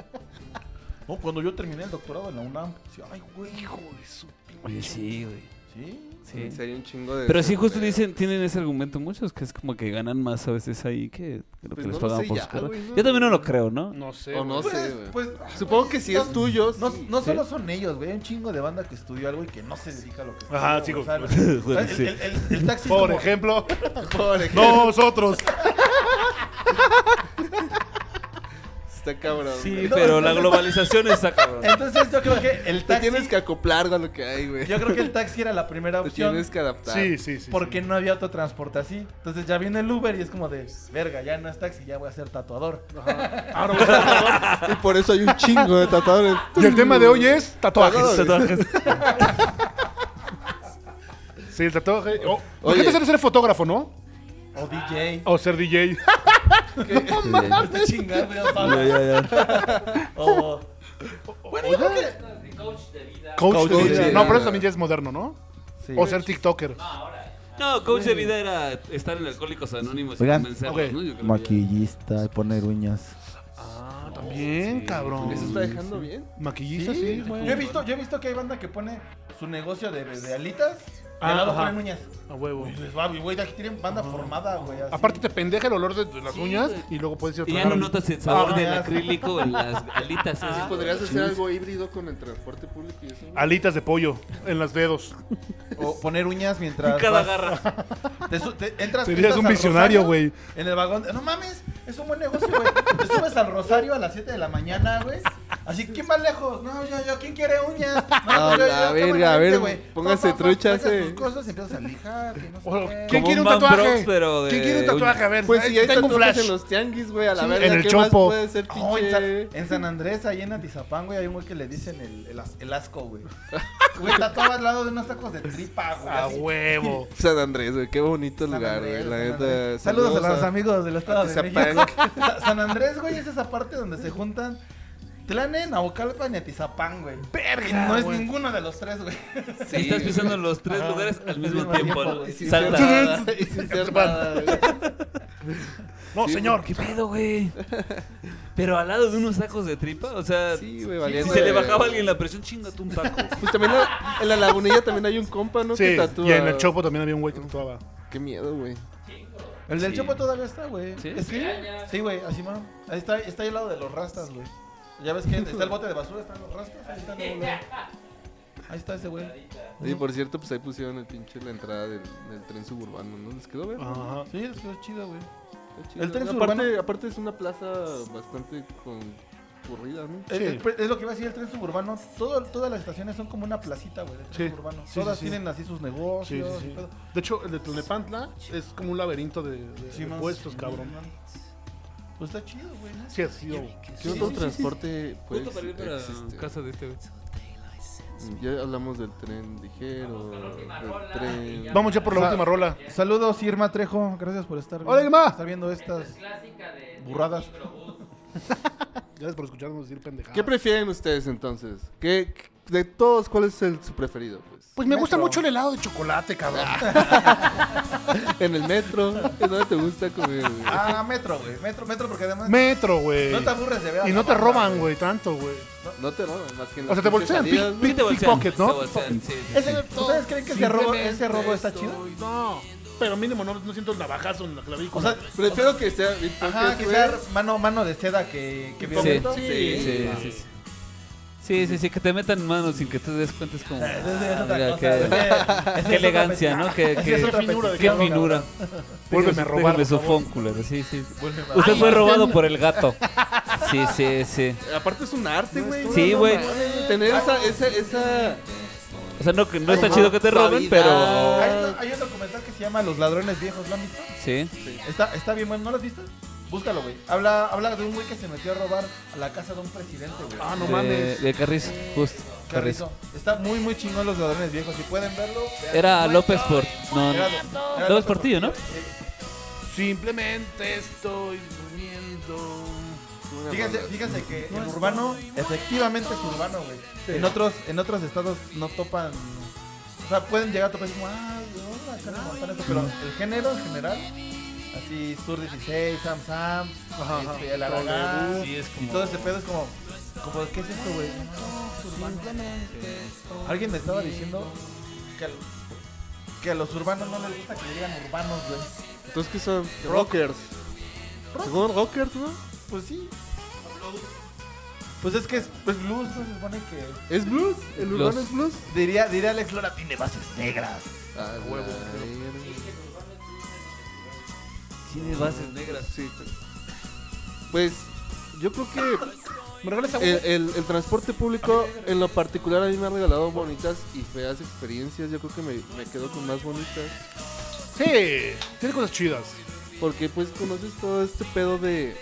No, cuando yo terminé el doctorado en la UNAM, decía, ay, güey, hijo de su Oye, sí, güey. ¿Sí? Sí. Sería un chingo de. Pero sí, justo dicen, tienen ese argumento muchos, que es como que ganan más a veces ahí que que lo que Pues les no lo pagaban sé por ya, su carrera. güey, no. Yo también no lo creo, ¿no? No sé. O no güey. sé, Pues, güey. pues, Supongo que si es tuyo. No, sí. no Sí. solo son ellos, güey. Hay un chingo de banda que estudió algo y que no se dedica a lo que Ajá, estudió, sí, güey, güey. ¿sabes? Bueno, ¿Sabes? sí. El, el- el taxi es Por como- ejemplo, Por ejemplo, nosotros. está cabrón. Sí, güey. pero la globalización está cabrón. Entonces yo creo que el Te taxi. tienes que acoplar a lo que hay, güey. Yo creo que el taxi era la primera Te opción. tienes que adaptar. Sí, sí, sí. Porque sí. no había otro transporte así. Entonces ya viene el Uber y es como de, verga, ya no es taxi, ya voy a ser tatuador. Ahora voy a- Y por eso hay un chingo de tatuadores. Y el tema de hoy es tatuajes. Tatuajes. Sí, el tatuaje. Oh, ¿Por Oye. qué te hacer ser fotógrafo, no? O DJ. O ser DJ. Este chingado, ya sabes. O Bueno, yo creo que. Coach de vida. Coach, Coach de de vida. vida. No, pero eso también ya es moderno, ¿no? O ser TikToker. No, coach de vida era estar en Alcohólicos Anónimos y Oigan, convencerlos, ok. ¿no? Yo creo que Maquillista, poner uñas. Ah, también, cabrón. Eso está dejando bien. Maquillista, sí, güey. Yo he visto, yo he visto que hay banda que pone su negocio de, de alitas y Ah, al lado ajá. ponen uñas. A huevo. Pues va, güey, aquí tienen banda formada, güey. así. Aparte te pendeja el olor de las Sí, uñas güey. y luego puedes ir a Y ya tragar no al- notas el sabor Ah, del ya. acrílico en las alitas. Sí, ¿eh? ¿sí? podrías hacer algo híbrido con el transporte público y eso. alitas de pollo en los dedos. O poner uñas mientras. Cada vas- garra. Te, su- te entras Serías entras un al visionario, Rosario, güey. En el vagón. No mames, es un buen negocio, güey. Te subes al Rosario a las 7 de la mañana, güey. Así, ¿quién va lejos? No, yo, yo, ¿quién quiere uñas? No, pues yo, la yo, qué verga, buena a ver, gente, güey. póngase Fa, fa, fa, truchas, sacas eh. tus cosas y empiezas a lijar, que no sé O- qué. ¿Quién Como quiere un un Van tatuaje? Brooks, pero de ¿Quién quiere un tatuaje? A ver, Pues si hay tengo un tatuajes flash. en los tianguis, güey, a la Sí, verga, en el ¿qué Chopo. más puede ser pinche? Oh, en, San, en San Andrés, ahí en Atizapán, güey, hay un güey que le dicen el, el, as- el asco, güey. Güey, está todo al lado de unos tacos de tripa, güey. A así. huevo. San Andrés, güey, qué bonito San lugar, güey. Andrés, La San neta. Andrés. Saludos a amigos. los amigos del Estado de Atizapán. México. Sa- San Andrés, güey, es esa parte donde se juntan Tlane, Naucalpan y Atizapán, güey. Y No es ninguno de los tres, güey. Sí, estás pisando los tres lugares al mismo mismo tiempo. tiempo, ¿no? güey. Sí, Salta. Y sin ser nada, güey. No, señor. ¿Qué pedo, güey? Pero al lado de unos tacos de tripa, o sea, Sí, si- güey, si valiendo se le verga. bajaba a alguien la presión, chingate un taco. Pues también la- en la lagunilla también hay un compa, ¿no? Sí, que tatúa. y en el Chopo también había un güey que tatuaba. Qué miedo, güey. El del Sí. Chopo todavía está, güey. ¿Sí? ¿Es que? Sí, güey, así, mano. Ahí está, está ahí al lado de los rastas, güey. Ya ves que está el bote de basura, están los rastas. Ahí está, luego, luego. Ahí está ese güey. Y por cierto, pues ahí pusieron el pinche la entrada del, del tren suburbano, ¿no? Les quedó ver. Ajá. Sí, es que es chido, güey. Está chido. El tren Aparte, suburbano- aparte es una plaza bastante concurrida, ¿no? El- Eh, Sí. el pre- Eh, es lo que iba a decir el tren suburbano. Todo, todas las estaciones son como una placita, güey, del tren Sí. suburbano. Sí, sí, todas sí. tienen así sus negocios. Sí, sí, y sí. todo. De hecho, el de Tlalnepantla es como un laberinto de, de- Sí, de más- puestos, más- cabrón. más. Pues está chido, güey. ¿no? Sí, ha sido. ¿Qué otro transporte pues, Justo para ir para existe? Mm, casa de este, güey. Ya hablamos del tren ligero, del tren... Vamos ya por la O sea, última rola. Saludos, Irma Trejo. Gracias por estar, Hola, Irma. estar viendo estas Clásica de burradas. Gracias por escucharnos decir pendejadas. ¿Qué prefieren ustedes entonces? ¿Qué, de todos, cuál es el, su preferido? Pues? pues me gusta Metro. mucho el helado de chocolate, cabrón. ¿En el metro? ¿En dónde te gusta comer? güey? Ah, metro, güey. Metro, metro, porque además Metro, güey. no te aburres de ver. a Y la no te banda, roban, güey, tanto, güey. No te roban más que en O sea, te voltean pick, Sí te pick, voltean, pickpocket, te ¿no? voltean, sí, sí, sí. Ese- ¿Ustedes creen que ese robo, ese robo está chido? No, pero mínimo no, no siento el navajazo en la O clavícula. sea, Prefiero que sea... ajá, que sea mano, mano de seda que, que Sí, violento. sí, sí, sí, sí. Sí, sí, sí, que te metan mano sin que te des cuenta es como... Esa es ah, otra mira, cosa, qué- esa es otra- Qué elegancia, ¿no? Qué, Esa qué, es otra qué petición, qué cabrón. finura. Vuélveme a robar, Me por favor. sofón, culero. Sí, sí. Usted fue robado por el gato. Sí, sí, sí. Aparte es un arte, güey. Sí, No, no güey. mames. Tener esa... esa, esa... O sea, no, que- no está chido que te roben, pero... Ah. Hay, hay un documental que se llama Los Ladrones Viejos, ¿lo han visto? Sí. Está, está bien bueno, ¿no lo has visto? Búscalo, güey. Habla, habla de un güey que se metió a robar a la casa de un presidente, güey. Ah, de, De Carrizo, justo. Carrizo. Está muy, muy chingón los ladrones viejos. Si pueden verlo. vean. Era López Port. No, no. Era de- era de López Portillo, ¿no? Simplemente estoy durmiendo. Fíjense, banda. fíjense que el urbano efectivamente es urbano, güey. Sí. En otros, en otros estados no topan. O sea, pueden llegar a topar y como, ah, hola, acá no matan esto", Pero el género en general, así Sur 16, Sam Sam, este, el Aragán, Sí, es y como- todo ese pedo es como, como ¿qué es esto, güey? No, es urbano. Alguien me estaba diciendo que, al- que a los urbanos no les gusta que le digan urbanos, güey. Entonces, ¿qué Pues son? Rock. Rockers. Según rockers, ¿no? Pues sí. Pues es que es pues blues, ¿no? se supone que. ¿Es blues? ¿El Blues. urbano es blues? Diría, diría Alex Lora, tiene bases negras. Ah, Huevo. Tiene bases negras. Sí. Pues yo creo que regalas agua? el, el- el transporte público en lo particular a mí me ha regalado bonitas y feas experiencias. Yo creo que me, me quedo con más bonitas. Sí, tiene cosas chidas. Porque pues conoces todo este pedo de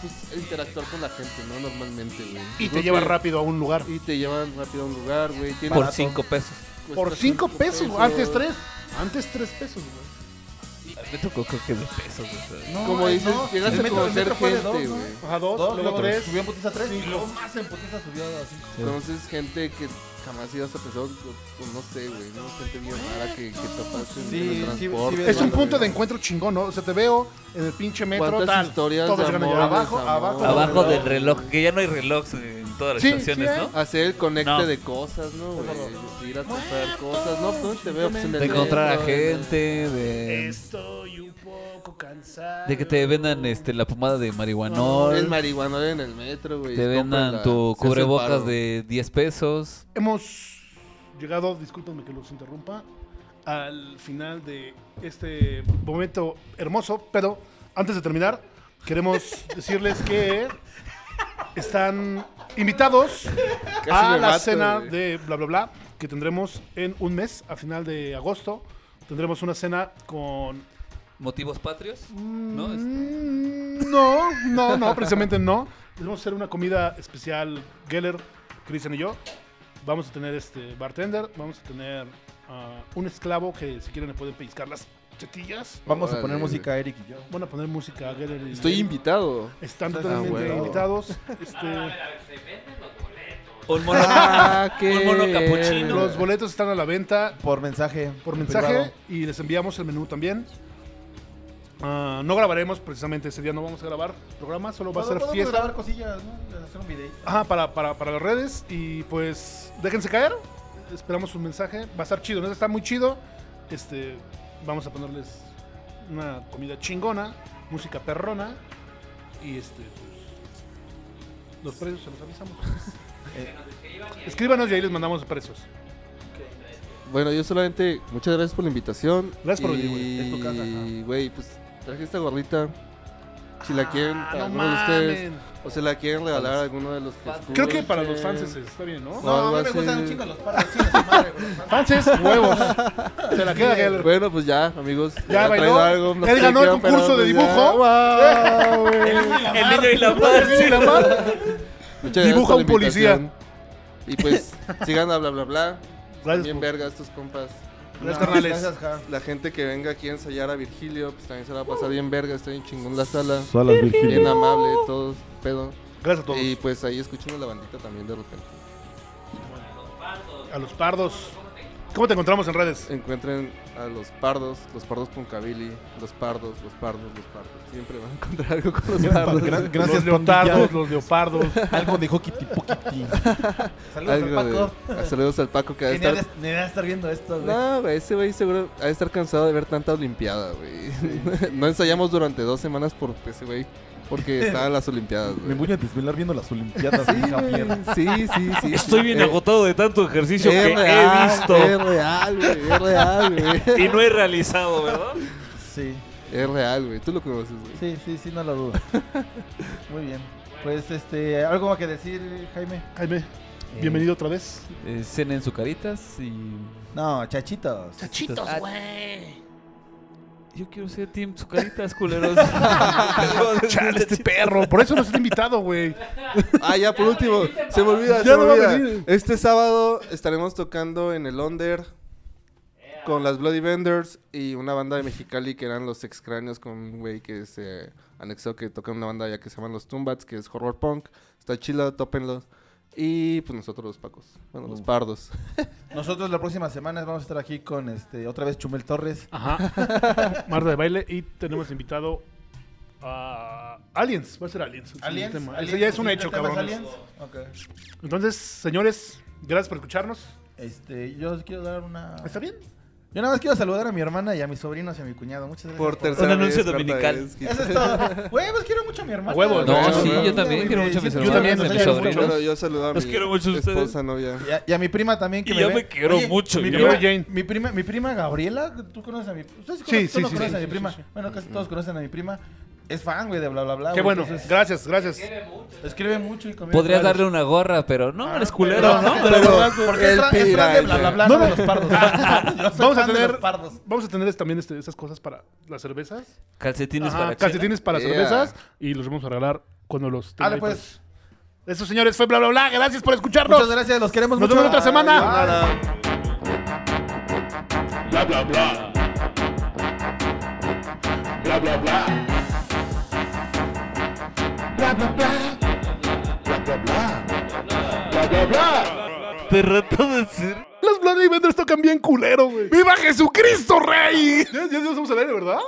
pues, interactuar con la gente, ¿no? Normalmente, güey. Y Yo te creo llevan que- rápido a un lugar. Y te llevan rápido a un lugar, güey. Tiene- Por 5 pesos. Cuesta Por 5 cinco pesos, güey. antes 3. Antes 3 pesos, güey. Me tocó creo que de pesos. güey. Como dices, llegas a conocer gente, güey. Ajá, dos, luego tres. Subió en putiza a tres. Sí, y luego los- más en putiza subió a cinco. Entonces, gente que jamás ibas a pensar, o- o no sé, güey, ¿no? Gente bien rara que, que tapas en Sí, el sí, transporte. sí, Es un punto de güey. encuentro chingón, ¿no? O sea, te veo en el pinche metro, ¿Cuántas tal. historias de llegan a amor, llegar. Abajo, desamor? abajo. Abajo del reloj, que ya no hay reloj en todas las Sí, estaciones, sí, ¿no? Hacer el conecte No. de cosas, ¿no, güey? Ir a comprar cosas, ¿no? Pues, ¿dónde te veo? Pues, en el De encontrar a metro, en el- gente, de, Estoy un poco cansado. de que te vendan este, la pomada de marihuanol, El marihuanol en el metro, güey. te vendan Cómprala, tu se hace el cubrebocas paro. de 10 pesos. Hemos llegado, discúlpenme que los interrumpa, al final de este momento hermoso, pero antes de terminar, queremos decirles que están invitados Casi a me la mato, cena güey. de bla bla bla que tendremos en un mes, a final de agosto. Tendremos una cena con ¿Motivos patrios? ¿No? Este, Mm, No, no, no, precisamente no. Les vamos a hacer una comida especial, Geller, Cristian y yo. Vamos a tener este bartender, vamos a tener ah, un esclavo que si quieren le pueden pellizcar las chetillas. Vamos a Órale, poner güey. música Eric y yo. Van a poner música Geller y Estoy invitado. Están Ah, totalmente bueno. invitados. Este, Un mono, Ah, qué un mono capuchino. los boletos están a la venta Por mensaje. por mensaje privado. y les enviamos el menú también. Ah, no grabaremos precisamente ese día, no vamos a grabar programa, solo va a ser Podemos fiesta. grabar cosillas, ¿no? Hacer un video. Ajá, para, para, para las redes. Y pues, déjense caer. Esperamos un mensaje. Va a estar chido, ¿no? Está muy chido. Este, vamos a ponerles una comida chingona, música perrona. Y este, pues, los precios se los avisamos. Eh, Escríbanos y ahí les mandamos los precios. Bueno, yo solamente, muchas gracias por la invitación. Gracias por Y, venir, güey. Es tu casa, Y, güey, pues traje esta gorrita. Si Ah, la quieren, para no alguno de ustedes. mamen. O se la quieren regalar a alguno de los que Creo que para los escuchen. fans está bien, ¿no? No, No, a mí algo me gustan así. un chingo los paros. chinga su madre, güey. Fanses, huevos. Se la queda Geller. Bueno, pues ya, amigos. Ya traigo bailó. no Él sé ganó qué, el concurso pero de pues ya. dibujo. Guau, güey. El niño y la madre. Sí, la madre. Muchas gracias Dibuja por la un policía. invitación. Y pues, sigan a bla bla bla. Gracias Bien por- verga estos compas. Gracias, No, carnales. Gracias, ja. La gente que venga aquí a ensayar a Virgilio, pues también se la va a pasar bien verga, está bien chingón la sala. Salas Bien Virgilio. amable, todos, pedo. Gracias a todos. Y pues ahí escuchando la bandita también de repente. A los pardos. ¿Cómo te encontramos en redes? Encuentren a los pardos, los pardos Puncabili, los pardos, los pardos, los pardos. Siempre van a encontrar algo con los pardos. Gran- los Gracias, leotardos, pandilla. los leopardos. Algo de Hockey Pokiti. Saludos al Algo Paco. de- Ah, saludos al Paco que va a Que ni ha estar Ah. de- ni va a estar viendo esto, güey. No, güey, ese güey seguro ha de estar cansado de ver tanta Olimpiada, güey. no ensayamos durante dos semanas por ese güey, porque estaban las Olimpiadas, Me güey. voy a desvelar viendo las Olimpiadas, Sí, güey, Javier. sí, sí, sí. Estoy bien Eh, ah, agotado de tanto ejercicio que Es he real, visto es real, güey, es real, güey. y no he realizado, ¿verdad? Sí, Es real, güey, tú lo conoces, güey. sí, sí, sí, no lo dudo. Muy bien. Pues, este, ¿algo que decir, Jaime? Jaime, bienvenido otra vez. Eh, cenen su caritas y No, chachitos. Chachitos, güey. Yo quiero ser Team Sucaritas, culeros. Chale, este perro. Por eso no está invitado, güey. Ah, ya, por último. Se me olvida, Ya se me no va a olvida. venir. Este sábado estaremos tocando en el Under con las Bloody Vendors y una banda de Mexicali que eran los excráneos con un güey que se anexó que toca una banda ya que se llaman los Tumbats, que es horror punk. Está chila, tópenlos. Y pues nosotros los pacos. Bueno, los Uh. pardos. Nosotros la próxima semana vamos a estar aquí con este otra vez Chumel Torres. Ajá. Marta de baile y tenemos invitado a Aliens. Va a ser Aliens. el ¿Aliens? tema. ¿Aliens? Ese ya es un ¿El hecho, tema es cabrón. Aliens? Ok. Entonces, señores, gracias por escucharnos. Este, yo os quiero dar una. ¿Está bien? Yo nada más quiero saludar a mi hermana y a mis sobrinos y a mi cuñado. Muchas gracias. Por tercera Un anuncio vez, Marta, dominical. es que- Eso es todo. Güey, pues quiero mucho a mi hermana. A huevo, No, Bueno, sí, bueno. yo también quiero mucho a mis Yo hermanos, también, a mis los quiero mucho. sobrinos. Pero yo saludo a Los mi quiero mucho a ustedes. esposa, novia. Y a, y a mi prima también que Y me yo ve. me quiero mucho, Mi yo. prima, Jane. mi prima, mi prima Gabriela, tú conoces a mi ustedes Sí, conocen, sí, tú no sí, conoces sí, a mi sí, prima. sí, sí. Bueno, casi todos conocen a mi prima. Es fan, güey, de bla bla bla. Qué güey, bueno. entonces- eh, Gracias, gracias. Escribe mucho y comenta. Podrías darle una gorra, pero Ah, no, eres culero, pero- ¿no? pero- porque es fra- es fra- de bla, bla, bla, no de los pardos. Yo soy vamos a fan de tener, los pardos. vamos a tener es- también este, esas cosas para las cervezas. Calcetines Ajá, para calcetines chela. para Yeah. cervezas y los vamos a regalar cuando los tenga Dale, ahí, pues. Eso, señores, fue bla bla bla. Gracias por escucharnos. Muchas gracias, los queremos Nos mucho. vemos otra semana. Bla bla bla. Bla bla bla. Bla bla bla. Bla bla bla. Bla bla bla. Te rato de decir. Los Bloody Vendors tocan bien culero, güey. ¡Viva Jesucristo, rey! Ya, ya, ya somos al aire, ¿verdad?